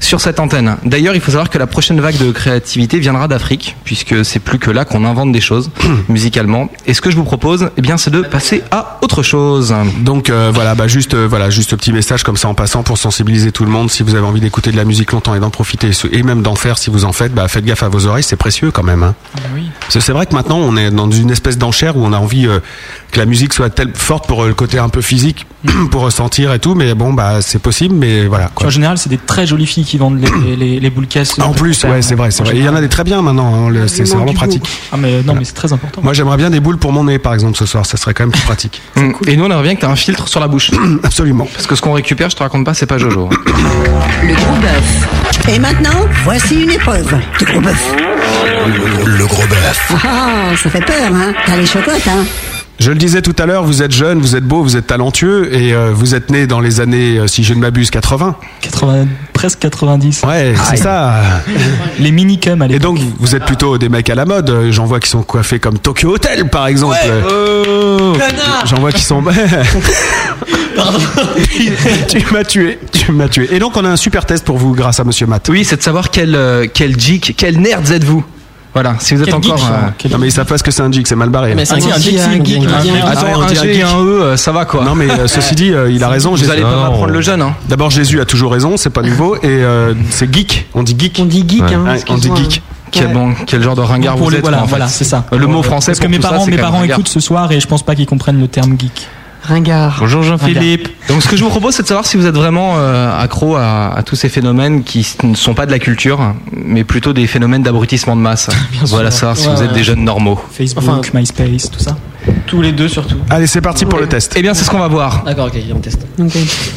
Speaker 5: sur cette antenne. D'ailleurs, il faut savoir que la prochaine vague de créativité viendra d'Afrique, puisque c'est plus que là qu'on invente des choses musicalement. Et ce que je vous propose, eh bien, c'est de passer à autre chose.
Speaker 4: Donc euh, voilà, bah juste euh, voilà, juste un petit message comme ça en passant pour sensibiliser tout le monde. Si vous avez envie d'écouter de la musique longtemps et d'en profiter et même d'en faire, si vous en faites, bah faites gaffe à vos oreilles, c'est précieux quand même. Hein. C'est c'est vrai que maintenant on est dans une espèce d'enchère où on a envie euh, que la musique soit telle forte pour euh, le côté un peu physique, pour ressentir et tout. Mais bon, bah c'est possible, mais voilà.
Speaker 6: En général, c'est des très jolies filles qui vendent les, les, les boules euh, casses.
Speaker 4: euh, En plus, ouais, c'est vrai, c'est vrai. Il y en a des très bien maintenant. hein, le- c'est c'est vraiment pratique.
Speaker 6: Ah, mais non, mais c'est très important.
Speaker 4: Moi, j'aimerais bien des boules pour mon nez, par exemple, ce soir. Ça serait quand même plus pratique.
Speaker 5: Mm. Et nous, on aimerait bien que tu as un filtre sur la bouche.
Speaker 4: Absolument.
Speaker 5: Parce que ce qu'on récupère, je te raconte pas, c'est pas Jojo.
Speaker 3: Le gros bœuf. Et maintenant, voici une épreuve du gros bœuf.
Speaker 21: Le gros bœuf.
Speaker 3: Ah, ça fait peur, hein T'as les chocottes, hein
Speaker 4: Je le disais tout à l'heure, vous êtes jeune, vous êtes beau, vous êtes talentueux et euh, vous êtes né dans les années, euh, si je ne m'abuse, 80.
Speaker 6: 80, presque 90.
Speaker 4: Ouais, c'est ça.
Speaker 6: Les minicums à
Speaker 4: Et donc, vous êtes plutôt des mecs à la mode. Euh, J'en vois qui sont coiffés comme Tokyo Hotel, par exemple.
Speaker 5: Oh.
Speaker 4: Euh, J'en vois qui sont. tu m'as tué, tu m'as tué. Et donc, on a un super test pour vous grâce à Monsieur Matt.
Speaker 5: Oui, c'est de savoir quel, euh, quel geek, quel nerd êtes-vous. Voilà, si vous êtes
Speaker 4: Quel
Speaker 5: encore. euh,
Speaker 4: geek, ça, hein, quel- Non, mais ils savent pas ce que c'est un geek, c'est mal barré.
Speaker 5: Mais c'est un geek, si, un geek, on dirait un- Attends, un G et un E, euh, ça va quoi.
Speaker 4: Non, mais euh, ceci dit, euh, il a raison.
Speaker 5: Vous
Speaker 4: Jésus-
Speaker 5: allez pas
Speaker 4: Non,
Speaker 5: m'apprendre
Speaker 4: on-
Speaker 5: le jeune, hein.
Speaker 4: D'abord, Jésus a toujours raison, c'est pas nouveau. Et euh, c'est geek. On dit geek. On
Speaker 7: dit geek,
Speaker 5: hein,
Speaker 4: on dit
Speaker 5: excuse-moi.
Speaker 4: geek.
Speaker 5: Quel, bon, quel genre de ringard
Speaker 6: Pour
Speaker 5: vous
Speaker 6: les-
Speaker 5: êtes
Speaker 6: voilà,
Speaker 5: quoi, en fait.
Speaker 6: voilà, c'est ça.
Speaker 5: Le mot français
Speaker 6: Parce que
Speaker 5: pour
Speaker 6: mes
Speaker 5: tout ça,
Speaker 6: parents,
Speaker 5: c'est
Speaker 6: mes
Speaker 5: quand même
Speaker 6: parents
Speaker 5: ringard.
Speaker 6: écoutent ce soir et je pense pas qu'ils comprennent le terme geek.
Speaker 7: Ringard.
Speaker 5: Bonjour Jean-Philippe. Ah, Donc ce que je vous propose c'est de savoir si vous êtes vraiment euh, accro à, à tous ces phénomènes qui s- ne sont pas de la culture mais plutôt des phénomènes d'abrutissement de masse. voilà
Speaker 6: sûr.
Speaker 5: ça si
Speaker 6: Ouais,
Speaker 5: vous êtes
Speaker 6: ouais.
Speaker 5: des jeunes normaux.
Speaker 6: Facebook, MySpace, tout ça.
Speaker 5: Tous les deux surtout.
Speaker 4: Allez, c'est parti pour le test.
Speaker 5: Eh bien c'est ce qu'on va voir.
Speaker 12: D'accord, ok, on teste.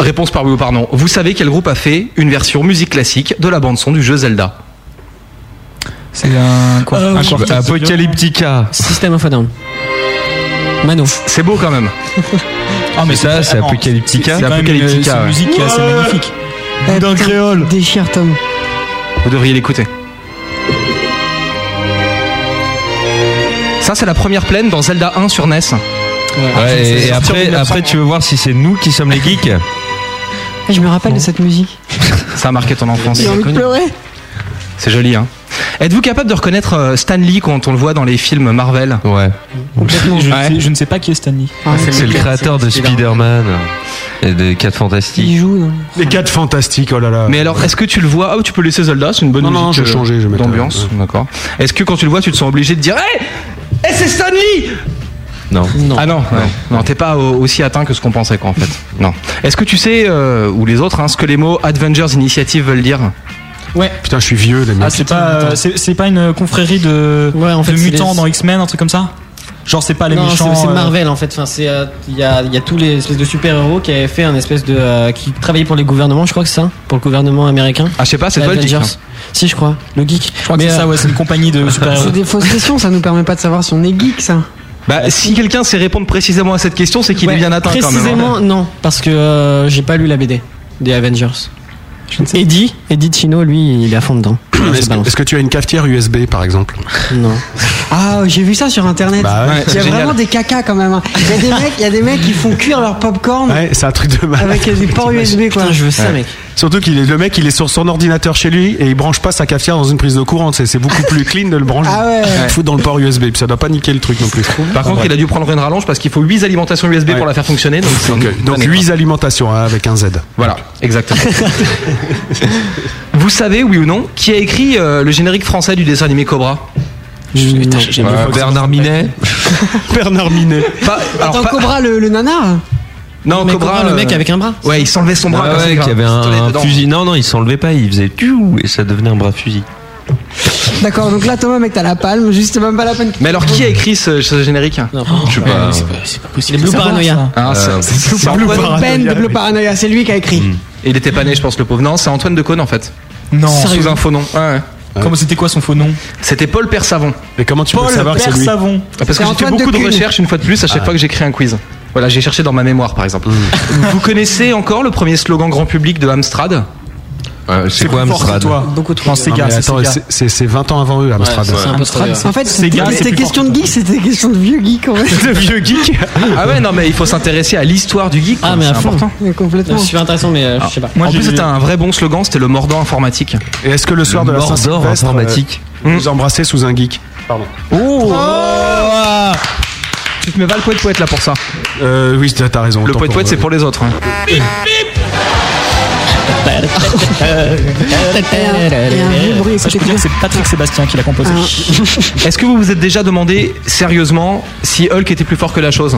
Speaker 5: Réponse par oui ou par non. Vous savez quel groupe a fait une version musique classique de la bande son du jeu Zelda
Speaker 6: C'est un, quar- un quartet de
Speaker 5: Apocalyptica.
Speaker 12: System of a Down. Mano.
Speaker 5: C'est beau quand même.
Speaker 6: Ah, mais
Speaker 5: ça,
Speaker 6: c'est
Speaker 5: Apocalyptica. C'est
Speaker 6: quand même une-
Speaker 5: Apocalyptica.
Speaker 6: C'est une
Speaker 5: ouais.
Speaker 6: musique qui est assez magnifique.
Speaker 7: D'un créole. Déchire, Eh, Tom.
Speaker 5: Vous devriez l'écouter. Ça, c'est la première plaine dans Zelda 1 sur E NES.
Speaker 2: Ouais, et- et, après, après, tu veux voir si c'est nous qui sommes les geeks
Speaker 7: Ah, Je me rappelle de cette musique.
Speaker 5: Ça a marqué ton enfance.
Speaker 7: J'ai envie de pleurer.
Speaker 5: C'est joli, hein. Êtes-vous capable de reconnaître euh, Stan Lee quand on le voit dans les films Marvel Ouais.
Speaker 6: Je, sais- je ne sais pas qui est Stanley.
Speaker 2: C'est le créateur de Spider-Man euh, et des 4 Fantastiques.
Speaker 7: Il
Speaker 6: hein.
Speaker 7: joue, non
Speaker 4: Les quatre fantastiques, oh là là.
Speaker 5: Mais alors, est-ce que tu le vois Ah, tu peux laisser Zelda, c'est une bonne
Speaker 4: Non, non,
Speaker 5: musique
Speaker 4: je vais
Speaker 5: euh,
Speaker 4: changer, je vais mettre,
Speaker 5: d'ambiance. D'accord. Est-ce que quand tu le vois, tu te sens obligé de dire Hé Eh, c'est Stan Lee
Speaker 2: Non.
Speaker 5: Ah non, non, non, t'es pas au- aussi atteint que ce qu'on pensait quoi en fait. Non. Est-ce que tu sais, euh, ou les autres, hein, ce que les mots Avengers Initiative veulent dire
Speaker 6: Ouais.
Speaker 4: Putain, je suis vieux, les mecs.
Speaker 6: Ah, c'est pas, euh, c'est c'est pas une confrérie de,
Speaker 12: fait,
Speaker 6: de
Speaker 12: c'est
Speaker 6: mutants
Speaker 12: les-
Speaker 6: dans X-Men, un truc comme ça Genre, c'est pas les
Speaker 12: Non, c'est-
Speaker 6: méchants.
Speaker 12: c'est
Speaker 6: euh,
Speaker 12: Marvel en fait. Enfin, c'est euh, il y, a, il y a tous les espèces de super héros qui avaient fait un espèce de euh, qui travaillaient pour les gouvernements. Je crois que c'est ça, pour le gouvernement américain.
Speaker 5: Ah, je sais pas, c'est
Speaker 12: Les
Speaker 5: toi le geek,
Speaker 12: Avengers.
Speaker 5: hein.
Speaker 12: Si, je crois. Le geek. euh, Je
Speaker 6: crois que c'est ça, ouais, c'est une compagnie de super-héros.
Speaker 7: Bah, C'est des fausses questions, ça nous permet pas de savoir si on est geek, ça.
Speaker 5: Bah, si quelqu'un sait répondre précisément à cette question, c'est qu'il est bien atteint quand même. hein.
Speaker 12: Précisément, non, parce que euh, j'ai pas lu la BD des Avengers. Eddie, Eddie Chino, lui, il est à fond dedans.
Speaker 4: Est-ce que, est-ce que tu as une cafetière USB, par exemple
Speaker 12: Non.
Speaker 7: Ah, j'ai vu ça sur internet.
Speaker 5: Ah
Speaker 4: Bah ouais,
Speaker 7: il y a
Speaker 4: c'est génial.
Speaker 7: vraiment des cacas quand même. hein. Il y a des mecs, il y a des mecs qui font cuire leur popcorn
Speaker 4: Ouais, c'est un truc de mal.
Speaker 7: avec des ports USB quoi.
Speaker 4: Ouais. Surtout qu'il est le mec, il est sur son ordinateur chez lui et il branche pas sa cafetière dans une prise de courant. C'est c'est beaucoup plus clean de le brancher.
Speaker 7: Ah ouais.
Speaker 4: Il fout dans le port USB. Puis ça doit pas niquer le truc non plus.
Speaker 5: Par contre, il a dû prendre une rallonge parce qu'il faut 8 alimentations USB pour la faire fonctionner. Donc, c'est une
Speaker 4: donc
Speaker 5: panne, quoi.
Speaker 4: 8 alimentations hein, avec un Z.
Speaker 5: Voilà, exactement. Vous savez, oui ou non, qui a écrit euh, le générique français du dessin animé Cobra
Speaker 2: Bernard Minet
Speaker 4: Bernard Minet.
Speaker 7: Attends, Cobra, le, le nanar
Speaker 5: Non,
Speaker 7: Mais
Speaker 5: Cobra,
Speaker 7: Cobra, le
Speaker 5: euh,
Speaker 7: mec avec un bras.
Speaker 5: Ouais, il s'enlevait son bras.
Speaker 12: Ah
Speaker 5: comme ça,
Speaker 12: ouais, qu'il y avait un,
Speaker 5: pistolet
Speaker 12: un
Speaker 5: dedans.
Speaker 12: fusil. Non, non, il s'enlevait pas, il faisait tout et ça devenait un bras fusil.
Speaker 7: D'accord, donc là, Thomas, mec, t'as la palme, juste c'est même pas la peine.
Speaker 5: Mais alors, qui a écrit ce, ce générique
Speaker 12: Je sais pas.
Speaker 5: possible.
Speaker 7: Les Blue Paranoia.
Speaker 5: Ah, c'est-
Speaker 7: Euh,
Speaker 5: c'est- c'est
Speaker 7: Blue
Speaker 5: Antoine-
Speaker 7: Paranoia. Ben de Blue Paranoia, c'est lui qui a écrit.
Speaker 5: Et Il était pas né, je pense, le pauvre. Non, c'est Antoine de Caunes en fait.
Speaker 6: Non.
Speaker 5: Sous
Speaker 6: Sérieux
Speaker 5: un faux nom. Ouais, ouais.
Speaker 6: Comment c'était quoi son faux nom
Speaker 5: C'était Paul Persavon. Ah,
Speaker 4: Mais comment tu
Speaker 6: peux Paul savoir que c'est lui Persavon.
Speaker 5: Parce
Speaker 6: C'est
Speaker 5: que j'ai fait
Speaker 6: Antoine de
Speaker 5: beaucoup de,
Speaker 6: Caunes.
Speaker 5: recherches une fois de plus à chaque
Speaker 6: Ah.
Speaker 5: fois que j'écris un quiz. Voilà, j'ai cherché dans ma mémoire par exemple. Vous connaissez encore le premier slogan grand public de Amstrad
Speaker 12: c'est quoi Amstrad
Speaker 7: Beaucoup
Speaker 5: trop.
Speaker 4: Non, mais attends, c'est- c'est c'est 20 ans avant eux, Amstrad.
Speaker 7: En fait, c'était
Speaker 5: gars,
Speaker 7: c'était question de geek, c'était question de vieux geek en fait.
Speaker 5: de vieux geek. Ah ouais, non, mais il faut s'intéresser à l'histoire du geek. quoi,
Speaker 7: Ah, mais à
Speaker 5: c'est
Speaker 7: fond.
Speaker 5: important.
Speaker 7: Mais Complètement.
Speaker 22: C'est super intéressant, mais euh, je sais pas.
Speaker 5: en plus, c'était un vrai bon slogan, c'était le mordant informatique.
Speaker 4: Et est-ce que le soir de la
Speaker 5: mordor
Speaker 4: Saint-Sylvestre, euh,
Speaker 5: informatique
Speaker 4: vous embrassez sous un geek Pardon.
Speaker 5: Oh,
Speaker 22: Oh
Speaker 5: Tu te mets pas le poète poète là pour ça.
Speaker 4: Euh, oui, t'as t'as raison.
Speaker 5: Le
Speaker 4: autant
Speaker 5: poète poète, c'est pour les autres. hein.
Speaker 6: Euh, Ça, je peux dire que c'est Patrick Sébastien qui l'a composé.
Speaker 5: Ah. Est-ce que vous vous êtes déjà demandé sérieusement si Hulk était plus fort que la chose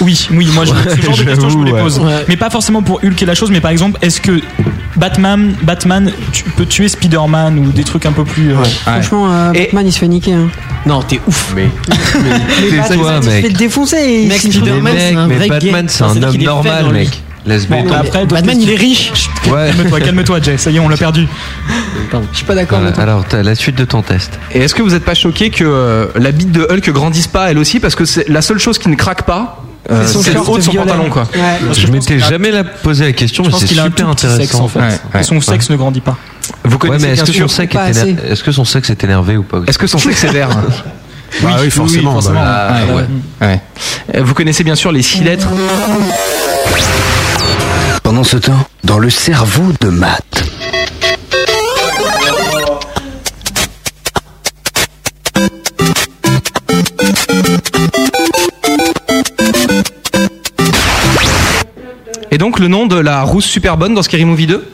Speaker 6: Oui, oui, moi je, ce genre de questions je me les
Speaker 5: j'avoue,
Speaker 6: pose.
Speaker 5: ouais.
Speaker 6: Mais pas forcément pour Hulk et la chose, mais par exemple, est-ce que Batman, Batman tu peut tuer Spider-Man ou des trucs un peu plus. euh,
Speaker 7: Franchement, euh, Batman il se fait niquer. Hein.
Speaker 5: Non, t'es ouf. Mais,
Speaker 7: Mais Batman, il se fait défoncer. et il
Speaker 22: Mec,
Speaker 7: se fait-
Speaker 22: Spider-Man,
Speaker 12: Mec,
Speaker 22: c'est un
Speaker 12: mais
Speaker 22: vrai
Speaker 12: Batman,
Speaker 22: gay.
Speaker 12: c'est
Speaker 22: Non,
Speaker 12: un
Speaker 22: c'est
Speaker 12: homme
Speaker 22: qu'il est fait dans
Speaker 12: normal,
Speaker 22: lui.
Speaker 12: mec. Laisse
Speaker 6: Bon,
Speaker 12: bon,
Speaker 6: après, d'autres
Speaker 22: Batman, il est
Speaker 6: questions.
Speaker 22: riche.
Speaker 12: Ouais.
Speaker 6: Calme-toi, calme-toi, Jay. Ça y est, on l'a perdu.
Speaker 7: Je suis pas d'accord.
Speaker 12: Voilà, alors, t'as la suite de ton test.
Speaker 5: Et est-ce que vous n'êtes pas choqué que euh, la bite de Hulk grandisse pas elle aussi Parce que c'est la seule chose qui ne craque pas, euh,
Speaker 12: C'est son
Speaker 5: c'est le
Speaker 12: short
Speaker 5: haut de son
Speaker 12: violet.
Speaker 5: pantalon quoi.
Speaker 12: Je m'étais jamais la- posé la question,
Speaker 6: Je
Speaker 12: mais
Speaker 6: pense
Speaker 12: c'est
Speaker 6: qu'il a un tout
Speaker 12: super
Speaker 6: petit
Speaker 12: intéressant.
Speaker 6: sexe, en fait. Et son sexe ne grandit pas.
Speaker 5: Vous
Speaker 12: Ouais,
Speaker 5: connaissez
Speaker 12: mais est-ce
Speaker 5: bien
Speaker 12: que, son
Speaker 5: sûr
Speaker 12: sexe
Speaker 6: Pas
Speaker 12: est éner-
Speaker 6: assez.
Speaker 12: est-ce que son sexe est énervé ou pas
Speaker 5: Est-ce que son sexe est vert Ah
Speaker 4: Bah oui, forcément.
Speaker 5: forcément.
Speaker 4: bah.
Speaker 5: Ah, ouais. Ouais. Euh, Vous connaissez bien sûr les six lettres.
Speaker 2: Pendant ce temps, dans le cerveau de Matt.
Speaker 5: Et donc le nom de la rousse super bonne dans Scary Movie 2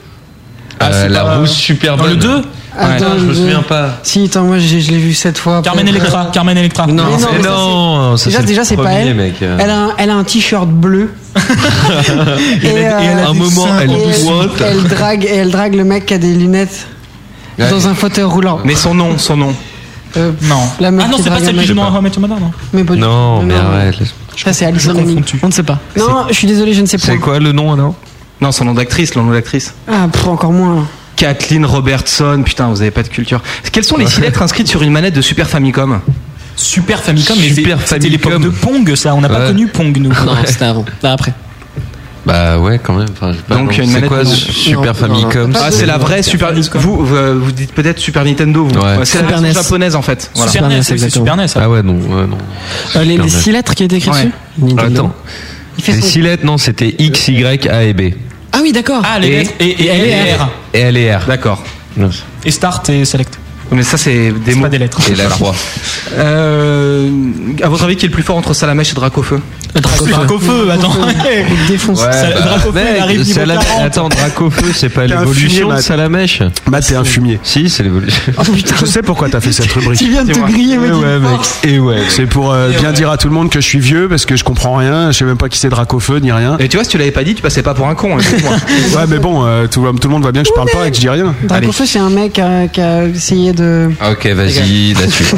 Speaker 12: Euh, la rousse super bonne.
Speaker 5: Ah,
Speaker 12: Ah,
Speaker 5: Dans le 2
Speaker 7: Attends,
Speaker 5: Ouais.
Speaker 12: pas.
Speaker 7: Si, attends, moi j'ai- je l'ai vu sept fois.
Speaker 6: Carmen Electra. Carmen Electra.
Speaker 7: Non,
Speaker 12: Non,
Speaker 7: mais ça,
Speaker 12: non,
Speaker 7: déjà, déjà c'est pas elle.
Speaker 12: euh.
Speaker 7: Elle a un, elle a un t-shirt bleu.
Speaker 12: Et elle a- et elle a
Speaker 7: euh,
Speaker 12: des seins
Speaker 7: et
Speaker 12: en
Speaker 7: elle-
Speaker 12: boîte.
Speaker 7: elle drague, et elle drague le mec qui a des lunettes
Speaker 5: Ouais.
Speaker 7: dans un fauteuil roulant.
Speaker 5: Mais son nom, son nom.
Speaker 7: Euh,
Speaker 6: Non.
Speaker 7: La meuf
Speaker 6: Ah non,
Speaker 7: qui
Speaker 6: c'est pas
Speaker 7: drague
Speaker 6: celle
Speaker 7: un
Speaker 6: qui joue
Speaker 7: mec.
Speaker 6: dans How I Met Your Mother, non
Speaker 7: Mais pas du
Speaker 12: Non,
Speaker 7: tout.
Speaker 12: mais
Speaker 7: non.
Speaker 12: arrête. laisse-
Speaker 7: Ça c'est Alice
Speaker 6: Je
Speaker 7: Anani.
Speaker 6: confonds-tu.
Speaker 7: On ne sait pas. Non, je suis désolé, je ne sais pas.
Speaker 12: C'est quoi le nom alors
Speaker 5: Non, son nom d'actrice, le nom d'actrice.
Speaker 7: Ah, pour encore moins. là.
Speaker 5: Kathleen Robertson, putain, vous avez pas de culture. Quelles sont les six lettres inscrites sur une manette de Super Famicom
Speaker 6: Super Famicom, mais
Speaker 5: Super
Speaker 6: c'est- c'était l'époque de
Speaker 5: Famicom.
Speaker 6: Pong, ça. On n'a pas
Speaker 12: Ouais.
Speaker 6: connu Pong, nous.
Speaker 22: Non, c'était avant. Là, après.
Speaker 12: Bah ouais, quand même. Enfin, je sais pas,
Speaker 5: Donc,
Speaker 12: non.
Speaker 5: une
Speaker 12: c'est
Speaker 5: manette
Speaker 12: quoi
Speaker 5: non.
Speaker 12: ce Super Famicom
Speaker 5: Ah, c'est la vraie Super. Vous, euh, vous, vous dites peut-être Super Nintendo. Vous.
Speaker 12: Ouais.
Speaker 5: C'est la
Speaker 22: Super
Speaker 5: version
Speaker 22: NES.
Speaker 5: japonaise en fait. Voilà.
Speaker 6: E Super NES, c'est Super E NES.
Speaker 12: Ah ouais, non, ouais, non.
Speaker 22: Euh, les,
Speaker 12: Super
Speaker 22: les
Speaker 12: NES.
Speaker 22: six lettres qui étaient écrites
Speaker 12: Ouais.
Speaker 22: dessus
Speaker 12: Attends.
Speaker 22: fait
Speaker 12: Les
Speaker 22: son-
Speaker 12: six lettres, non, c'était X, Y, A et B.
Speaker 22: Ah oui, d'accord.
Speaker 6: Ah, les
Speaker 12: Et-
Speaker 6: lettres. Et, et,
Speaker 22: et-
Speaker 6: et- R.
Speaker 12: Et elle et R.
Speaker 5: D'accord.
Speaker 12: Non.
Speaker 6: Et Start et Select.
Speaker 5: Mais ça, c'est des
Speaker 6: C'est
Speaker 5: mots.
Speaker 6: pas des lettres.
Speaker 12: Et la 3.
Speaker 5: Euh, à votre avis, qui est le plus fort entre Salamèche et Dracofeu
Speaker 6: Euh, Dracofeu, attends.
Speaker 7: Défonce.
Speaker 6: Ça-
Speaker 12: bah,
Speaker 6: Dracofeu, il arrive niveau 40.
Speaker 12: Attends, Dracofeu, c'est pas
Speaker 4: T'es un fumier,
Speaker 12: l'évolution de
Speaker 4: Matt.
Speaker 12: Salamèche
Speaker 4: Matt, t'es un fumier.
Speaker 12: Si, c'est l'évolution.
Speaker 4: Je sais pourquoi t'as fait cette rubrique.
Speaker 7: Tu viens de te griller, mec.
Speaker 12: Eh ouais, mec. Et ouais.
Speaker 4: C'est pour euh,
Speaker 5: Eh
Speaker 4: bien dire à tout le monde que je suis vieux parce que je comprends rien, je sais même pas qui c'est Dracofeu ni rien.
Speaker 5: Et tu vois, si tu l'avais pas dit, tu passais pas pour un con. hein, excuse-moi.
Speaker 4: Ouais, mais bon, euh, tout, tout le monde voit bien que je parle pas et que je dis rien.
Speaker 7: Dracofeu, c'est un mec euh, qui a essayé de.
Speaker 12: Ok, vas-y, la suite.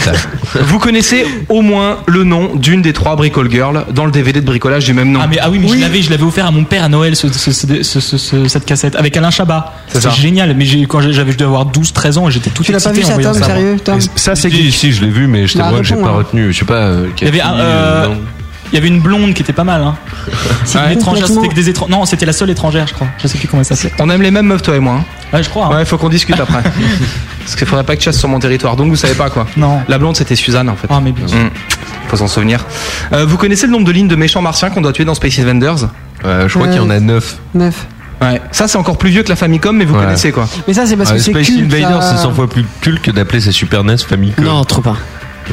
Speaker 5: Vous connaissez au moins le nom d'une des trois Bricol Girls dans le DVD de bricolage du même nom.
Speaker 6: Ah mais ah oui mais je l'avais je l'avais offert à mon père à Noël ce- ce- ce- ce- ce- ce- cette cassette avec Alain Chabat
Speaker 5: C'est
Speaker 6: c'est
Speaker 5: ça.
Speaker 6: génial mais j'ai quand j'avais je devais avoir 12 13 ans et j'étais tout
Speaker 7: Tu l'as pas
Speaker 6: excité
Speaker 7: vu
Speaker 6: en voyant
Speaker 7: ça, Tom
Speaker 6: ça.
Speaker 7: Sérieux, Tom
Speaker 4: Ça, c'est
Speaker 12: Si, si, je l'ai vu, mais je
Speaker 7: Bah,
Speaker 12: t'avoue que j'ai
Speaker 7: réponds,
Speaker 12: pas
Speaker 7: hein.
Speaker 12: retenu. Je sais pas. euh,
Speaker 6: Il y avait un,
Speaker 12: Cathy,
Speaker 6: euh,
Speaker 12: euh, non.
Speaker 6: il y avait une blonde qui était pas mal hein. C'était une
Speaker 7: Ouais.
Speaker 6: étrangère
Speaker 7: Complètement.
Speaker 6: c'était que des étrangers non c'était la seule étrangère je crois je sais plus comment elle s'appelait
Speaker 5: On aime les mêmes meufs, toi et moi. hein.
Speaker 6: ouais je crois hein.
Speaker 5: Ouais, faut qu'on discute après. Parce qu'il faudrait pas que tu chasses sur mon territoire. Donc vous savez pas quoi.
Speaker 6: non
Speaker 5: La blonde, c'était Suzanne en fait.
Speaker 6: ah mais bien sûr.
Speaker 5: Mm. Faut s'en souvenir. Euh, vous connaissez le nombre de lignes de méchants martiens qu'on doit tuer dans Space Invaders
Speaker 12: Euh, je crois qu'il y en a 9.
Speaker 7: Neuf.
Speaker 5: Ouais. Ça, c'est encore plus vieux que la Famicom, mais vous
Speaker 12: Ouais. Ah,
Speaker 5: connaissez quoi.
Speaker 7: Mais ça, c'est parce que c'est
Speaker 12: Space
Speaker 7: culte.
Speaker 12: Invaders,
Speaker 7: ça.
Speaker 12: c'est 100 fois plus culte que d'appeler ses Super NES Famicom.
Speaker 22: Non, trop pas.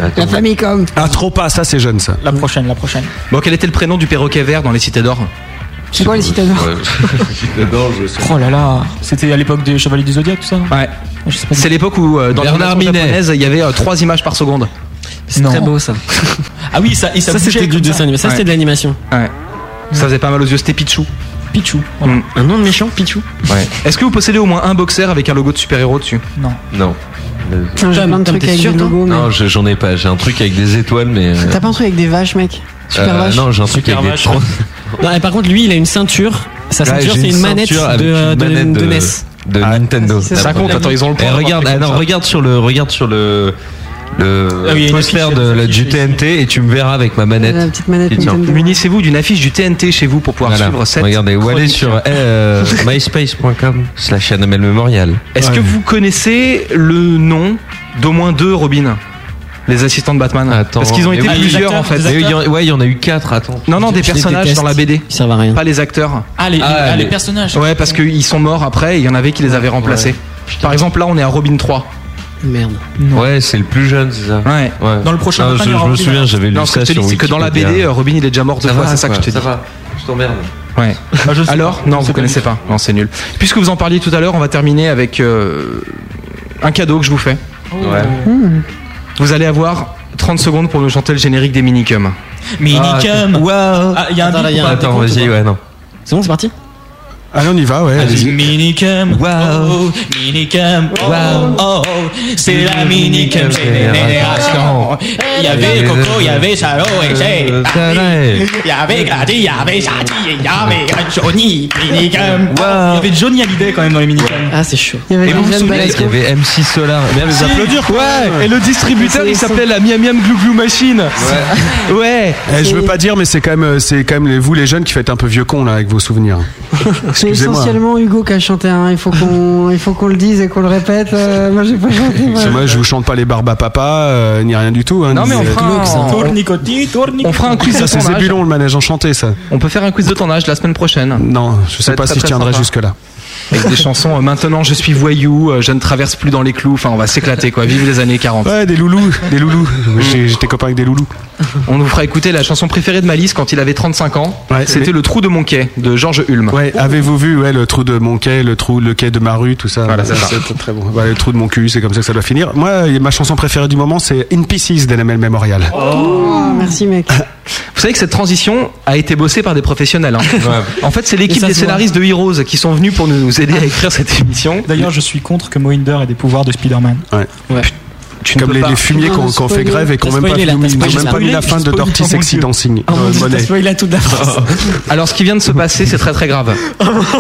Speaker 12: Attends.
Speaker 7: La famille comme.
Speaker 4: Ah, trop pas, ça c'est jeune ça.
Speaker 6: la prochaine la prochaine
Speaker 5: Bon, quel était le prénom du perroquet vert dans Les Cités d'Or
Speaker 7: C'est quoi les citadins
Speaker 12: Ouais. J'adore, je sais.
Speaker 6: oh là là c'était à l'époque des chevaliers du zodiaque tout ça non
Speaker 5: Ouais.
Speaker 6: je sais pas
Speaker 5: C'est l'époque où euh, dans
Speaker 12: Bernard
Speaker 5: l'animation
Speaker 12: Minet.
Speaker 5: japonaise, il y avait euh, trois images par seconde.
Speaker 22: C'est
Speaker 6: Non.
Speaker 22: très beau ça.
Speaker 6: Ah oui, ça, et ça,
Speaker 12: Ça,
Speaker 6: bougeait
Speaker 12: c'était du
Speaker 6: comme
Speaker 12: dessin animé. Ça, c'était de l'animation.
Speaker 5: Ouais. Ça faisait pas mal aux yeux, c'était Pichou. Mm.
Speaker 6: Pichou.
Speaker 12: Un nom de méchant, Pichou.
Speaker 5: Ouais. Est-ce que vous possédez au moins un boxer avec un logo de super-héros dessus
Speaker 6: Non.
Speaker 23: Non. Euh,
Speaker 7: Putain, j'ai plein de
Speaker 12: Tom,
Speaker 7: trucs
Speaker 12: t'es
Speaker 7: avec
Speaker 12: sûr,
Speaker 7: des
Speaker 12: toi
Speaker 7: logos, mais-
Speaker 23: Non, je- j'en ai pas. J'ai un truc avec des étoiles, mais. euh,
Speaker 7: T'as pas un truc avec des vaches, mec Super
Speaker 23: euh,
Speaker 7: vache.
Speaker 23: Non, j'ai un truc
Speaker 12: Super
Speaker 23: avec
Speaker 12: vache.
Speaker 23: des. troncs.
Speaker 12: Non, et par contre, lui, il a une ceinture. Sa
Speaker 23: Là,
Speaker 12: ceinture,
Speaker 23: j'ai
Speaker 12: c'est une, manette
Speaker 23: ceinture
Speaker 12: de,
Speaker 23: avec
Speaker 12: de,
Speaker 2: Euh,
Speaker 23: une manette
Speaker 12: de,
Speaker 23: de-
Speaker 12: NES.
Speaker 23: de
Speaker 2: Ah,
Speaker 23: Nintendo.
Speaker 12: c'est ça. Ça compte, attends, ils ont le
Speaker 23: Eh,
Speaker 12: point d'avoir
Speaker 2: hein.
Speaker 23: regarde,
Speaker 12: fait
Speaker 23: ah
Speaker 12: comme
Speaker 23: non,
Speaker 12: ça.
Speaker 23: regarde sur le, regarde sur le, le
Speaker 5: Ah oui, il y a une
Speaker 23: poster
Speaker 5: affiche,
Speaker 23: de la, du TNT et tu me verras avec ma manette.
Speaker 7: La petite manette
Speaker 23: Et tiens,
Speaker 7: Nintendo.
Speaker 5: Munissez-vous d'une affiche du TNT chez vous pour pouvoir
Speaker 23: voilà.
Speaker 5: suivre cette.
Speaker 23: Regardez, ou allez sur euh, myspace.com/slash Annabelle Memorial.
Speaker 5: Est-ce que vous connaissez le nom d'au moins deux Robin Les assistants de Batman Parce qu'ils ont
Speaker 23: mais
Speaker 5: été
Speaker 23: oui.
Speaker 5: plusieurs en fait.
Speaker 23: Mais oui, il y en- ouais, il y en a eu quatre. Attends.
Speaker 5: Non, non, des
Speaker 23: Je les
Speaker 5: personnages
Speaker 23: déteste.
Speaker 5: dans la BD.
Speaker 12: Ils servent à rien.
Speaker 5: Pas les acteurs.
Speaker 6: Ah, les- ah, les personnages.
Speaker 5: Ouais, parce qu'ils sont morts après et il y en avait qui les avaient remplacés. Par exemple, là, on est à Robin 3.
Speaker 12: Merde.
Speaker 23: Ouais, c'est le plus jeune, c'est ça.
Speaker 5: Ouais.
Speaker 6: Dans le prochain
Speaker 23: Non,
Speaker 6: Batman,
Speaker 23: je,
Speaker 6: il y aura
Speaker 23: je me
Speaker 6: Robin.
Speaker 23: souviens, j'avais lu
Speaker 5: Non, ce que
Speaker 23: ça
Speaker 5: je te
Speaker 23: sur
Speaker 5: dis, c'est que dans la
Speaker 23: Wikipédia.
Speaker 5: BD, euh, Robin, il est déjà mort deux
Speaker 23: Ça
Speaker 5: fois,
Speaker 23: va,
Speaker 5: c'est ça que je te dis.
Speaker 23: Ça va. Je t'emmerde.
Speaker 5: Ouais.
Speaker 6: Bah,
Speaker 5: Alors, non, vous connaissez pas. Non, c'est nul. Puisque vous en parliez tout à l'heure, on va terminer avec euh, un cadeau que je vous fais.
Speaker 23: Ouais.
Speaker 5: Vous allez avoir 30 secondes pour me chanter le générique des Minicums.
Speaker 6: Minicum.
Speaker 5: Ah, Wow.
Speaker 6: Ah, il y a un
Speaker 12: Attends, là,
Speaker 6: beat
Speaker 12: il y a
Speaker 6: ou
Speaker 12: un
Speaker 6: pas
Speaker 23: Attends,
Speaker 12: décompte
Speaker 23: vas-y,
Speaker 12: ou pas
Speaker 23: ouais, non.
Speaker 12: C'est bon, c'est parti
Speaker 4: Allez, on y va, ouais.
Speaker 6: Allez, Minicum, wow, minicum, wow, oh, oh, c'est la minicum génération. Il y avait Coco, il y avait Charo et Jay. Il y avait Gladys, il y avait Jati, il y avait Johnny, minicum. Il y avait Johnny Hallyday quand même dans les minicums.
Speaker 12: Ah, c'est chaud.
Speaker 7: Il y avait
Speaker 23: Et vous vous
Speaker 7: Jeanne
Speaker 23: souvenez
Speaker 7: Balasco.
Speaker 23: qu'il y avait M6 Solar Même les applaudir quoi
Speaker 5: Ouais, et le distributeur il s'appelait la Miam Miam Glou Glou Machine. Ouais.
Speaker 4: Eh, je veux pas dire, mais c'est quand même, euh, c'est quand même les- vous les jeunes qui faites un peu vieux con là avec vos souvenirs.
Speaker 7: C'est
Speaker 4: Excusez-moi.
Speaker 7: essentiellement Hugo qui a chanté, hein. il faut qu'on il faut qu'on le dise et qu'on le répète. Euh, moi j'ai pas chanté. moi.
Speaker 4: Parce que Moi, je vous chante pas les barbes à papa, euh, ni rien du tout. hein,
Speaker 5: Non,
Speaker 4: ni-
Speaker 5: mais on fera un-
Speaker 6: Tournicoti, tournicoti.
Speaker 5: On fera un quiz de
Speaker 4: Ça, c'est
Speaker 5: tournage.
Speaker 4: Zébulon, le manège enchanté, ça.
Speaker 5: On peut faire un quiz de tournage la semaine prochaine.
Speaker 4: Non, je
Speaker 5: Ça va
Speaker 4: sais
Speaker 5: être
Speaker 4: pas
Speaker 5: très,
Speaker 4: si je
Speaker 5: très
Speaker 4: tiendrai
Speaker 5: sympa.
Speaker 4: jusque-là.
Speaker 5: Avec des chansons euh, Maintenant je suis voyou, euh, je ne traverse plus dans les clous. Enfin, on va s'éclater quoi. Vive les années 40.
Speaker 4: Ouais, des loulous, des loulous. J'ai- J'étais copain avec des loulous.
Speaker 5: On nous fera écouter la chanson préférée de Malice quand il avait 35 ans.
Speaker 4: Ouais,
Speaker 5: C'était
Speaker 4: mais-
Speaker 5: Le trou de mon quai de Georges Hulme.
Speaker 4: Ouais, avez-vous vu ouais, le trou de mon quai, le trou, le quai de ma rue, tout ça
Speaker 5: Voilà, c'est ça.
Speaker 4: très- très bon. Ouais, le trou de mon cul, c'est comme ça que ça doit finir. Moi, ma chanson préférée du moment, c'est In Pieces d'Enamel Memorial.
Speaker 7: Oh, merci mec.
Speaker 5: Vous savez que cette transition a été bossée par des professionnels. hein. En fait, c'est
Speaker 12: Et
Speaker 5: l'équipe
Speaker 12: ça
Speaker 5: des
Speaker 12: se voit.
Speaker 5: scénaristes de Heroes qui sont venus pour nous aider à écrire cette émission.
Speaker 6: D'ailleurs, je suis contre que Mohinder ait des pouvoirs de Spider-Man.
Speaker 4: Ouais.
Speaker 5: Tu ne
Speaker 4: Comme
Speaker 5: peux
Speaker 4: les,
Speaker 5: pas.
Speaker 4: les fumiers
Speaker 7: Non,
Speaker 4: qui ont
Speaker 7: spoiler.
Speaker 4: fait grève et qui
Speaker 12: T'as
Speaker 4: n'ont même pas,
Speaker 12: spoilé, là,
Speaker 4: fini-
Speaker 12: t'as
Speaker 4: ils ont
Speaker 12: spoilé,
Speaker 4: même pas
Speaker 12: j'ai
Speaker 4: mis la
Speaker 6: spoilé,
Speaker 4: fin
Speaker 6: j'ai
Speaker 4: de
Speaker 6: spoilé,
Speaker 4: Dirty
Speaker 6: oh mon
Speaker 4: Sexy
Speaker 6: Dieu.
Speaker 4: Dancing.
Speaker 12: Oh mon
Speaker 4: Euh,
Speaker 12: dieu,
Speaker 4: Monet.
Speaker 12: t'as spoilé la toute d'avance.
Speaker 5: Alors, ce qui vient de se passer, c'est très très grave.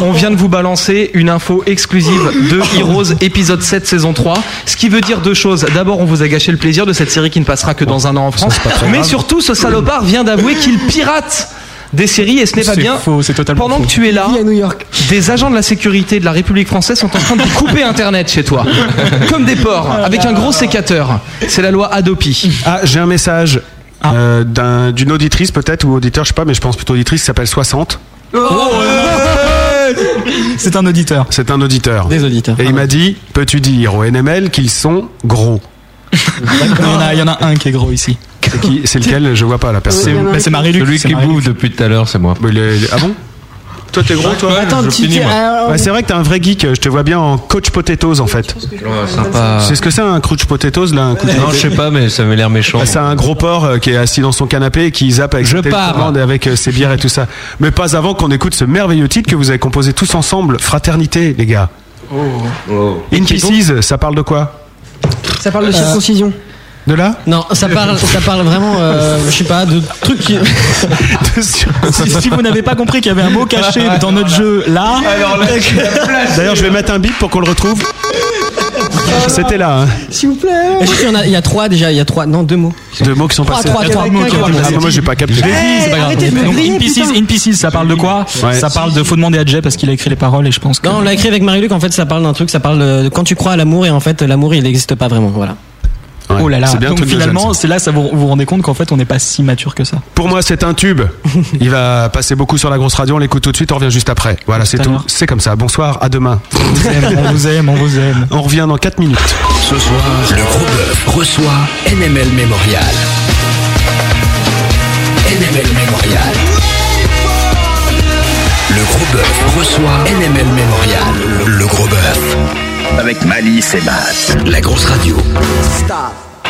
Speaker 5: On vient de vous balancer une info exclusive de Heroes épisode 7 saison 3. Ce qui veut dire deux choses. D'abord, on vous a gâché le plaisir de cette série qui ne passera que dans un an en France. Mais surtout, ce salopard vient d'avouer qu'il pirate des séries et ce n'est pas
Speaker 6: C'est
Speaker 5: bien.
Speaker 6: faux, c'est totalement
Speaker 5: Pendant
Speaker 6: faux.
Speaker 5: que tu es là,
Speaker 7: Il est à New York.
Speaker 5: des agents de la sécurité de la République française sont en train de couper Internet chez toi. Comme des porcs, avec un gros sécateur. C'est la loi Adopi. Ah.
Speaker 4: Ah, j'ai un message euh, d'un- d'une auditrice peut-être ou auditeur, je sais pas, mais je pense plutôt auditrice, qui s'appelle 60.
Speaker 6: C'est un auditeur. Ah
Speaker 4: C'est un auditeur.
Speaker 12: Des auditeurs.
Speaker 4: Et il m'a dit, peux-tu dire au NML qu'ils sont gros
Speaker 6: Il y, en a, il y en a un qui est gros ici.
Speaker 4: C'est qui- C'est lequel Je vois pas la personne.
Speaker 6: Bah, c'est Marie-Luc.
Speaker 23: Celui
Speaker 6: c'est
Speaker 23: qui
Speaker 6: Marie-Luc.
Speaker 23: bouffe depuis tout à l'heure, c'est moi.
Speaker 4: Mais le- Ah bon Toi t'es gros
Speaker 6: Bah,
Speaker 4: toi
Speaker 7: Attends, tu tu-
Speaker 6: euh,
Speaker 7: alors,
Speaker 4: Ouais, c'est vrai que t'es un vrai geek, je te vois bien en coach potatoes en fait.
Speaker 23: Sympa.
Speaker 4: C'est ce que c'est un coach potatoes là un coach
Speaker 23: Non, je sais pas, mais ça m'a l'air méchant.
Speaker 4: Ah, C'est un gros porc euh, qui est assis dans son canapé et qui zappe avec
Speaker 23: Je
Speaker 4: sa
Speaker 23: pars.
Speaker 4: télécommande et avec euh, ses bières et tout ça. Mais pas avant qu'on écoute ce merveilleux titre que vous avez composé tous ensemble, Fraternité, les gars.
Speaker 23: Oh.
Speaker 4: In Pieces, ça parle de quoi
Speaker 7: ça parle de
Speaker 12: Euh,
Speaker 7: circoncision.
Speaker 4: De là
Speaker 12: Non, ça parle, ça parle vraiment, euh, je sais pas, de trucs qui.
Speaker 6: Si, si vous n'avez pas compris qu'il y avait un mot caché dans notre jeu là,
Speaker 4: D'ailleurs, je vais mettre un bip pour qu'on le retrouve. C'était là, hein.
Speaker 7: S'il vous plaît.
Speaker 12: Je sais qu'il y en a- il y, a trois déjà, il y a trois, non, deux mots.
Speaker 4: deux mots qui sont
Speaker 12: Trois,
Speaker 4: passés.
Speaker 12: trois, trois.
Speaker 4: Ah, bah, moi, j'ai pas
Speaker 12: Eh,
Speaker 4: capté.
Speaker 7: Hey, arrêtez de me
Speaker 6: Donc
Speaker 7: griller,
Speaker 6: In Pieces,
Speaker 7: putain.
Speaker 6: In Pieces, ça parle de quoi
Speaker 4: Ouais.
Speaker 6: Ça parle de faut demander à Jay parce qu'il a écrit les paroles et je pense que.
Speaker 12: Non, on l'a écrit avec Marie-Luc, en fait, ça parle d'un truc, ça parle de quand tu crois à l'amour et en fait, l'amour il n'existe pas vraiment, voilà.
Speaker 4: Ouais,
Speaker 6: Oh là là.
Speaker 4: c'est bien un
Speaker 6: Donc
Speaker 4: truc de jeune,
Speaker 6: finalement,
Speaker 4: ça.
Speaker 6: c'est là ça vous vous vous rendez compte qu'en fait on n'est pas si mature que ça.
Speaker 4: Pour moi, c'est un tube. Il va passer beaucoup sur la grosse radio. On l'écoute tout de suite. On revient juste après. Voilà, c'est
Speaker 6: Tout à
Speaker 4: tout.
Speaker 6: l'heure.
Speaker 4: C'est comme ça. Bonsoir. À demain.
Speaker 6: On vous aime, on vous aime, on vous aime.
Speaker 4: On revient dans 4 minutes.
Speaker 2: Ce soir, le gros bœuf reçoit NML Memorial. NML Memorial. Le gros bœuf reçoit NML Memorial. Le gros bœuf. Avec Malice et Matt. La grosse radio.
Speaker 10: Stop.
Speaker 15: Oh,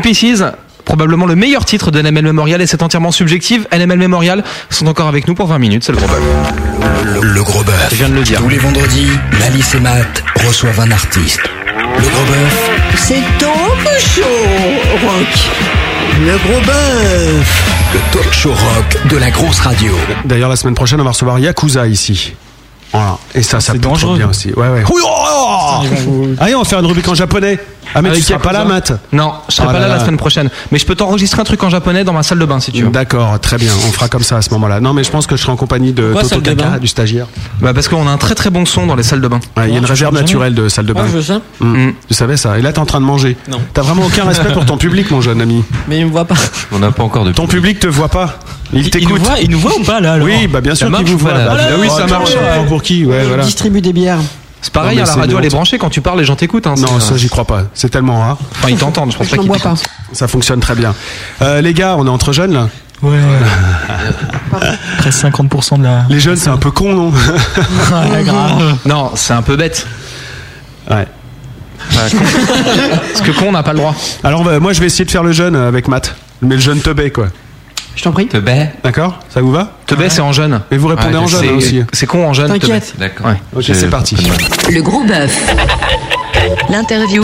Speaker 5: Pieces. Probablement le meilleur titre de NML Memorial et c'est entièrement subjectif. NML Memorial sont encore avec nous pour 20 minutes, c'est le gros bug.
Speaker 2: Le, le gros bœuf.
Speaker 5: Je viens de le dire.
Speaker 2: Tous les vendredis, Malice et Matt reçoivent un artiste. Le gros bœuf,
Speaker 3: C'est donc chaud, Rock. Le gros
Speaker 5: Euh.
Speaker 3: bœuf.
Speaker 2: le talk show rock de la grosse radio.
Speaker 4: D'ailleurs, la semaine prochaine, on va recevoir Yakuza ici. Voilà. Et ça, ça peut être bien aussi. Ouais, ouais. Ouh, oh, oh Allez, on va faire une rubrique en japonais. Ah, mais
Speaker 5: Avec
Speaker 4: tu seras pas
Speaker 5: Yakuza.
Speaker 4: là, Matt
Speaker 5: Non, je serai
Speaker 4: Ah
Speaker 5: pas
Speaker 4: là
Speaker 5: là, la
Speaker 4: là.
Speaker 5: semaine prochaine. Mais je peux t'enregistrer un truc en japonais dans ma salle de bain si tu veux.
Speaker 4: D'accord, très bien. On fera comme ça à ce moment-là. Non, mais je pense que je serai en compagnie de
Speaker 5: Pourquoi
Speaker 4: Toto
Speaker 5: salle de
Speaker 4: Kaka,
Speaker 5: bain
Speaker 4: du stagiaire.
Speaker 5: Bah parce qu'on a un très très bon son dans les salles de bain.
Speaker 4: Ouais, Il y a une réserve naturelle de salle de
Speaker 5: Ah,
Speaker 4: bain.
Speaker 5: je veux ça.
Speaker 4: Mm. Tu savais ça Et là, t'es en train de manger.
Speaker 5: Non.
Speaker 4: T'as vraiment aucun respect pour ton public, mon jeune ami.
Speaker 12: Mais il me voit pas.
Speaker 4: On n'a pas encore de. Ton public te voit pas. Il t'écoute.
Speaker 12: voit- il nous voit ou pas, là, alors
Speaker 4: Oui, bah bien
Speaker 12: Ça
Speaker 4: sûr qu'il
Speaker 12: marche
Speaker 4: vous
Speaker 12: ou pas,
Speaker 4: voit.
Speaker 12: là
Speaker 4: Bah,
Speaker 12: Voilà,
Speaker 4: oui,
Speaker 12: ouais,
Speaker 4: ça
Speaker 12: ouais,
Speaker 4: marche.
Speaker 12: ouais.
Speaker 4: je comprends Pour qui Ouais,
Speaker 12: Il
Speaker 4: voilà.
Speaker 7: distribue des bières.
Speaker 5: Ah C'est pareil,
Speaker 4: Non,
Speaker 5: à
Speaker 4: mais
Speaker 5: la
Speaker 4: c'est
Speaker 5: radio elle est
Speaker 4: honte.
Speaker 5: branchée quand tu parles, les gens t'écoutent. Hein,
Speaker 4: Non,
Speaker 5: c'est-
Speaker 4: ça j'y crois pas. C'est tellement rare.
Speaker 5: Enfin, ils t'entendent, je pense pas
Speaker 7: Je n'en
Speaker 5: qu'ils
Speaker 7: bois pas.
Speaker 5: t'écoutent.
Speaker 4: Ça fonctionne très bien. Euh, les gars, on est entre jeunes là.
Speaker 6: Ouais. Presque 50% de la.
Speaker 4: Les jeunes, c'est un peu con, non
Speaker 6: Ouais, grave.
Speaker 5: Non, c'est un peu bête.
Speaker 4: Ouais.
Speaker 5: Parce que con, on n'a pas le droit.
Speaker 4: Alors on va- moi, je vais essayer de faire le jeune euh, avec Matt. Mais le jeune teubé quoi.
Speaker 7: Je t'en prie.
Speaker 5: Te baie.
Speaker 4: D'accord Ça vous va
Speaker 5: Te baie, c'est en jeune.
Speaker 4: Et vous répondez
Speaker 5: Ouais,
Speaker 4: en
Speaker 5: je
Speaker 4: jeune
Speaker 5: sais.
Speaker 4: hein, aussi.
Speaker 5: C'est con en jeune. te baie.
Speaker 7: T'inquiète.
Speaker 5: D'accord. Ouais.
Speaker 4: Ok, c'est parti.
Speaker 17: Le gros bœuf. L'interview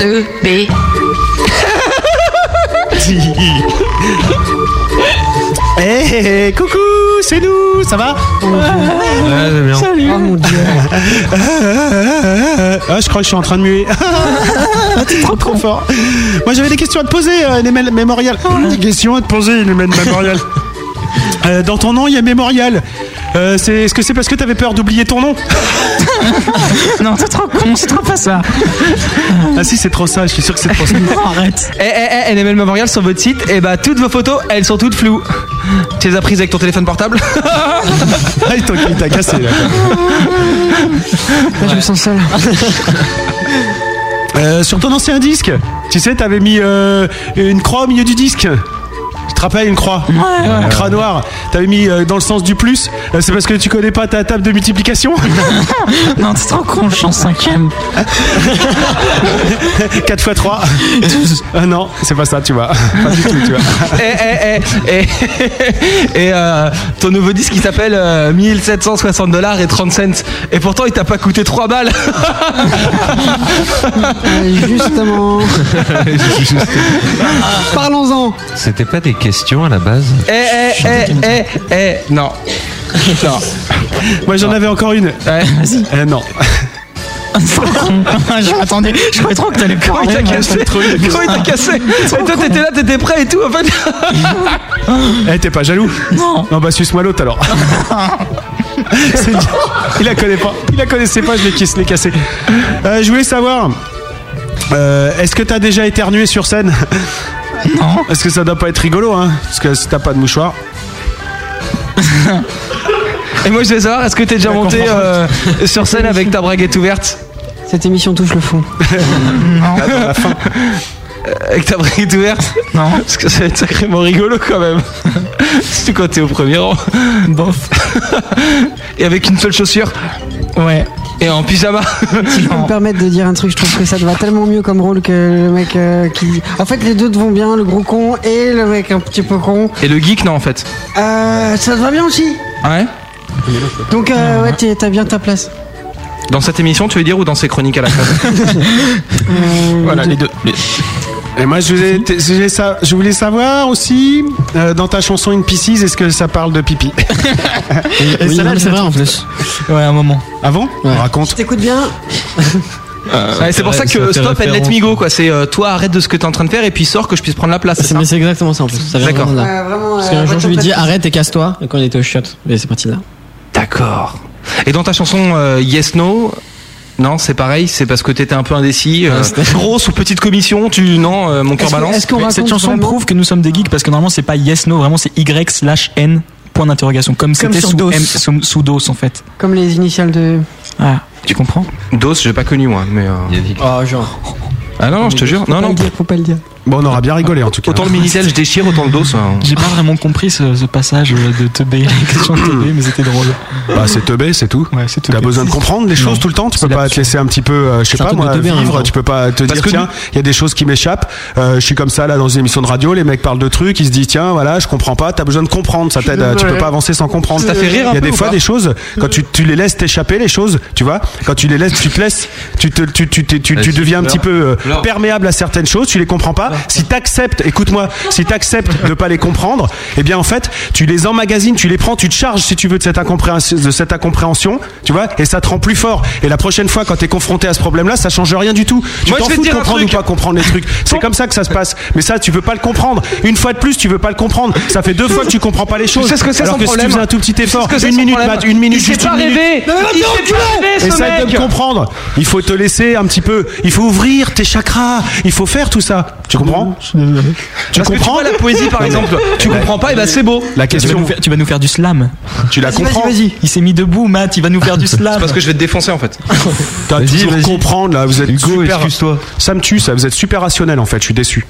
Speaker 17: de B.
Speaker 4: Eh, eh, eh, coucou, c'est nous, ça va
Speaker 5: Ouais, j'aime bien.
Speaker 4: Salut. Oh mon dieu. ah, je crois que je suis en train de muer. Ah, T'es trop trop fort. Moi, j'avais des questions à te poser, euh, Nemel Mémorial.
Speaker 6: Ah,
Speaker 4: Des questions à te poser, Nemel Mémorial. Euh, dans ton nom, il y a Mémorial. Euh, c'est- Est-ce que c'est parce que t'avais peur d'oublier ton nom
Speaker 6: Non, c'est trop con, c'est trop pas ça.
Speaker 4: Ah si, c'est trop ça, je suis sûr que c'est trop ça.
Speaker 6: Arrête.
Speaker 5: Eh, eh, eh, NML Memorial sur votre site, et bah toutes vos photos, elles sont toutes floues. Tu les as prises avec ton téléphone portable
Speaker 4: Ah, il t'a- il t'a cassé, là.
Speaker 7: Là, je me sens seul.
Speaker 4: Euh, sur ton ancien disque, tu sais, t'avais mis euh, une croix au milieu du disque. Tu te rappelles une croix Une croix noire. T'avais mis euh, dans le sens du plus. Euh, c'est parce que tu connais pas ta table de multiplication
Speaker 6: Non, c'est trop con, je suis en cinquième.
Speaker 4: 4 x 3. Ah non, c'est pas ça, tu vois. Pas du tout, tu vois.
Speaker 5: Eh, eh, eh, eh, et euh, ton nouveau disque il s'appelle euh, 1760 dollars et 30 cents. Et pourtant il t'a pas coûté 3 balles.
Speaker 7: Euh, Justement. Parlons-en.
Speaker 23: C'était pas des questions à la base
Speaker 5: Eh, eh, eh, eh, eh, non. Non.
Speaker 4: Moi j'en avais encore une.
Speaker 5: Ouais.
Speaker 4: Eh non.
Speaker 6: C'est trop con. Je m'attendais, je croyais trop que t'allais
Speaker 5: Comment il
Speaker 4: Ah
Speaker 6: pleurer.
Speaker 5: t'a
Speaker 6: moi.
Speaker 5: cassé Comment il t'a cassé Et toi t'étais là, t'étais prêt et tout en fait.
Speaker 4: Eh, t'es pas jaloux
Speaker 6: Non.
Speaker 4: Non, bah, suce-moi l'autre alors. C'est dit. Il la connaît pas. Il la connaissait pas, je l'ai je l'ai cassé. Euh, je voulais savoir. euh, Est-ce que t'as déjà éternué sur scène
Speaker 6: Non.
Speaker 4: Parce que ça doit pas être rigolo, hein Parce que si t'as pas de mouchoir.
Speaker 5: Et moi je vais savoir, est-ce que t'es déjà monté
Speaker 4: comprends.
Speaker 5: euh, sur scène avec ta braguette ouverte
Speaker 7: Cette émission touche le fond.
Speaker 6: Non.
Speaker 5: Euh, Avec ta braguette ouverte
Speaker 6: Non.
Speaker 5: Parce que ça va être sacrément rigolo quand même. Surtout quand t'es au premier rang.
Speaker 6: Bof.
Speaker 5: Et avec une seule chaussure.
Speaker 6: Ouais.
Speaker 5: Et en pyjama.
Speaker 7: Je peux me permettre de dire un truc, je trouve que ça te va tellement mieux comme rôle que le mec euh, qui. En fait, les deux te vont bien, le gros con et le mec un petit peu con.
Speaker 5: Et le geek, non, en fait.
Speaker 7: Euh, ça te va bien aussi.
Speaker 5: Ouais.
Speaker 7: Donc, euh, ouais, t'es- t'as bien ta place.
Speaker 5: Dans cette émission, tu veux dire, ou dans ces chroniques à la con
Speaker 7: Euh,
Speaker 5: Voilà, les deux.
Speaker 4: Et moi, je voulais, t- je voulais sa- je voulais savoir aussi, euh, dans ta chanson Une Piscise, est-ce que ça parle de pipi
Speaker 12: Oui,
Speaker 8: celle-là,
Speaker 12: non, mais
Speaker 8: je
Speaker 12: c'est
Speaker 8: la
Speaker 12: vrai en plus.
Speaker 6: Ouais, un moment.
Speaker 4: Avant Raconte.
Speaker 7: T'écoutes bien
Speaker 5: Ouais, Euh, c'est pour ça que Stop and Let Me Go, quoi. C'est euh, toi, arrête de ce que t'es en train de faire et puis sors que je puisse prendre la place.
Speaker 12: C'est-
Speaker 5: c'est ça
Speaker 12: Mais c'est exactement ça en plus. Ça vient
Speaker 5: D'accord.
Speaker 12: vraiment de là.
Speaker 7: Ouais, vraiment,
Speaker 12: Parce
Speaker 7: euh,
Speaker 12: qu'un
Speaker 7: ouais,
Speaker 12: jour je lui ah.
Speaker 7: t'en
Speaker 12: dis
Speaker 7: fais-
Speaker 12: arrête et casse-toi et quand il était au shot. Et c'est parti de là.
Speaker 5: D'accord. Et dans ta chanson euh, Yes No. Non, c'est pareil, c'est parce que t'étais un peu indécis.
Speaker 12: Ah,
Speaker 5: euh, grosse ou petite commission, tu. Non, euh, mon cœur
Speaker 7: Est-ce que-
Speaker 5: balance.
Speaker 7: est-ce qu'on
Speaker 6: Mais
Speaker 7: raconte
Speaker 6: Cette chanson
Speaker 7: vraiment
Speaker 6: prouve que nous sommes des geeks parce que normalement c'est pas yes no, vraiment c'est Y slash N point d'interrogation comme c'était
Speaker 7: sur
Speaker 6: sous,
Speaker 7: DOS.
Speaker 6: M- sous, sous DOS en fait.
Speaker 7: Comme les initiales de.
Speaker 6: Ah, tu comprends
Speaker 5: Dos, j'ai pas connu moi, mais. euh,
Speaker 12: Oh genre.
Speaker 5: Ah non, non, je te jure. Non,
Speaker 7: Faut pas
Speaker 5: non,
Speaker 7: le dire, faut pas le dire.
Speaker 4: Bon, on aura bien rigolé en tout cas.
Speaker 5: Autant le Minitel, je déchire, autant le hein. dos. ça, on-
Speaker 6: J'ai pas vraiment compris ce, ce passage euh, de Teubé, la question de Teubé, mais c'était drôle.
Speaker 4: Bah, c'est teubé, c'est tout. T'as besoin de comprendre les choses tout le temps. Tu peux pas te laisser un petit peu, euh, je sais
Speaker 6: C'est un
Speaker 4: pas
Speaker 6: truc de
Speaker 4: moi,
Speaker 6: teubé, en même
Speaker 4: vivre.
Speaker 6: temps.
Speaker 4: Tu peux pas te
Speaker 6: Parce
Speaker 4: dire
Speaker 6: que
Speaker 4: tiens, il y a des choses qui m'échappent. Euh, je suis comme ça là dans une émission de radio. Les mecs parlent de trucs. Ils se disent tiens, voilà, je comprends pas. T'as besoin de comprendre. Ça t'aide. euh, Tu peux
Speaker 6: désolé.
Speaker 4: pas avancer sans comprendre.
Speaker 6: Ça fait rire un
Speaker 4: Il y a
Speaker 6: peu
Speaker 4: des
Speaker 6: ou
Speaker 4: fois
Speaker 6: pas
Speaker 4: des choses quand tu, tu les laisses t'échapper les choses. Tu vois, quand tu les laisses, tu te laisses, tu te, tu, tu, tu,
Speaker 5: Eh,
Speaker 4: tu, tu deviens un petit peu euh, perméable à certaines choses. Tu les comprends pas. Si t'acceptes, écoute-moi, si t'acceptes de pas les comprendre, eh bien en fait, tu les emmagasines, tu les prends, tu te charges si tu veux de cette incompréhension, de cette incompréhension, tu vois, et ça te rend plus fort. Et la prochaine fois, quand t'es confronté à ce problème-là, ça change rien du tout. Tu
Speaker 5: Moi,
Speaker 4: t'en
Speaker 5: je vais
Speaker 4: fous
Speaker 5: te
Speaker 4: de
Speaker 5: dire un
Speaker 4: comprendre ou
Speaker 5: truc.
Speaker 4: pas comprendre les trucs. C'est comme ça que ça se passe. Mais ça, tu peux pas le comprendre. Une fois de plus, tu veux pas le comprendre. Ça fait deux fois que tu comprends pas les choses.
Speaker 5: Tu sais ce que c'est
Speaker 4: Alors
Speaker 5: son
Speaker 4: que si
Speaker 5: problème
Speaker 4: tu faisais un tout petit
Speaker 5: Tu sais ce
Speaker 4: effort,
Speaker 5: que c'est
Speaker 4: une
Speaker 5: son
Speaker 4: minute,
Speaker 5: problème
Speaker 4: Matt, une minute,
Speaker 5: Il s'est
Speaker 4: juste
Speaker 5: pas
Speaker 4: une minute.
Speaker 5: rêvé. Non, mais Il maintenant, s'est pas enculé. rêvé, ce
Speaker 4: Essaye de
Speaker 5: mec.
Speaker 4: me comprendre. Il faut te laisser un petit peu. Il faut ouvrir tes chakras. Il faut faire tout ça. Tu comprends Tu
Speaker 5: Parce que tu
Speaker 4: comprends
Speaker 5: vois la poésie, par
Speaker 4: Non, mais-
Speaker 5: exemple. Tu
Speaker 4: Eh ben,
Speaker 5: comprends pas, et bah c'est beau.
Speaker 4: La
Speaker 6: Tu vas
Speaker 4: question.
Speaker 6: nous faire, tu vas nous faire du slam.
Speaker 4: Tu la
Speaker 6: Vas-y,
Speaker 4: comprends
Speaker 6: Vas-y, vas-y. Il s'est mis debout, Matt, il va nous faire du slam.
Speaker 5: C'est parce que je vais te défoncer en fait.
Speaker 4: T'as
Speaker 5: Vas-y,
Speaker 4: toujours
Speaker 5: vas-y.
Speaker 4: comprendre là. Vous êtes super.
Speaker 5: excuse-toi.
Speaker 4: Ça me tue. Ça. Vous êtes super rationnel en fait. Je suis déçu.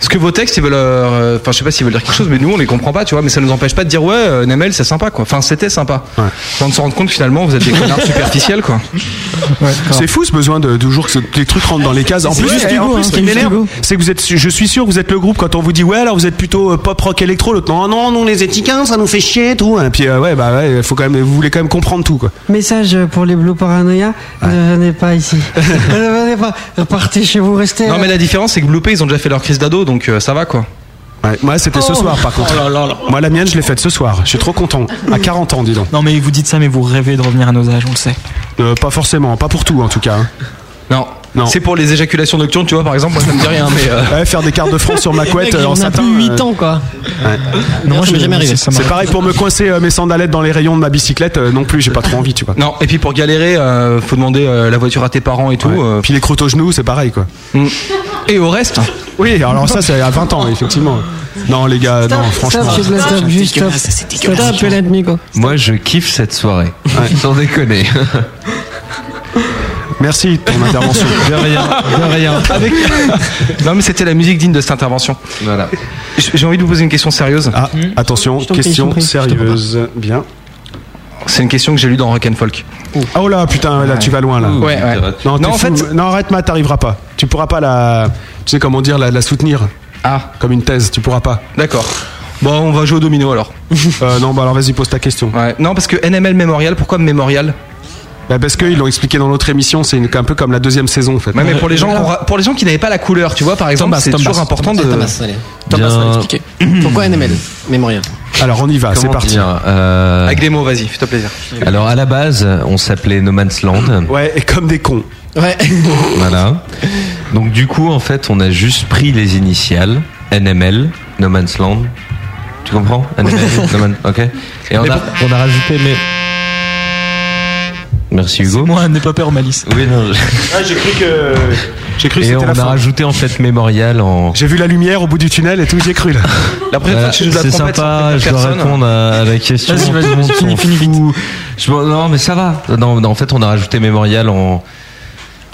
Speaker 5: Parce que vos textes, ils veulent. euh, Enfin, je sais pas s'ils veulent dire quelque chose, mais nous, on les comprend pas, tu vois. Mais ça nous empêche pas de dire, ouais, euh, Namel, c'est sympa, quoi. Enfin, c'était sympa. Sans se rendre compte, finalement, vous êtes des connards superficiels, quoi.
Speaker 4: C'est fou ce besoin de toujours que les trucs rentrent dans les cases. En
Speaker 5: C'est
Speaker 4: plus,
Speaker 5: juste du
Speaker 4: en
Speaker 5: goût,
Speaker 4: plus,
Speaker 5: hein,
Speaker 4: ce
Speaker 5: c'est
Speaker 4: qui
Speaker 5: juste du
Speaker 4: m'énerve,
Speaker 5: goût.
Speaker 4: c'est que vous êtes, je suis sûr, que vous êtes le groupe quand on vous dit ouais, alors vous êtes plutôt euh, pop rock électro, l'autre non, non, non, les étiquins, ça nous fait chier, tout. Et puis euh, ouais, bah ouais, faut quand même, vous voulez quand même comprendre tout, quoi.
Speaker 7: Message pour les bleus paranoïa, ne venez pas ici. ne venez pas, repartez chez vous, restez.
Speaker 5: Non, mais la différence, c'est que Bloopé, ils ont déjà fait leur crise d'ado, donc euh, ça va, quoi.
Speaker 4: Ouais, moi, c'était ce
Speaker 5: Oh.
Speaker 4: soir, par contre.
Speaker 5: Oh là là là.
Speaker 4: Moi, la mienne, je l'ai faite ce soir. Je suis trop content. À 40 ans, dis donc.
Speaker 6: Non, mais vous dites ça, mais vous rêvez de revenir à nos âges, on le sait.
Speaker 4: Euh, pas forcément, pas pour tout, en tout cas. hein.
Speaker 5: Non.
Speaker 4: Non.
Speaker 5: C'est pour les éjaculations nocturnes, tu vois, par exemple, moi, ça me dit rien, mais. euh,
Speaker 4: Ouais, faire des cartes de France sur ma couette euh, en satin. euh,
Speaker 12: ans, quoi.
Speaker 4: ouais.
Speaker 12: Non, moi, je vais jamais arriver.
Speaker 4: C'est pareil pour me coincer euh, mes sandalettes dans les rayons de ma bicyclette, euh, non plus, j'ai pas trop envie, tu vois.
Speaker 5: Non, et puis pour galérer, euh, faut demander euh, la voiture à tes parents et tout. euh.
Speaker 4: Puis les crottes aux genoux, c'est pareil, quoi.
Speaker 5: Mm. Et au reste
Speaker 4: Oui, alors ça, c'est à 20 ans, effectivement. Non, les gars, non, franchement.
Speaker 7: Stop, s'il vous plaît, stop, juste stop. Stop, et l'ennemi, quoi.
Speaker 23: Moi, je kiffe cette soirée. Sans déconner.
Speaker 4: Merci de ton intervention.
Speaker 5: De rien, de rien. Avec... Non, mais c'était la musique digne de cette intervention.
Speaker 23: Voilà.
Speaker 5: J- J'ai envie de vous poser une question sérieuse.
Speaker 4: Ah,
Speaker 5: t'en
Speaker 4: attention,
Speaker 5: prie, je t'en
Speaker 4: question
Speaker 5: prie, je t'en prie.
Speaker 4: sérieuse. Bien.
Speaker 5: C'est une question que j'ai lue dans Rock and Folk.
Speaker 4: Ah, Oh là, putain, là, tu vas loin, là.
Speaker 5: Ouh, Ouais, ouais.
Speaker 4: Non,
Speaker 5: Non, en
Speaker 4: en fait. Non, arrête, Matt, t'arriveras pas. Tu pourras pas la. Tu sais comment dire, la, la soutenir.
Speaker 5: Ah.
Speaker 4: Comme une thèse, tu pourras pas.
Speaker 5: D'accord. Bon, on va jouer au domino alors.
Speaker 4: Euh, non, bah alors vas-y, pose ta question.
Speaker 5: Ouais. Non, parce que NML Memorial, pourquoi Memorial
Speaker 4: Bah, parce qu'ils l'ont expliqué dans l'autre émission, c'est une- un peu comme la deuxième saison, en fait.
Speaker 5: Ouais, mais pour les gens, qu'on ra- pour les gens qui n'avaient pas la couleur, tu vois, par exemple,
Speaker 4: Thomas,
Speaker 5: c'est
Speaker 4: Thomas,
Speaker 5: toujours important de.
Speaker 12: Thomas, allez.
Speaker 5: Thomas,
Speaker 23: Bien.
Speaker 5: on
Speaker 4: Euh.
Speaker 5: va l'expliquer.
Speaker 12: Pourquoi NML Mémorial.
Speaker 4: Alors, on y va, c'est
Speaker 23: Comment
Speaker 4: parti.
Speaker 23: dire, euh,
Speaker 5: Avec des mots, vas-y, fais-toi plaisir.
Speaker 23: Alors, à la base, on s'appelait No Man's Land.
Speaker 4: Ouais, et comme des cons.
Speaker 12: Ouais.
Speaker 23: Voilà. Donc du coup, en fait, on a juste pris les initiales NML, No Man's Land. Tu comprends NML, No Man- Ok. Et on a, on a rajouté mais. Merci Hugo.
Speaker 6: Moi, n'aie pas peur, Malice.
Speaker 23: Oui, non. je-
Speaker 4: j'ai cru que. J'ai cru que
Speaker 23: Et
Speaker 4: c'était
Speaker 23: on
Speaker 4: la
Speaker 23: a
Speaker 4: fin.
Speaker 23: rajouté en fait Mémorial en.
Speaker 4: J'ai vu la lumière au bout du tunnel et tout, j'ai cru là.
Speaker 5: La première
Speaker 23: Voilà,
Speaker 5: fois que tu joues de la
Speaker 23: Euh, c'est
Speaker 5: trompette sans
Speaker 23: sympa,
Speaker 5: prévenir
Speaker 23: je dois
Speaker 5: personne.
Speaker 4: hein.
Speaker 23: répondre à, à la question.
Speaker 6: Vas-y, vas-y,
Speaker 23: Tout le monde
Speaker 6: fini,
Speaker 23: s'en
Speaker 6: fini vite.
Speaker 23: fout. Je m'en- non, mais ça va. Non, non, en fait, on a rajouté Mémorial en.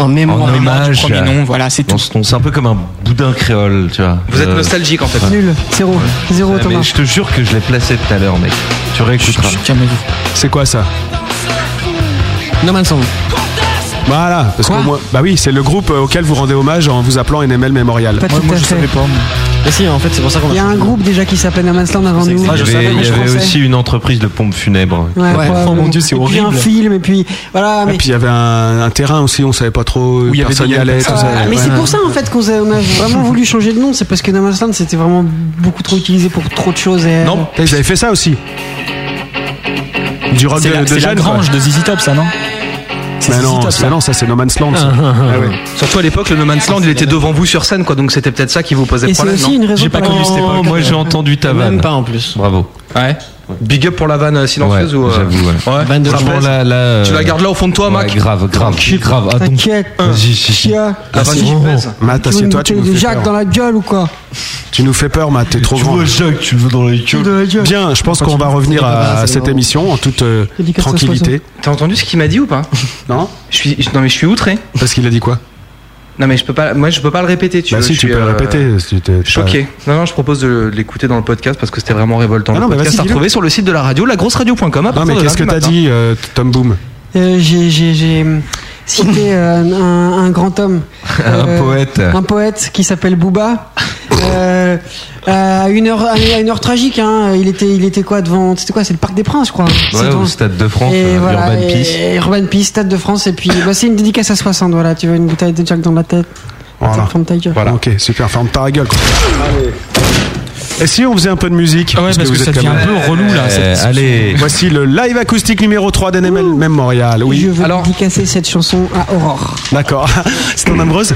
Speaker 12: En mémoire.
Speaker 23: En hommage.
Speaker 6: premier
Speaker 23: à-
Speaker 6: nom, voilà, c'est tout.
Speaker 23: On- on- C'est un peu comme un boudin créole, tu vois.
Speaker 5: Vous êtes
Speaker 23: Euh,
Speaker 5: nostalgique en fait.
Speaker 7: Nul, zéro, zéro,
Speaker 23: Ouais,
Speaker 7: Thomas.
Speaker 23: Eh, mais je te jure que je l'ai placé tout à l'heure, mec. Tu réécouteras.
Speaker 4: C'est quoi ça
Speaker 12: No Man's Land.
Speaker 4: Voilà, parce qu'au moins. Bah oui, c'est le groupe auquel vous rendez hommage en vous appelant NML Memorial.
Speaker 7: Pas tout à fait.
Speaker 12: Mais si, en fait, c'est pour ça qu'on a.
Speaker 7: Il y a un groupe déjà qui s'appelle Amasland avant nous.
Speaker 23: Il y avait, il y avait
Speaker 7: Français.
Speaker 23: aussi oh une entreprise de pompes funèbres.
Speaker 7: Ouais, probablement.
Speaker 6: mon Dieu, c'est
Speaker 7: Et puis un
Speaker 6: horrible.
Speaker 7: film, et puis
Speaker 23: Ah,
Speaker 7: voilà.
Speaker 4: Et
Speaker 7: Mais,
Speaker 4: puis il y avait un, un terrain aussi, on savait pas trop.
Speaker 6: il y avait
Speaker 4: personne
Speaker 6: des-
Speaker 4: y allait,
Speaker 6: il y
Speaker 4: tout
Speaker 6: avait-
Speaker 4: ça.
Speaker 7: Ah, mais
Speaker 4: Ouais.
Speaker 7: c'est pour ça en fait qu'on a, on a vraiment voulu changer de nom, c'est parce que Namasland c'était vraiment beaucoup trop utilisé pour trop de choses. Et,
Speaker 5: Non,
Speaker 4: Et Ils avaient fait ça aussi. Du rock
Speaker 6: C'est
Speaker 4: de,
Speaker 6: la,
Speaker 4: de
Speaker 6: c'est la
Speaker 4: jeunes, quoi.
Speaker 6: grange de Zizi Top, ça, non C'est
Speaker 4: Bah
Speaker 6: ZZ
Speaker 4: non,
Speaker 6: Top,
Speaker 4: bah
Speaker 5: hein.
Speaker 6: ça.
Speaker 4: non, ça c'est No Man's Land. ça. Ah ouais.
Speaker 5: Surtout à l'époque, le No Man's Land, il était devant vous sur scène, quoi. Donc c'était peut-être ça qui vous posait
Speaker 7: et c'est
Speaker 5: problème.
Speaker 7: aussi
Speaker 5: non
Speaker 7: une raison
Speaker 6: J'ai pas
Speaker 7: pour
Speaker 6: connu
Speaker 7: laquelle-
Speaker 4: Oh,
Speaker 6: cette époque.
Speaker 23: moi j'ai entendu ta vanne.
Speaker 12: Même pas en plus.
Speaker 23: Bravo.
Speaker 5: Ouais. Big up pour la vanne euh, silencieuse
Speaker 23: Ouais,
Speaker 5: ou. euh,
Speaker 23: j'avoue, ouais.
Speaker 5: ouais.
Speaker 12: Vanne de
Speaker 23: Franchement,
Speaker 12: Jean.
Speaker 23: là, là, euh,
Speaker 5: Tu la gardes là au fond de toi,
Speaker 23: ouais,
Speaker 5: Mac
Speaker 23: grave, grave,
Speaker 4: Ah,
Speaker 23: grave. Attends.
Speaker 7: T'inquiète,
Speaker 23: Vas-y, Ah, si, si.
Speaker 7: Chia. Ah,
Speaker 5: La vanne qui pèse.
Speaker 4: Matt,
Speaker 7: Tu veux une
Speaker 4: assieds-toi, tu
Speaker 7: bouteille
Speaker 4: nous
Speaker 7: de
Speaker 4: fais
Speaker 7: Jacques dans
Speaker 4: peur.
Speaker 7: la gueule ou quoi
Speaker 4: Tu nous fais peur, Matt, t'es trop grand.
Speaker 23: Jacques, tu le veux dans les
Speaker 7: De la gueule.
Speaker 4: Bien, je pense qu'on va revenir à cette émission en toute euh,
Speaker 7: Il dit que ça soit
Speaker 4: tranquillité.
Speaker 5: T'as entendu ce qu'il m'a dit ou pas
Speaker 4: Non
Speaker 5: je suis... je- Non mais je suis outré.
Speaker 4: Parce qu'il a dit quoi
Speaker 5: Non mais je peux pas, moi je peux pas le répéter. Tu
Speaker 4: Bah
Speaker 5: vois,
Speaker 4: si,
Speaker 5: je
Speaker 4: tu
Speaker 5: suis,
Speaker 4: peux le
Speaker 5: euh,
Speaker 4: répéter, si t'es-
Speaker 5: Choqué. Non non, je propose de l'écouter dans le podcast parce que c'était vraiment révoltant.
Speaker 4: Ah
Speaker 5: le
Speaker 4: non, mais
Speaker 5: podcast
Speaker 4: vas-y,
Speaker 5: à
Speaker 4: dis-le.
Speaker 5: retrouver sur le site de la radio, lagrosseradio.com. à
Speaker 4: Non,
Speaker 5: partir
Speaker 4: mais
Speaker 5: de
Speaker 4: qu'est-ce que
Speaker 5: lundi
Speaker 4: t'as
Speaker 5: matin.
Speaker 4: dit, euh, Tom Boom
Speaker 7: Euh, j'ai- J'ai j'ai cité euh, un, un grand homme. Euh,
Speaker 23: Un poète.
Speaker 7: Un poète qui s'appelle Booba. Euh, à une heure, à une heure tragique, hein. Il était, il était quoi devant C'était quoi C'est le Parc des Princes, je crois. C'est
Speaker 23: Ouais,
Speaker 7: devant-
Speaker 23: au Stade de France,
Speaker 7: Et
Speaker 23: euh,
Speaker 7: voilà,
Speaker 23: Urban
Speaker 7: et-
Speaker 23: Peace.
Speaker 7: et Urban Peace, Stade de France. Et puis, bah, c'est une dédicace à 60. Voilà, tu veux une bouteille de Jack dans la tête.
Speaker 4: Voilà.
Speaker 7: Ferme ta gueule.
Speaker 4: Voilà. Ok, super, ferme ta gueule. quoi. Et si on faisait un peu de musique
Speaker 6: ouais, parce que
Speaker 4: vous
Speaker 6: ça
Speaker 4: êtes
Speaker 6: devient
Speaker 4: quand même- euh,
Speaker 6: un peu relou, là, cette discussion.
Speaker 4: allez. Voici le live acoustique numéro 3 d'NML Memorial. Oui.
Speaker 7: Je veux dédicacer cette chanson à Aurore.
Speaker 4: D'accord. C'est ton amoureuse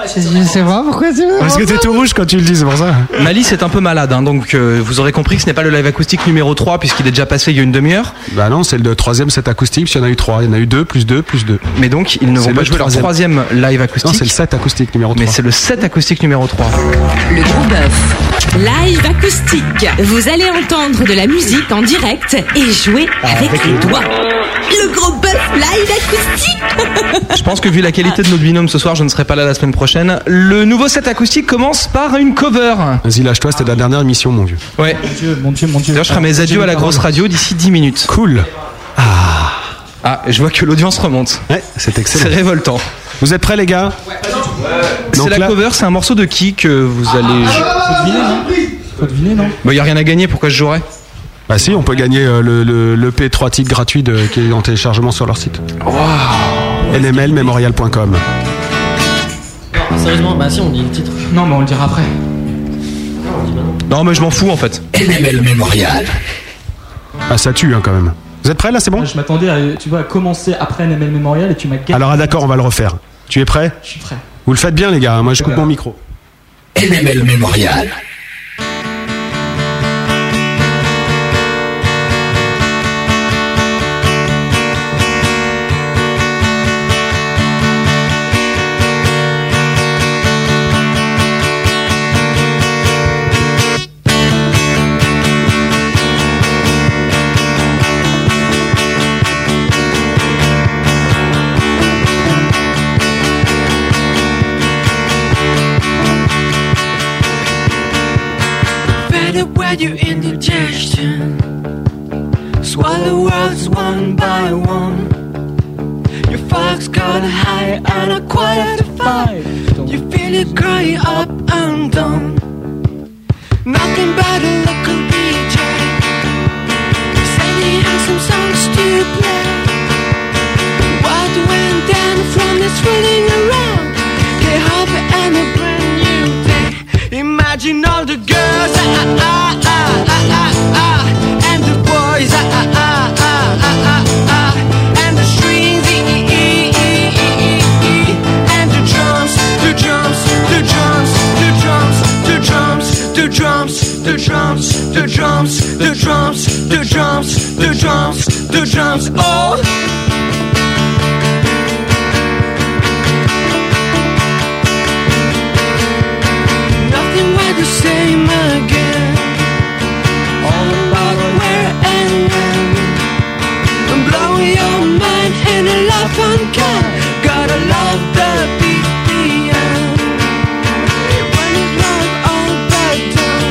Speaker 7: Je je sais pas pourquoi c'est
Speaker 4: Parce que t'es tout rouge quand tu le dis, c'est pour ça.
Speaker 5: Malice est un peu malade, hein, donc euh, vous aurez compris que ce n'est pas le live acoustique numéro 3 puisqu'il est déjà passé il y a une demi-heure.
Speaker 4: Bah non, c'est le troisième set acoustique, parce qu'il y en a eu trois. Il y en a eu deux, plus deux, plus deux.
Speaker 5: Mais donc, ils ne
Speaker 4: C'est
Speaker 5: vont pas
Speaker 4: le
Speaker 5: jouer leur
Speaker 4: troisième.
Speaker 5: troisième live acoustique.
Speaker 4: Non, c'est le set acoustique numéro 3.
Speaker 5: Mais c'est le set acoustique numéro 3.
Speaker 24: Le gros bœuf. Live acoustique. Vous allez entendre de la musique en direct et jouer Ah, avec, les doigts. Le gros bœuf live acoustique.
Speaker 5: Je pense que vu la qualité de notre binôme ce soir, je ne serai pas là la semaine prochaine. Le nouveau set acoustique commence par une cover.
Speaker 4: Vas-y, lâche-toi, c'était la dernière émission, mon vieux.
Speaker 5: Ouais. Mon Dieu, mon Dieu, mon Dieu. D'ailleurs, je ferai mes adieux à la grosse radio d'ici 10 minutes.
Speaker 4: Cool.
Speaker 5: Ah, je vois que l'audience remonte.
Speaker 4: Ouais, c'est excellent.
Speaker 5: C'est révoltant.
Speaker 4: Vous êtes prêts, les gars
Speaker 5: C'est
Speaker 4: Donc
Speaker 5: la
Speaker 4: là-
Speaker 5: cover, c'est un morceau de qui que vous allez.
Speaker 6: Faut deviner, non
Speaker 5: Bah, y a rien à gagner, pourquoi je jouerais
Speaker 4: Bah si, on peut gagner euh, le, le, le P3 titre gratuit de- qui est en téléchargement sur leur site. nmlmemorial.com.
Speaker 12: Sérieusement, bah si, on dit le titre.
Speaker 6: Non, mais on le dira après.
Speaker 5: Non, mais je m'en fous en fait.
Speaker 2: NML Memorial.
Speaker 4: Ah, ça tue hein, quand même. Vous êtes prêts là, c'est bon
Speaker 6: Je m'attendais à, tu vois, à commencer après NML Memorial et tu m'as gagné.
Speaker 4: Alors, ah, d'accord, on va le refaire. Tu es prêt Je suis
Speaker 6: prêt.
Speaker 4: Vous le faites bien, les gars. hein, Moi, je coupe mon micro.
Speaker 2: NML Memorial.
Speaker 15: Better when you indigestion. Swallow words one by one. Your fox got high and a quarter to five. You feel it growing up and down. Nothing but a local DJ. Said he has some songs to play. What went down from the swirling around? Get up and a brand new day. Imagine all the girls ah, ah, ah, ah, ah, ah, ah, and the boys ah, ah, ah, ah, ah, ah, ah, and the strings ee, ee, ee, ee, ee, ee, and the drums, the drums, the drums, the drums, the drums, the drums, the drums, the drums, the drums, the drums, the drums, the drums, oh. Nothing were the same again. All about where and when. I'm blowing your mind in a love uncut. Gotta love the BPM. When is love all but done?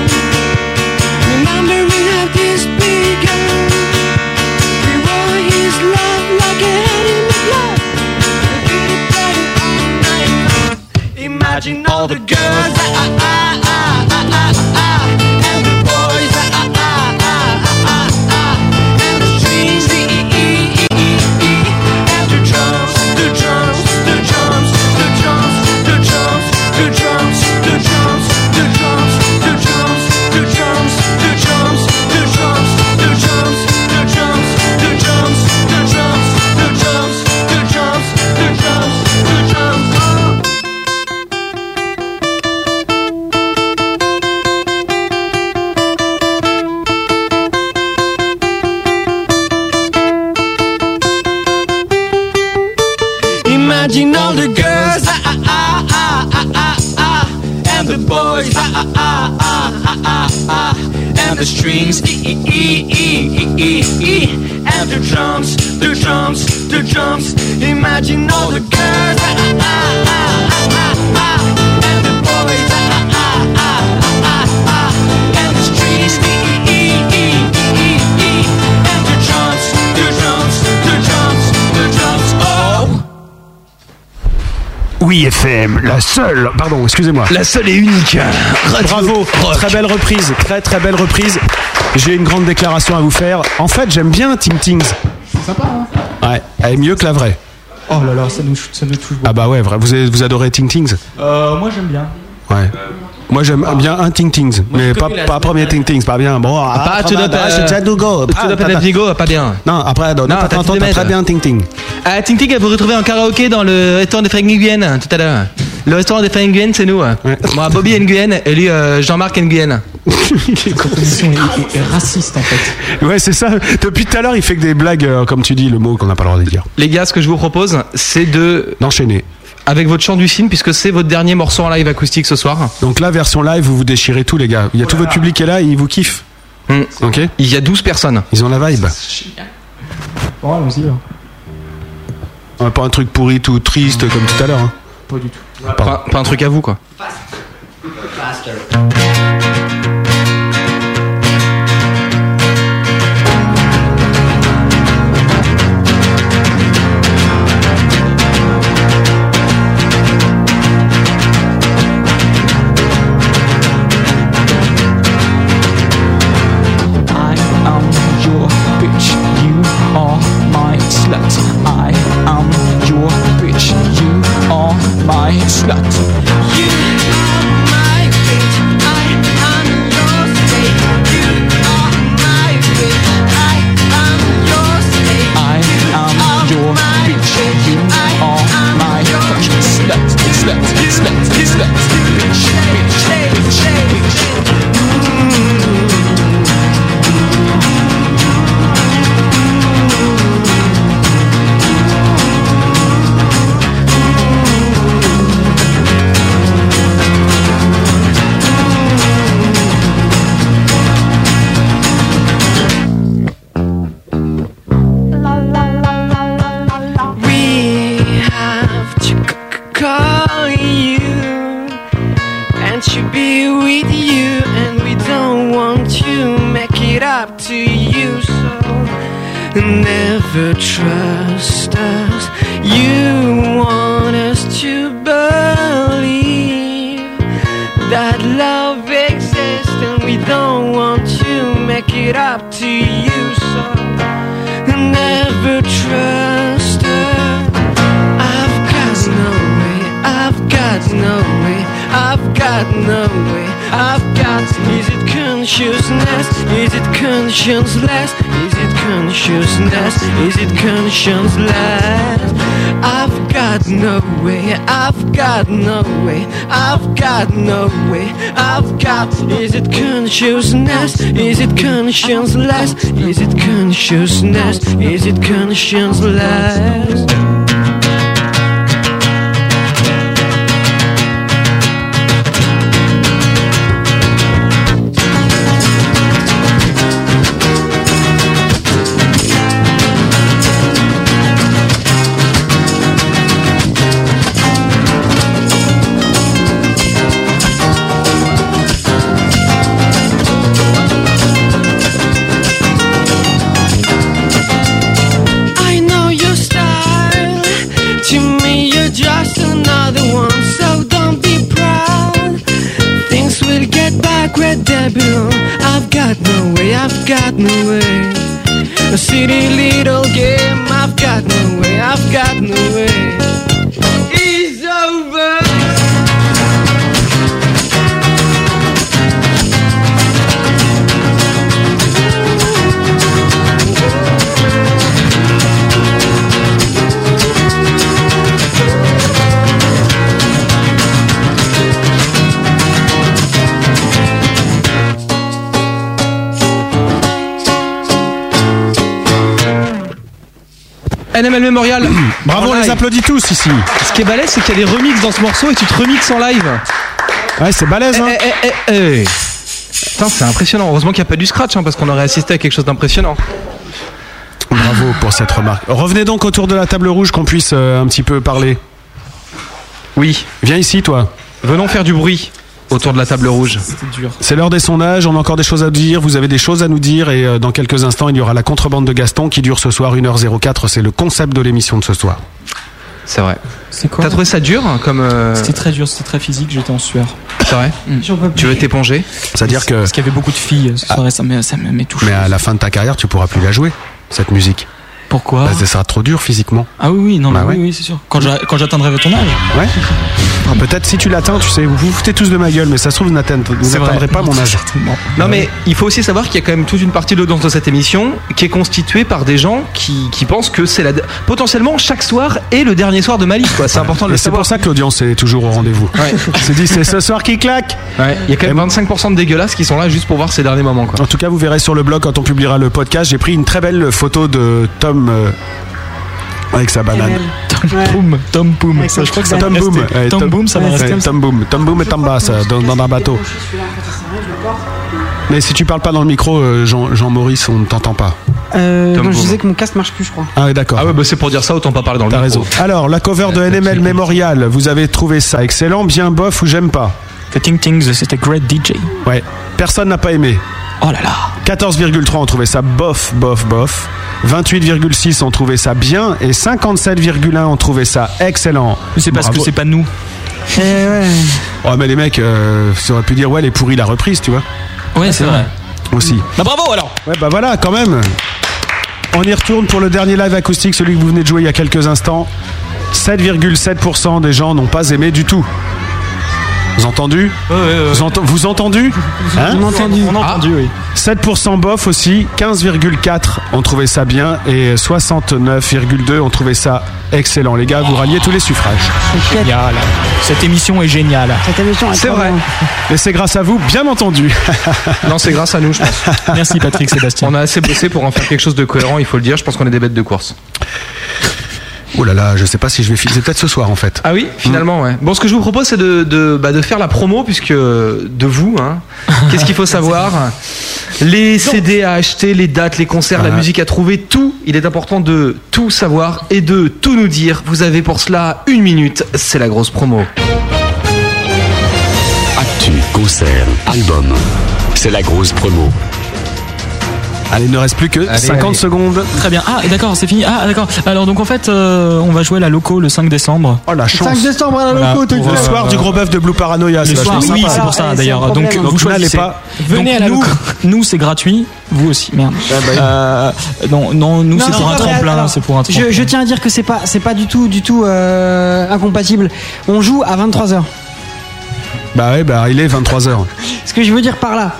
Speaker 15: Remembering how this began. We were his love like a enemy love. We did it better all night long. Imagine all the girls ah, ah, ah, ah, ah, ah, ah, and the boys ah, ah, ah, ah, ah, ah, and the strings e, ee, ee, ee, ee, ee, ee, e, and the drums, the drums, the drums, the drums, the drums, the drums, the drums, the drums, the drums, the drums, the drums, the drums, the drums, the drums, the drums, the drums, the drums, the drums, the drums, the drums. oh. Imagine all the girls, ah ah ah ah ah ah ah, and the boys, ah ah ah ah ah ah ah, and the strings, e, ee ee ee ee ee ee ee, e, and the drums, the drums, the drums. Imagine all the girls, ah ah ah ah ah ah e, Oh,
Speaker 4: Oui FM, la seule, pardon, excusez-moi.
Speaker 2: La seule et unique.
Speaker 5: euh,
Speaker 4: Bravo, très belle reprise, très très belle reprise. J'ai une grande déclaration à vous faire. En fait, j'aime bien Tim Tings.
Speaker 6: C'est sympa, hein
Speaker 4: Ouais, elle est mieux que la vraie.
Speaker 6: Oh là là, ça nous, ça nous touche beaucoup.
Speaker 4: Ah bah ouais, vrai. Vous, avez- vous adorez Ting Tings
Speaker 6: Euh, moi j'aime bien.
Speaker 4: Ouais. Moi j'aime bien un Ting Tings, mais pas,
Speaker 6: connais la
Speaker 4: pas un premier Ting Tings, pas bien. Bon,
Speaker 2: Pas tout de
Speaker 4: ah,
Speaker 5: euh,
Speaker 4: c'est déjà Dougo.
Speaker 2: Tout de
Speaker 4: Ah,
Speaker 2: Diego, pas bien.
Speaker 4: Non, après, non,
Speaker 2: Non,
Speaker 4: t'as-
Speaker 2: t'as
Speaker 4: t'entends
Speaker 2: fait des
Speaker 4: très
Speaker 2: mètres.
Speaker 4: bien Ting Ting.
Speaker 5: Euh,
Speaker 2: Ah, Ting Ting, elle vous retrouver en karaoké dans le restaurant des frères
Speaker 5: hein,
Speaker 2: Nguyen tout à l'heure. Le restaurant des frères Nguyen, c'est nous. Moi, Bobby Nguyen et lui, euh, Jean-Marc Nguyen.
Speaker 6: Composition est, est- est raciste en fait.
Speaker 4: Ouais, c'est ça. Depuis tout à l'heure, il fait que des blagues, euh, comme tu dis, le mot qu'on n'a pas le droit de dire.
Speaker 5: Les gars, ce que je vous propose, c'est de.
Speaker 4: D'enchaîner.
Speaker 5: Avec votre chant du film, puisque c'est votre dernier morceau en live acoustique ce soir.
Speaker 4: Donc là, version live, vous vous déchirez tout, les gars. Il y a tout votre public qui est là et il vous kiffe. Ok
Speaker 5: Hmm. Il y a 12 personnes.
Speaker 4: Ils ont la vibe.
Speaker 6: Bon, allons-y. hein.
Speaker 4: Ouais, pas un truc pourri, tout triste, comme tout à l'heure. hein.
Speaker 6: Pas du tout.
Speaker 5: Pas, pas un truc à vous, quoi.
Speaker 15: I am your bitch, you are my slut. I am your bitch, you are my slut. You are my bitch, I am your slave. You are my bitch, I am your slave. I am your bitch, you are my fucking slut, slut, slut, slut, bitch, bitch, bitch, bitch.
Speaker 9: We have to c- c- call you and to be with you, and we don't want to make it up to you, so never trust us. You want us to believe that love exists, and we don't want to make it up to you, so never trust her. I've got no way, I've got no way, I've got no way, I've got. Is it consciousness? Is it conscienceless? Is it consciousness? Is it conscienceless? I've got no way, I've got no way, I've got no way, I've got. Is it consciousness? Is it conscienceless? Is it consciousness? Is it conscienceless? I know your style. To me, you're just another one, so don't be proud. Things will get back where they belong. I've got no way, I've got no way. A city little game, I've got no way, I've got no way. It's over.
Speaker 5: NML Memorial.
Speaker 4: Bravo,
Speaker 5: En
Speaker 4: on les
Speaker 5: live.
Speaker 4: applaudit tous ici.
Speaker 5: Ce qui est balèze, c'est qu'il y a des remixes dans ce morceau et tu te remixes en live. Eh,
Speaker 4: Ouais, c'est balèze, hein.
Speaker 5: Putain, c'est impressionnant. Heureusement qu'il n'y a pas du scratch, hein, parce qu'on aurait assisté à quelque chose d'impressionnant.
Speaker 4: Bravo pour cette remarque. Revenez donc autour de la table rouge qu'on puisse euh, un petit peu parler.
Speaker 5: Oui.
Speaker 4: Viens ici, toi.
Speaker 5: Venons faire du bruit autour de la table rouge.
Speaker 4: C'est l'heure des sondages, on a encore des choses à dire, vous avez des choses à nous dire et euh, dans quelques instants il y aura la contrebande de Gaston qui dure ce soir 1h04, c'est le concept de l'émission de ce soir.
Speaker 5: C'est vrai.
Speaker 6: C'est
Speaker 5: T'as trouvé ça dur comme. euh,
Speaker 6: C'était très dur, c'était très physique, j'étais en sueur. Mm.
Speaker 5: C'est vrai Tu veux t'éponger
Speaker 4: C'est-à-dire que. Parce
Speaker 6: qu'il y avait beaucoup de filles ce soir ça me, ça me met tout
Speaker 4: Mais à la fin de ta carrière, tu pourras plus la jouer, cette musique.
Speaker 6: Pourquoi
Speaker 4: Parce que ça sera trop dur physiquement.
Speaker 6: Ah oui, oui, non,
Speaker 4: Bah
Speaker 6: mais
Speaker 4: ouais.
Speaker 6: oui, oui, c'est sûr. Quand j'a- quand j'atteindrai ton âge.
Speaker 4: Ouais. Peut-être si tu l'atteins, tu sais, vous vous foutez tous de ma gueule, mais ça se trouve, vous n'atteint- vous
Speaker 5: C'est vrai.
Speaker 4: n'atteindrez pas mon âge.
Speaker 5: Non mais il faut aussi savoir qu'il y a quand même toute une partie de l'audience de cette émission qui est constituée par des gens qui, qui pensent que c'est la potentiellement chaque soir est le dernier soir de Malice quoi. C'est important de
Speaker 4: Et
Speaker 5: le
Speaker 4: c'est
Speaker 5: savoir.
Speaker 4: pour ça que l'audience est toujours au rendez-vous. C'est dit, c'est ce soir qui claque.
Speaker 5: Il y a quand même 25% de dégueulasses qui sont là juste pour voir ces derniers moments quoi.
Speaker 4: En tout cas, vous verrez sur le blog quand on publiera le podcast, j'ai pris une très belle photo de Tom euh, avec sa banane.
Speaker 6: Poum, Tom Poum. Ça, je crois que ça va
Speaker 4: Tom
Speaker 6: rester.
Speaker 4: Boom. Ouais,
Speaker 6: Tom Boom, ça va
Speaker 4: Ouais,
Speaker 6: rester. comme ça.
Speaker 4: Tom Boom. Tom Boom et Tamba, ça, dans, dans un bateau. Mais si tu parles pas dans le micro, euh, Jean- Jean-Maurice, on ne t'entend pas.
Speaker 7: Euh,
Speaker 4: Tom
Speaker 7: non, je
Speaker 4: Boom.
Speaker 7: disais que mon casque marche plus, je crois.
Speaker 4: Ah, ouais, d'accord.
Speaker 5: Ah ouais bah c'est pour dire ça autant pas parler dans le
Speaker 4: T'as
Speaker 5: micro. Euh,
Speaker 4: raison. Alors, la cover de NML Memorial, vous avez trouvé ça excellent, bien bof ou j'aime pas
Speaker 6: Cutting Things, c'était Great DJ.
Speaker 4: Ouais. Personne n'a pas aimé.
Speaker 6: Oh là là.
Speaker 4: 14,3 ont trouvé ça bof, bof, bof. 28,6 ont trouvé ça bien. Et 57,1 ont trouvé ça excellent.
Speaker 6: C'est parce que c'est pas nous.
Speaker 4: Oh, mais les mecs, euh, ça aurait pu dire, ouais, les pourris la reprise, tu vois.
Speaker 6: Ouais, c'est vrai.
Speaker 4: Aussi.
Speaker 6: Bah bravo alors
Speaker 4: Ouais, bah voilà, quand même. On y retourne pour le dernier live acoustique, celui que vous venez de jouer il y a quelques instants. 7,7% des gens n'ont pas aimé du tout. Vous entendu Vous, ent- vous entendu Hein
Speaker 7: On a entendu.
Speaker 6: On a entendu, oui.
Speaker 4: 7% bof aussi, 15,4 ont trouvé ça bien et 69,2 ont trouvé ça excellent. Les gars, vous ralliez tous les suffrages.
Speaker 6: Génial. Cette émission est géniale.
Speaker 7: Cette émission est
Speaker 4: C'est
Speaker 7: pas
Speaker 4: vrai.
Speaker 7: mal.
Speaker 4: Et c'est grâce à vous, bien entendu.
Speaker 5: Non c'est grâce à nous je pense.
Speaker 6: Merci Patrick Sébastien.
Speaker 5: On a assez bossé pour en faire quelque chose de cohérent il faut le dire je pense qu'on est des bêtes de course.
Speaker 4: Oh là là, je sais pas si je vais filer. C'est peut-être ce soir en fait.
Speaker 5: Ah oui, finalement, ouais. Bon, ce que je vous propose, c'est de, de, bah, de faire la promo, puisque euh, de vous, hein. qu'est-ce qu'il faut savoir Les CD à acheter, les dates, les concerts, la musique à trouver, tout. Il est important de tout savoir et de tout nous dire. Vous avez pour cela une minute, c'est la grosse promo.
Speaker 2: Actu, concert, album. C'est la grosse promo.
Speaker 4: Allez, il ne reste plus que 50 secondes.
Speaker 6: Très bien. Ah, et d'accord, c'est fini. Ah, d'accord. Alors, donc en fait, euh, on va jouer la loco le 5 décembre.
Speaker 4: Oh la chance.
Speaker 7: 5 décembre à la
Speaker 6: Voilà,
Speaker 7: loco, t'as
Speaker 6: pour, euh,
Speaker 4: Le
Speaker 7: dit.
Speaker 4: soir du gros bœuf de Blue Paranoia.
Speaker 6: Le
Speaker 4: c'est
Speaker 6: soir,
Speaker 4: vachement
Speaker 6: oui,
Speaker 4: sympa.
Speaker 6: c'est pour ça d'ailleurs. Donc,
Speaker 7: hein.
Speaker 4: problème.
Speaker 6: vous
Speaker 4: Vous n'allez
Speaker 6: choisissez.
Speaker 4: pas.
Speaker 6: Donc,
Speaker 4: à la
Speaker 6: nous, nous, c'est gratuit. Vous aussi, merde.
Speaker 4: Ah, bah
Speaker 6: Euh, non, non, nous,
Speaker 7: Non,
Speaker 6: c'est
Speaker 7: non,
Speaker 6: pour,
Speaker 7: non,
Speaker 6: un
Speaker 7: mais
Speaker 6: tremplin.
Speaker 7: alors,
Speaker 6: C'est pour un tremplin.
Speaker 7: Je, je tiens à dire que c'est pas, c'est pas du tout, du tout euh, incompatible. On joue à 23h.
Speaker 4: Bah ouais, bah il est 23h.
Speaker 7: Ce que je veux dire par là.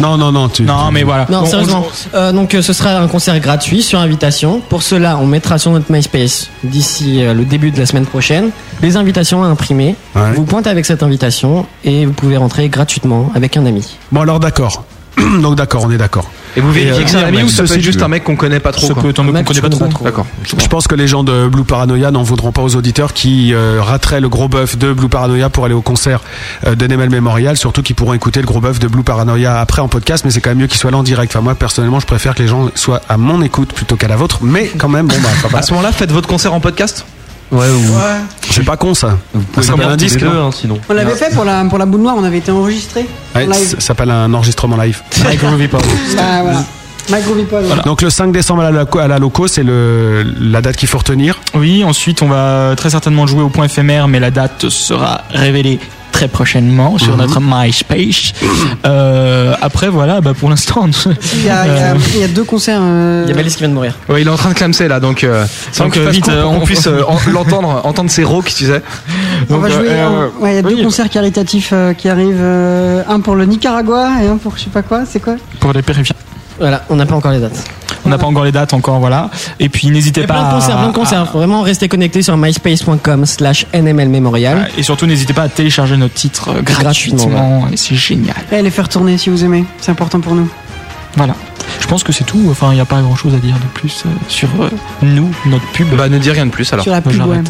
Speaker 4: Non, non, non. Tu...
Speaker 6: Non, mais voilà.
Speaker 12: Non,
Speaker 6: Bon, on-
Speaker 12: sérieusement. Euh, donc, euh, ce sera un concert gratuit sur invitation. Pour cela, on mettra sur notre MySpace d'ici euh, le début de la semaine prochaine les invitations à imprimer.
Speaker 4: Ouais.
Speaker 12: Vous pointez avec cette invitation et vous pouvez rentrer gratuitement avec un ami.
Speaker 4: Bon alors d'accord. Donc d'accord, on est d'accord.
Speaker 5: Et vous vérifiez
Speaker 4: euh,
Speaker 5: que c'est un ami
Speaker 4: même
Speaker 5: ou ça peut
Speaker 4: ceci,
Speaker 5: être juste
Speaker 4: tu
Speaker 5: un mec qu'on connaît pas trop.
Speaker 6: Ça
Speaker 5: quoi.
Speaker 6: peut être
Speaker 4: Ah,
Speaker 6: un mec
Speaker 12: Mec,
Speaker 6: qu'on connaît
Speaker 12: tu
Speaker 6: pas trop.
Speaker 12: comprends trop.
Speaker 5: D'accord.
Speaker 4: Je pense que les gens de Blue Paranoia n'en voudront pas aux auditeurs qui euh, rateraient le gros bœuf de Blue Paranoia pour aller au concert euh, d'Enemel Memorial, surtout qu'ils pourront écouter le gros bœuf de Blue Paranoia après en podcast, mais c'est quand même mieux qu'il soit là en direct. Enfin, moi, personnellement, je préfère que les gens soient à mon écoute plutôt qu'à la vôtre, mais quand même, bon, bah, enfin,
Speaker 5: À
Speaker 4: voilà.
Speaker 5: ce moment-là, faites votre concert en podcast
Speaker 23: Ouais, ou.
Speaker 4: c'est pas con ça. Ça
Speaker 23: Vous
Speaker 4: s'appelle un disque,
Speaker 23: deux,
Speaker 4: non Ah.
Speaker 23: hein, sinon.
Speaker 7: On l'avait fait pour la, pour la boule noire, on avait été enregistré.
Speaker 4: Ouais,
Speaker 7: en live.
Speaker 4: Ça s'appelle un enregistrement live.
Speaker 7: Ah, voilà. Mike Groovy Pod, voilà.
Speaker 4: Donc le 5 décembre à la, loco- à la loco, c'est le- la date qu'il faut retenir.
Speaker 6: Oui, ensuite on va très certainement jouer au point éphémère, mais la date sera révélée très prochainement
Speaker 4: Mhm.
Speaker 6: sur notre MySpace. Euh, après, voilà, bah, pour l'instant. Euh,
Speaker 7: Il y, a, il y a- il y a deux concerts. euh,
Speaker 12: Il y a Malice qui vient de mourir.
Speaker 5: Ouais, il est en train de clamser là, donc. euh, sans
Speaker 6: Donc,
Speaker 5: qu'il
Speaker 6: euh,
Speaker 5: fasse
Speaker 6: vite,
Speaker 5: court pour
Speaker 6: euh,
Speaker 5: qu'on
Speaker 6: on-
Speaker 5: puisse euh, en- l'entendre, entendre ses rauques, tu sais.
Speaker 7: On
Speaker 5: Donc,
Speaker 7: va
Speaker 5: euh,
Speaker 7: jouer.
Speaker 5: euh,
Speaker 7: un- ouais, il y a deux concerts caritatifs euh, qui arrivent. euh, un pour le Nicaragua et un pour je sais pas quoi. C'est quoi
Speaker 6: Pour les périphériques.
Speaker 12: Voilà, on n'a pas encore les dates.
Speaker 6: On n'a pas encore les dates, encore, voilà. Et puis n'hésitez
Speaker 12: Et
Speaker 6: pas.
Speaker 12: plein de concerts,
Speaker 6: à-
Speaker 12: plein de concerts.
Speaker 6: Ah.
Speaker 12: Faut vraiment rester connecté sur myspace.com slash NML Memorial.
Speaker 6: Et surtout, n'hésitez pas à télécharger notre titre euh,
Speaker 12: Gratuitement,
Speaker 6: gratuitement. et C'est génial.
Speaker 7: Allez Eh, les faire tourner si vous aimez. C'est important pour nous.
Speaker 6: Voilà. Je pense que c'est tout. Enfin, il n'y a pas grand chose à dire de plus euh, sur euh, nous, notre pub.
Speaker 5: Bah, ne dis rien de plus alors.
Speaker 7: Sur la
Speaker 6: moi,
Speaker 7: pub
Speaker 6: j'arrête.
Speaker 7: web.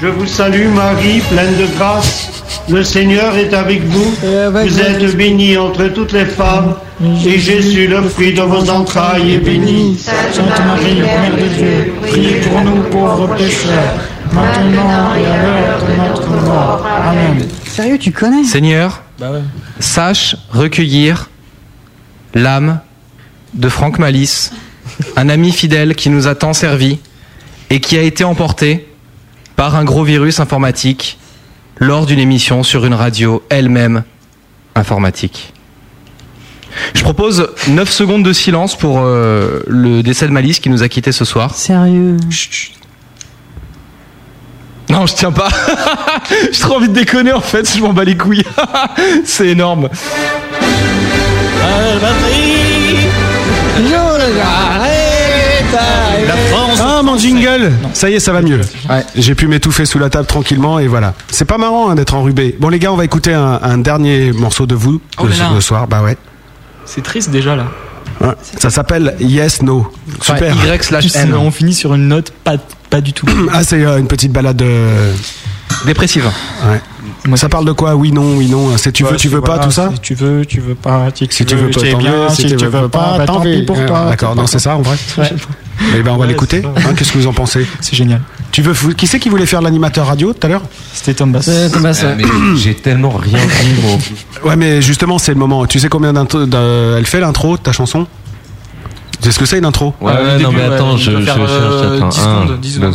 Speaker 25: Je vous salue Marie, pleine de grâce. Le Seigneur est avec vous. vous êtes bénie entre toutes les femmes. Et Jésus, le fruit de vos entrailles, est béni.
Speaker 16: Sainte Marie, Mère de Dieu, priez pour nous pauvres pécheurs, maintenant et à l'heure de notre mort. Amen.
Speaker 7: Sérieux, tu connais
Speaker 5: Seigneur, sache recueillir l'âme de Franck Malice, un ami fidèle qui nous a tant servi et qui a été emporté par un gros virus informatique lors d'une émission sur une radio elle-même informatique. Je propose 9 secondes de silence pour euh, le décès de Malice qui nous a quittés ce soir.
Speaker 26: Sérieux
Speaker 5: Non, je tiens pas. J'ai trop envie de déconner en fait, je m'en bats les couilles. C'est énorme.
Speaker 4: Ah, mon jingle Ça y est, ça va mieux. J'ai pu m'étouffer sous la table tranquillement et voilà. C'est pas marrant hein, d'être enrubé. Bon, les gars, on va écouter un, un dernier morceau de vous
Speaker 6: Oh
Speaker 4: de
Speaker 6: là là.
Speaker 4: ce soir. Bah ouais.
Speaker 6: C'est triste déjà là.
Speaker 4: Ouais. Ça s'appelle Yes No. Super.
Speaker 6: N. On finit sur une note pas, pas du tout.
Speaker 4: Ah, c'est euh, une petite balade.
Speaker 5: Dépressive.
Speaker 4: Ça parle de quoi Oui, non, oui, non. C'est tu
Speaker 6: Ouais,
Speaker 4: veux, tu
Speaker 6: Bah, c'est-
Speaker 4: veux pas,
Speaker 6: voilà,
Speaker 4: tout ça
Speaker 6: Si tu veux, tu veux pas. Si tu,
Speaker 4: Si tu veux pas,
Speaker 6: t'es
Speaker 4: tant
Speaker 6: bien.
Speaker 4: mieux.
Speaker 6: Si, tu veux pas, bah, tant pis pour
Speaker 4: Ouais,
Speaker 6: toi.
Speaker 4: D'accord, non, c'est ça en vrai.
Speaker 6: Ouais.
Speaker 4: Eh ben, on va
Speaker 6: Ouais,
Speaker 4: l'écouter.
Speaker 6: c'est
Speaker 4: hein, Qu'est-ce que vous en pensez
Speaker 6: C'est génial.
Speaker 4: Tu veux fou- qui c'est qui voulait faire l'animateur radio tout à l'heure
Speaker 6: C'était Tom Bass.
Speaker 5: Ah,
Speaker 27: Euh, mais J'ai tellement rien dit, moi.
Speaker 4: Ouais, mais justement, c'est le moment. Tu sais combien d'intro d'un- elle fait l'intro de ta chanson C'est ce que c'est une intro
Speaker 6: Ah
Speaker 27: Ouais, ouais, non, mais attends, je, je, je cherche. Attends,
Speaker 6: 10
Speaker 27: un,
Speaker 6: euh, secondes, 10 secondes,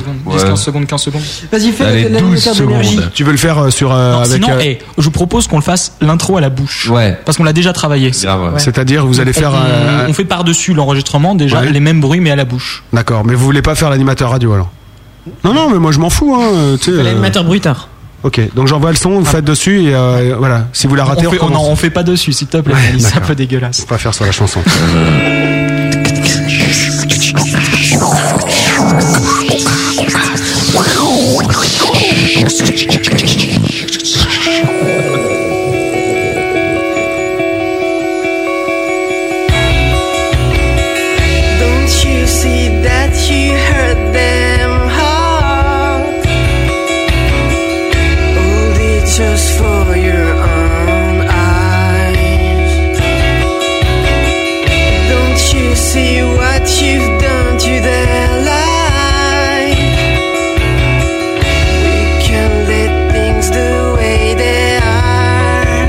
Speaker 27: deux,
Speaker 6: 10,
Speaker 27: ouais.
Speaker 6: 15 secondes, 15 secondes.
Speaker 26: Vas-y, fais Allez, le- 12 l'animateur d'énergie. secondes.
Speaker 4: Tu veux le faire euh, sur euh,
Speaker 6: Non,
Speaker 4: avec
Speaker 6: sinon,
Speaker 4: euh,
Speaker 6: eh, je vous propose qu'on le fasse l'intro à la bouche.
Speaker 27: Ouais.
Speaker 6: Parce qu'on l'a déjà travaillé.
Speaker 4: ouais. C'est-à-dire, vous allez
Speaker 6: On-
Speaker 4: faire,
Speaker 6: On,
Speaker 4: euh,
Speaker 6: on fait par-dessus l'enregistrement déjà
Speaker 4: Ouais.
Speaker 6: les mêmes bruits mais à la bouche.
Speaker 4: D'accord, mais vous voulez pas faire l'animateur radio alors Non, non, mais moi je m'en fous. Hein, euh, tu sais, euh,
Speaker 6: L'animateur bruitard.
Speaker 4: Ok, donc j'envoie le son, vous faites dessus et euh, voilà. Si vous la ratez,
Speaker 6: on, fait, oh non,
Speaker 4: recommence.
Speaker 6: on fait pas dessus, s'il te plaît.
Speaker 4: Ouais,
Speaker 6: Mélanie, c'est un
Speaker 4: d'accord.
Speaker 6: peu dégueulasse.
Speaker 4: On va faire sur la chanson.
Speaker 9: Don't you see that you hurt them hard? Only just for your own eyes. Don't you see what you've done to their life? We can let things the way they are.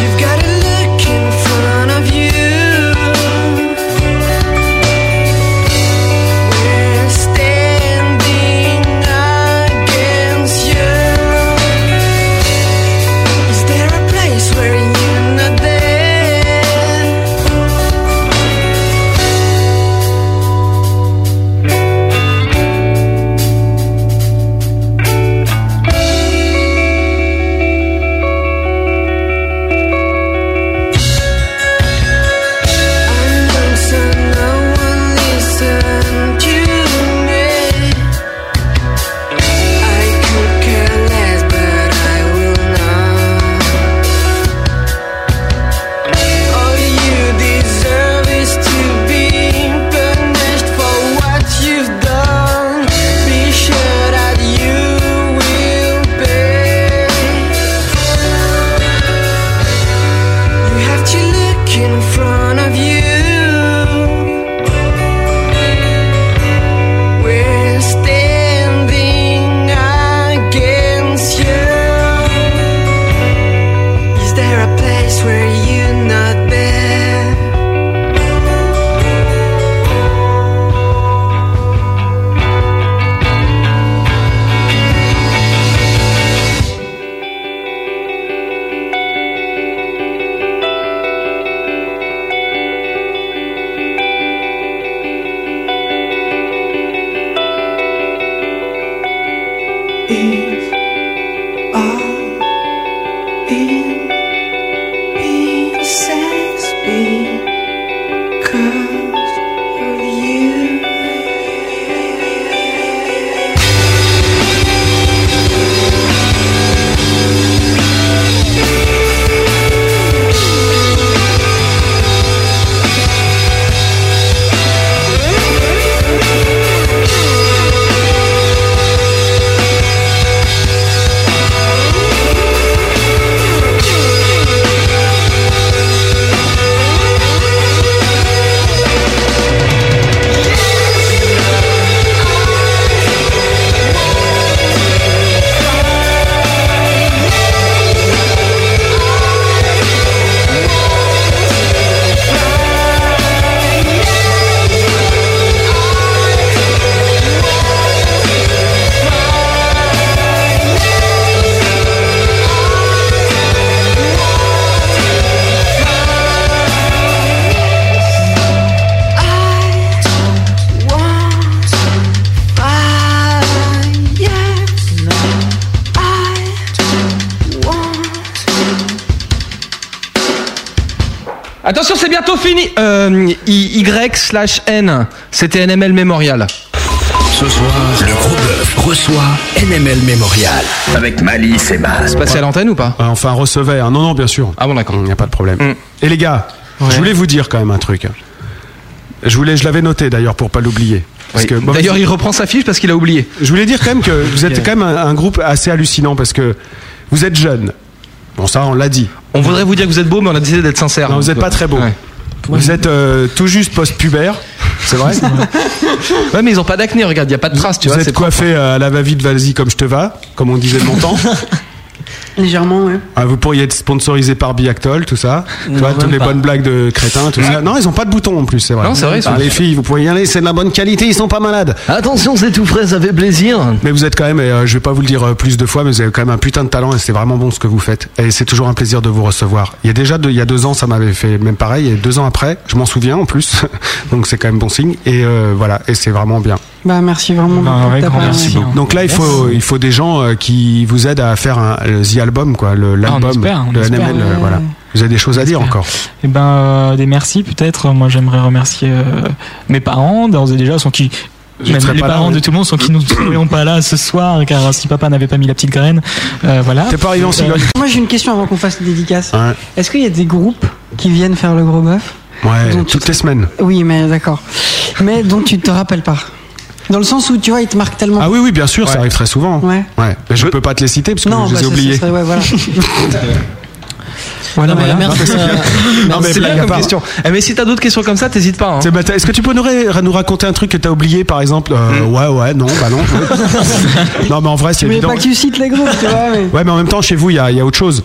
Speaker 9: You've got to look in front of you. We're standing against you. Is there a place where you're not there? You have to look in front of you. We're standing against you. Is there a place where you're not there? Is all in pieces because of you. Thank
Speaker 5: Attention, c'est bientôt fini. Euh, I- y slash N, c'était NML Memorial.
Speaker 2: Ce soir, le gros bœuf reçoit NML Memorial avec Malice et Maz.
Speaker 5: Ah, C'est passé à l'antenne ou pas
Speaker 4: Enfin, recevait. hein. Non, non, bien sûr.
Speaker 5: Ah bon, d'accord.
Speaker 4: Il n'y a pas de problème. Et les gars, je voulais vous dire quand même un truc. Je voulais, je l'avais noté d'ailleurs pour pas l'oublier. Parce
Speaker 5: Oui.
Speaker 4: que- bon,
Speaker 5: D'ailleurs,
Speaker 4: vas-y.
Speaker 5: il reprend sa fiche parce qu'il a oublié.
Speaker 4: Je voulais dire quand même que vous êtes
Speaker 5: Ok.
Speaker 4: quand même un, un groupe assez hallucinant parce que vous êtes jeune. Bon, ça, on l'a dit.
Speaker 5: On voudrait vous dire que vous êtes beau, mais on a décidé d'être sincère.
Speaker 4: Non, vous
Speaker 5: Donc,
Speaker 4: n'êtes pas
Speaker 5: euh,
Speaker 4: très beau.
Speaker 5: ouais.
Speaker 4: Vous êtes euh, tout juste post-pubère, c'est vrai
Speaker 5: Ouais, mais ils ont pas d'acné, regarde, il y a pas de traces, tu
Speaker 4: Vous
Speaker 5: vois.
Speaker 4: êtes
Speaker 5: c'est-
Speaker 4: coiffé euh, à la va-vite, vas-y comme je te vas, comme on disait de mon temps.
Speaker 7: Légèrement, ouais.
Speaker 4: Ah, vous pourriez être sponsorisé par Biactol, tout ça. tu vois,
Speaker 7: même
Speaker 4: toutes les
Speaker 7: pas.
Speaker 4: bonnes blagues de crétins, tout ça. Non, ils ont pas de boutons en plus, c'est vrai.
Speaker 5: Ah. Non, c'est vrai, ils sont-
Speaker 4: Ah, les filles, vous pourriez y aller, c'est de la bonne qualité, ils sont pas malades. Attention, c'est tout frais, ça fait plaisir. Mais vous êtes quand même, et euh, je vais pas vous le dire euh, plus de fois, mais vous avez quand même un putain de talent et c'est vraiment bon ce que vous faites. Et c'est toujours un plaisir de vous recevoir. Il y a déjà deux, il y a deux ans, ça m'avait fait même pareil, et deux ans après, je m'en souviens en plus. Donc c'est quand même bon signe. Et euh, voilà, et c'est vraiment bien.
Speaker 7: Bah, merci vraiment
Speaker 4: Bah,
Speaker 7: beaucoup
Speaker 4: ouais,
Speaker 7: de ta
Speaker 4: grand
Speaker 7: part.
Speaker 4: merci beaucoup. Donc là, il faut, il faut des gens euh, qui vous aident à faire un, le The Album, quoi, le- l'album
Speaker 6: espère, on
Speaker 4: de
Speaker 6: espère,
Speaker 4: NML. euh,
Speaker 6: ouais.
Speaker 4: Voilà. Vous avez des choses à dire encore.
Speaker 6: Et ben euh, des merci peut-être. Moi j'aimerais remercier euh, mes parents d'ores et déjà sont qui
Speaker 4: Je
Speaker 6: même
Speaker 4: serais
Speaker 6: les
Speaker 4: pas là,
Speaker 6: parents
Speaker 4: mais-
Speaker 6: de tout le monde sont qui nous trouveront pas là ce soir car si papa n'avait pas mis la petite graine euh, voilà.
Speaker 4: T'es pas arrivé en
Speaker 6: Euh,
Speaker 4: cigogne.
Speaker 7: Hein Moi, j'ai une question avant qu'on fasse les dédicaces.
Speaker 4: Ouais.
Speaker 7: Est-ce qu'il y a des groupes qui viennent faire le gros bœuf
Speaker 4: Ouais, toutes les semaines.
Speaker 7: Oui, mais d'accord. Mais dont tu te rappelles pas. Dans le sens où, tu vois, ils te marquent tellement.
Speaker 4: Ah oui, oui, bien sûr, ça arrive très souvent.
Speaker 7: Ouais.
Speaker 4: Mais je peux pas te les citer parce que
Speaker 7: Non,
Speaker 4: je les
Speaker 7: bah,
Speaker 4: ai
Speaker 7: ça- ça
Speaker 4: oubliés.
Speaker 7: serait- ouais, voilà.
Speaker 6: Voilà,
Speaker 5: voilà.
Speaker 4: merci,
Speaker 5: Non,
Speaker 4: euh,
Speaker 5: mais
Speaker 4: merci,
Speaker 5: c'est bien
Speaker 4: blague à
Speaker 5: comme
Speaker 4: part.
Speaker 5: question. Eh, mais si t'as d'autres questions comme ça, t'hésites pas. hein.
Speaker 4: C'est bâtard. Est-ce que tu peux nous, ra- nous raconter un truc que t'as oublié, par exemple Euh, Ouais, ouais, non, bah non. non, mais en vrai, c'est
Speaker 7: Mais
Speaker 4: évident.
Speaker 7: pas que Hmm. tu cites les groupes, tu vois. mais-
Speaker 4: Ouais, mais en même temps, chez vous, il y a, il y a autre chose.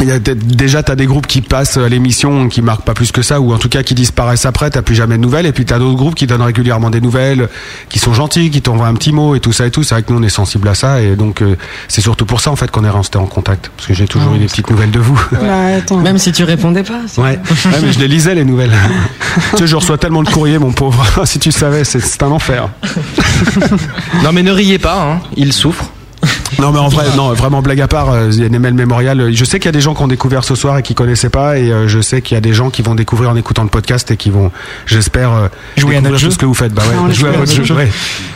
Speaker 4: Il y a peut-être- déjà, t'as des groupes qui passent à l'émission, qui marquent pas plus que ça, ou en tout cas qui disparaissent après, t'as plus jamais de nouvelles, et puis t'as d'autres groupes qui donnent régulièrement des nouvelles, qui sont gentils, qui t'envoient un petit mot et tout ça et tout. C'est vrai que nous, on est sensible à ça, et donc euh, c'est surtout pour ça en fait qu'on est resté en contact, parce que j'ai
Speaker 7: Hmm.
Speaker 4: toujours eu des petites nouvelles de vous.
Speaker 7: Bah, attends.
Speaker 12: Même si tu répondais pas. c'est-
Speaker 4: Ouais. Ouais, mais je les lisais les nouvelles. tu sais, je reçois tellement de courriers, mon pauvre. si tu savais, c'est- c'est un enfer.
Speaker 5: Non, mais ne riez pas, hein. il souffre.
Speaker 4: Non mais en vrai, non, vraiment blague à part, euh, The NML Memorial, euh, je sais qu'il y a des gens qui ont découvert ce soir et qui connaissaient pas, et euh, je sais qu'il y a des gens qui vont découvrir en écoutant le podcast et qui vont, j'espère, euh,
Speaker 6: Jouer à
Speaker 4: découvrir
Speaker 6: notre
Speaker 4: tout
Speaker 6: jeu.
Speaker 4: ce que vous faites. Bah ouais,
Speaker 6: Ah, on
Speaker 4: jouer à
Speaker 6: joue
Speaker 4: votre jeu. ouais.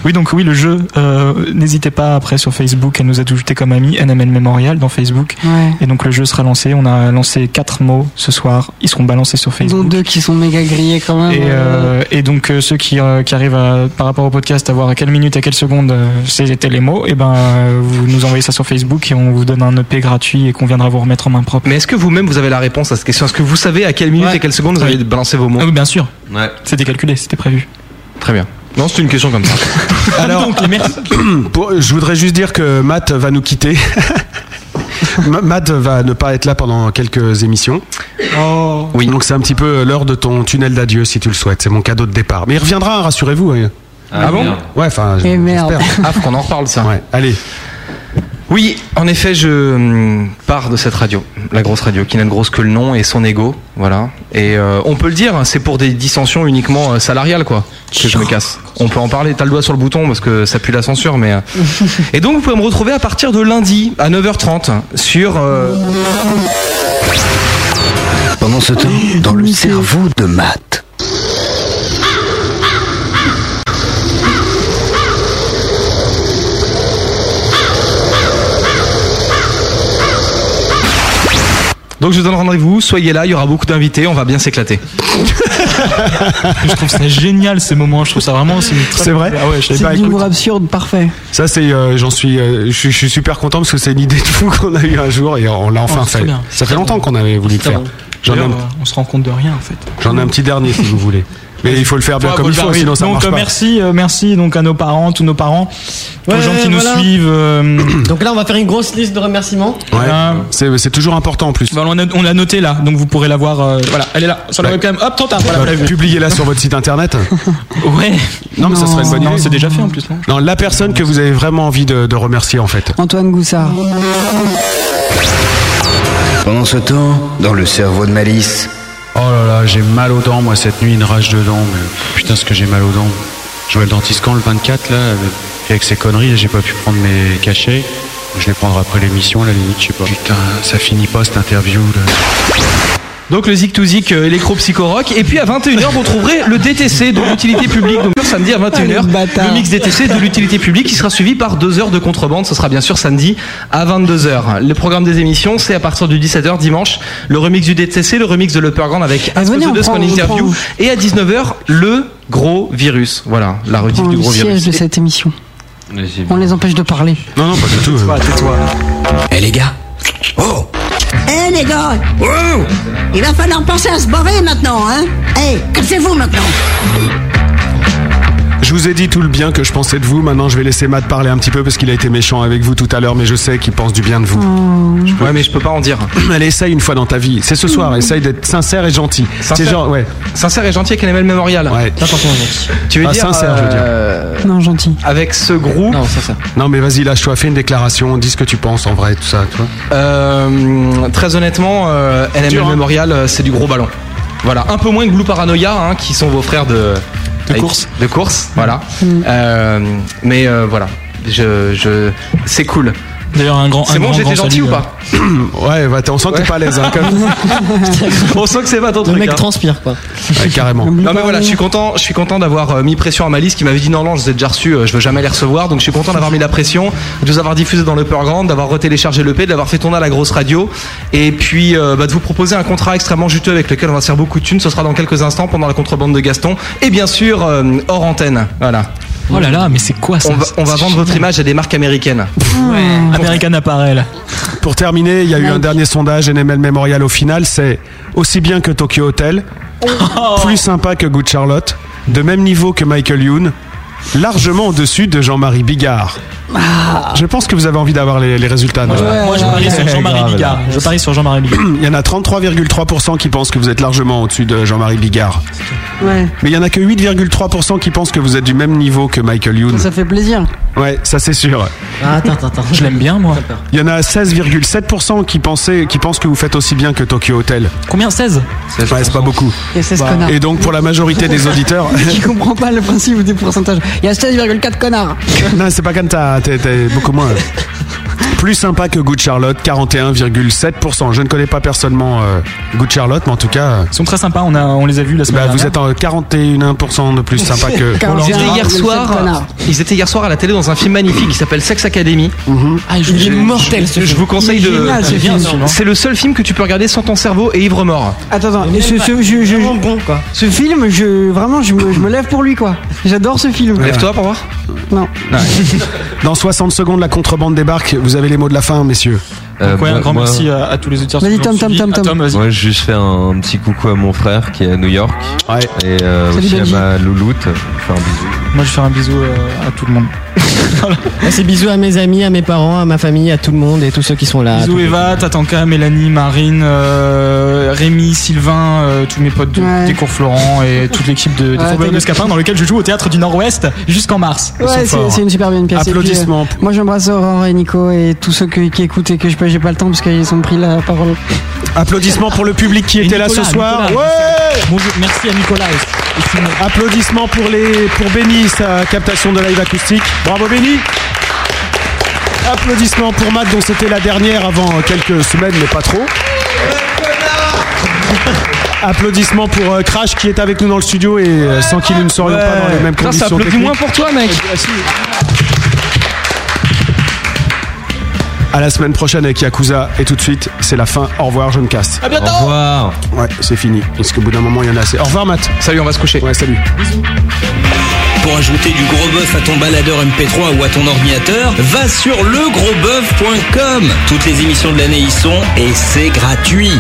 Speaker 6: Oui, donc oui, le jeu. euh, N'hésitez pas après sur Facebook à nous ajouter comme amis NML Memorial dans Facebook.
Speaker 7: Ouais.
Speaker 6: Et donc le jeu sera lancé. On a lancé quatre mots ce soir. Ils seront balancés sur
Speaker 7: Dont
Speaker 6: Facebook.
Speaker 7: deux qui sont méga grillés quand même.
Speaker 6: Et, euh, et donc euh, ceux qui, euh, qui arrivent à- par rapport au podcast à voir à quelle minute, à quelle seconde euh, c'était les mots, et ben euh, vous nous envoyez ça sur Facebook et on vous donne un EP gratuit et qu'on viendra vous remettre en main propre.
Speaker 5: Mais est-ce que vous-même vous avez la réponse à cette question Est-ce que vous savez à quelle minute et quelle seconde vous avez balancé vos mots
Speaker 6: Ah oui, bien sûr.
Speaker 5: Ouais.
Speaker 6: C'était calculé, c'était prévu.
Speaker 5: Très bien. Non, c'est une question comme ça.
Speaker 4: Alors, pour- je voudrais juste dire que Matt va nous quitter. Ma- Matt va ne pas être là pendant quelques émissions.
Speaker 6: Oh.
Speaker 4: Oui. Donc c'est un petit peu euh, l'heure de ton tunnel d'adieu si tu le souhaites. C'est mon cadeau de départ. Mais il reviendra, rassurez-vous. hein.
Speaker 5: Ah bon
Speaker 4: Ouais, enfin. je-
Speaker 7: Et merde.
Speaker 4: j'espère.
Speaker 5: Ah, faut qu'on en reparle ça.
Speaker 4: Ouais, allez.
Speaker 5: Oui, en effet, je hum, pars de cette radio, la grosse radio, qui n'a de grosse que le nom et son ego, voilà. Et euh, on peut le dire, c'est pour des dissensions uniquement euh, salariales, quoi, que je me casse. On peut en parler, t'as le doigt sur le bouton parce que ça pue la censure, mais... euh. Et donc, vous pouvez me retrouver à partir de lundi, à 9h30, sur... euh,
Speaker 2: Pendant ce temps, dans le cerveau de Matt.
Speaker 5: Donc, je vous donne rendez-vous, soyez là, il y aura beaucoup d'invités, on va bien s'éclater.
Speaker 6: je trouve ça génial ces moments, je trouve ça vraiment. C'est une très-
Speaker 4: C'est vrai
Speaker 6: Ah ouais, je savais
Speaker 7: C'est
Speaker 6: pas,
Speaker 7: de
Speaker 6: écoute.
Speaker 7: l'humour absurde, parfait.
Speaker 4: Ça, c'est, euh, j'en suis, euh, je suis- je suis super content parce que c'est une idée de fou qu'on a eu un jour et on l'a enfin
Speaker 6: Oh, c'est
Speaker 4: fait.
Speaker 6: bien.
Speaker 4: Ça fait longtemps qu'on avait voulu le faire. J'en ai,
Speaker 6: D'ailleurs,
Speaker 4: un-
Speaker 6: euh, on se rend compte de rien en fait.
Speaker 4: j'en ai un petit dernier si vous voulez. Mais il faut le faire bien
Speaker 6: Ouais,
Speaker 4: comme
Speaker 6: bon,
Speaker 4: il faut,
Speaker 6: bah oui.
Speaker 4: sinon ça
Speaker 6: donc,
Speaker 4: marche
Speaker 6: euh,
Speaker 4: pas.
Speaker 6: merci, euh, merci donc à nos parents, tous nos parents,
Speaker 12: Ouais,
Speaker 6: aux gens qui
Speaker 12: voilà.
Speaker 6: nous suivent. euh,
Speaker 12: Donc là, on va faire une grosse liste de remerciements.
Speaker 4: Ouais. C'est, c'est toujours important en plus.
Speaker 6: voilà, Bah, on a- on l'a noté là, donc vous pourrez la voir. euh, voilà, elle est là sur la webcam. Hop, trop tard. Voilà,
Speaker 4: Bah,
Speaker 6: vous l'avez vu.
Speaker 4: Publiez-la sur votre site internet.
Speaker 6: Ouais.
Speaker 4: Non, mais ça serait une bonne
Speaker 6: Non,
Speaker 4: idée.
Speaker 6: c'est déjà fait en plus. hein. Non
Speaker 4: Non, la personne que vous avez vraiment envie de, de remercier en fait.
Speaker 7: Antoine Goussard.
Speaker 2: Pendant ce temps, dans le cerveau de Malice.
Speaker 28: Oh là là, j'ai mal aux dents, moi, cette nuit, une rage de dents. Mais putain, ce que j'ai mal aux dents. Je vais le dentiste quand le 24, là, avec- avec ces conneries, j'ai pas pu prendre mes cachets. Je les prendrai après l'émission, à la limite, je sais pas. Putain, ça finit pas cette interview, là.
Speaker 5: Donc le Zik to Zik euh, électro-psycho-rock. Et puis à 21h, vous trouverez le DTC de l'utilité publique. Donc samedi à
Speaker 7: Ah,
Speaker 5: 21h, le mix DTC de l'utilité publique qui sera suivi par 2 heures de contrebande. Ce sera bien sûr samedi à 22h. Le programme des émissions, c'est à partir du 17h dimanche, le remix du DTC, le remix de l'Upperground avec un
Speaker 7: Ah, venez, on
Speaker 5: de ce
Speaker 7: prend-
Speaker 5: qu'on
Speaker 7: on
Speaker 5: interview. Et à 19h, le gros virus. Voilà, la rediff
Speaker 7: Prends
Speaker 5: du
Speaker 7: le
Speaker 5: gros virus.
Speaker 7: siège de cette émission.
Speaker 5: Vas-y.
Speaker 7: On les empêche de parler.
Speaker 5: Non, non, pas du tout. Tais-toi.
Speaker 2: Eh les gars, Oh.
Speaker 3: Eh les gars Il va falloir penser à se barrer maintenant, hein Eh, cassez-vous maintenant
Speaker 4: Je vous ai dit tout le bien que je pensais de vous. Maintenant, je vais laisser Matt parler un petit peu parce qu'il a été méchant avec vous tout à l'heure, mais je sais qu'il pense du bien de vous.
Speaker 5: Ouais,
Speaker 4: Oh.
Speaker 5: mais je peux pas en dire.
Speaker 4: Allez, essaye une fois dans ta vie. C'est ce soir. Essaye d'être sincère et gentil. C'est
Speaker 5: Sincère-
Speaker 4: genre, ouais.
Speaker 5: Sincère et gentil avec NML Memorial.
Speaker 4: Ouais.
Speaker 5: Tu veux
Speaker 4: Ah,
Speaker 5: dire
Speaker 4: sincère, je veux dire.
Speaker 5: dire.
Speaker 7: Non, gentil.
Speaker 5: Avec ce groupe. Non, sincère.
Speaker 4: Non, mais vas-y, lâche-toi, fais une déclaration, dis ce que tu penses en vrai, tout ça, tu vois.
Speaker 5: Euh, très honnêtement, euh, NML
Speaker 4: Dur, hein.
Speaker 5: Memorial, euh, c'est du gros ballon. Voilà, un peu moins que Blue Paranoia, hein, qui sont vos frères de, avec- de course. voilà. Euh, mais euh, voilà, je, je- c'est cool.
Speaker 6: D'ailleurs, un grand.
Speaker 5: C'est
Speaker 6: un
Speaker 5: bon,
Speaker 6: grand,
Speaker 5: j'étais
Speaker 6: grand
Speaker 5: gentil
Speaker 6: salut,
Speaker 5: ou
Speaker 6: euh,
Speaker 5: pas
Speaker 4: Ouais, bah, t'es- on sent que t'es pas à l'aise. hein, quand même.
Speaker 5: On sent que c'est pas ton
Speaker 4: Le
Speaker 5: truc. hein.
Speaker 4: mec
Speaker 5: transpire quoi.
Speaker 4: Ouais, carrément.
Speaker 5: Non mais voilà, je suis content, je suis content d'avoir euh, mis pression à Malice qui m'avait dit non non, je vous ai déjà reçu, euh, je veux jamais les recevoir. Donc je suis content d'avoir mis la pression, de vous avoir diffusé dans l'Upperground, d'avoir retéléchargé l'EP, de l'avoir fait tourner à la grosse radio et puis euh, bah, de vous proposer un contrat extrêmement juteux avec lequel on va se faire beaucoup de thunes. Ce sera dans quelques instants pendant la contrebande de Gaston et bien sûr euh, hors antenne. Voilà.
Speaker 6: Oh là là, mais c'est quoi ça
Speaker 5: On va, on va
Speaker 6: C'est
Speaker 5: vendre votre
Speaker 6: génial.
Speaker 5: image à des marques américaines.
Speaker 6: Ah. American Apparel.
Speaker 4: Pour terminer, il y a eu un dernier sondage NML Memorial au final, c'est aussi bien que Tokyo Hotel,
Speaker 7: Oh.
Speaker 4: plus sympa que Good Charlotte, de même niveau que Michael Youn, largement au-dessus de Jean-Marie Bigard.
Speaker 7: Ah.
Speaker 4: Je pense que vous avez envie d'avoir les, les résultats.
Speaker 6: Moi, je-
Speaker 4: Noël.
Speaker 6: moi, je parie sur Jean-Marie
Speaker 4: Grave, là.
Speaker 6: Bigard. Je parie sur Jean-Marie Bigard.
Speaker 4: Il y en a 33,3% qui pensent que vous êtes largement au-dessus de Jean-Marie Bigard.
Speaker 7: Ouais.
Speaker 4: Mais il y en a que 8,3% qui pensent que vous êtes du même niveau que Michael Youn.
Speaker 7: Ça fait plaisir.
Speaker 4: Ouais, ça c'est sûr.
Speaker 12: Ah, attends, attends, attends.
Speaker 6: Je l'aime bien, moi.
Speaker 4: Il y en a 16,7% qui, pensaient- qui pensent que vous faites aussi bien que Tokyo Hotel.
Speaker 6: Combien 16
Speaker 4: Ouais, c'est pas beaucoup.
Speaker 7: Et c'est ce connard.
Speaker 4: Bah, Et donc pour la majorité des auditeurs.
Speaker 7: Qui comprend pas le principe des pourcentages. Il y a 16,4 connards.
Speaker 4: non, c'est pas comme ça, Ah, t'es t'es beaucoup moins. Plus sympa que Good Charlotte, 41,7%. Je ne connais pas personnellement euh, Good Charlotte, mais en tout cas, euh,
Speaker 6: Ils sont très sympas, on, a, on les a vus la semaine
Speaker 4: bah, vous
Speaker 6: dernière.
Speaker 4: êtes en 41% de plus sympa que.
Speaker 5: Ils étaient hier soir,
Speaker 7: connard.
Speaker 5: ils étaient hier soir à la télé dans un film magnifique qui s'appelle Sex Academy.
Speaker 7: Mhm.
Speaker 6: Ah, je-
Speaker 5: Je-
Speaker 6: je-
Speaker 5: je- Je vous conseille
Speaker 7: Il est
Speaker 5: de.
Speaker 7: génial, ce
Speaker 5: C'est
Speaker 7: film.
Speaker 5: bien, non C'est le seul film que tu peux regarder sans ton cerveau et ivre mort.
Speaker 7: Attends, attends. Ce, ce- je- je- ce film, je, vraiment, je me, je me lève pour lui, quoi. J'adore ce film.
Speaker 5: Lève-toi pour voir.
Speaker 7: Non.
Speaker 4: Dans 60 secondes, la contrebande débarque. Vous avez les mots de la fin, messieurs.
Speaker 23: Euh,
Speaker 6: Donc, ouais, un
Speaker 23: moi-
Speaker 6: grand
Speaker 23: moi-
Speaker 6: merci à, à tous les auditeurs.
Speaker 7: Vas-y,
Speaker 6: qui nous ont
Speaker 7: Tom, Tom,
Speaker 6: suivis.
Speaker 7: Tom,
Speaker 6: Ah,
Speaker 7: Tom.
Speaker 6: vas-y.
Speaker 23: Moi, je juste faire un petit coucou à mon frère qui est à New York et euh,
Speaker 6: Salut,
Speaker 23: aussi à
Speaker 6: Benji.
Speaker 23: ma louloute. Enfin, un bisou.
Speaker 6: Moi, je vais faire un bisou euh, à tout le monde.
Speaker 12: Merci, bisous à mes amis, à mes parents, à ma famille, à tout le monde et tous ceux qui sont là.
Speaker 6: Bisous
Speaker 12: Tout-
Speaker 6: Eva, Tatanka, Mélanie, Marine, euh, Rémi, Sylvain, euh, tous mes potes de-
Speaker 7: Ouais.
Speaker 6: des cours Florent et toute l'équipe de, des
Speaker 7: Ouais,
Speaker 6: Faubourgs
Speaker 7: t'es-
Speaker 6: de Scapin dans lequel je joue au théâtre du Nord-Ouest jusqu'en mars. Ils sont
Speaker 7: Ouais, c'est
Speaker 6: forts.
Speaker 7: c'est une super bonne pièce. Et puis,
Speaker 4: Applaudissements.
Speaker 7: euh, moi, j'embrasse Aurore et Nico et tous ceux que- qui écoutent et que je j'ai pas le temps parce qu'ils ont pris la parole.
Speaker 4: Applaudissements pour le public qui
Speaker 6: Et
Speaker 4: était là ce
Speaker 6: Nicolas,
Speaker 4: soir.
Speaker 6: Nicolas,
Speaker 4: Ouais
Speaker 6: Bonjour, merci à Nicolas.
Speaker 4: euh, Applaudissements pour, les, pour Benny, sa captation de live acoustique. Bravo Benny Applaudissements pour Matt, dont c'était la dernière avant quelques semaines, mais pas trop. Applaudissements pour euh, Crash qui est avec nous dans le studio et euh, sans qui nous ne serions pas dans les mêmes
Speaker 5: Putain, ça
Speaker 4: conditions.
Speaker 5: applaudit
Speaker 4: techniques. Ah,
Speaker 5: moins pour toi, mec.
Speaker 4: À la semaine prochaine avec Yakuza et tout de suite, c'est la fin. Au revoir, je me casse.
Speaker 23: Au revoir.
Speaker 4: Ouais, c'est fini. Parce qu'au bout d'un moment, il y en a assez. Au revoir, Matt.
Speaker 5: Salut, on va se coucher.
Speaker 4: Ouais, salut.
Speaker 2: Pour ajouter du gros bœuf à ton baladeur MP3 ou à ton ordinateur, va sur legrosboeuf.com. Toutes les émissions de l'année y sont et c'est gratuit.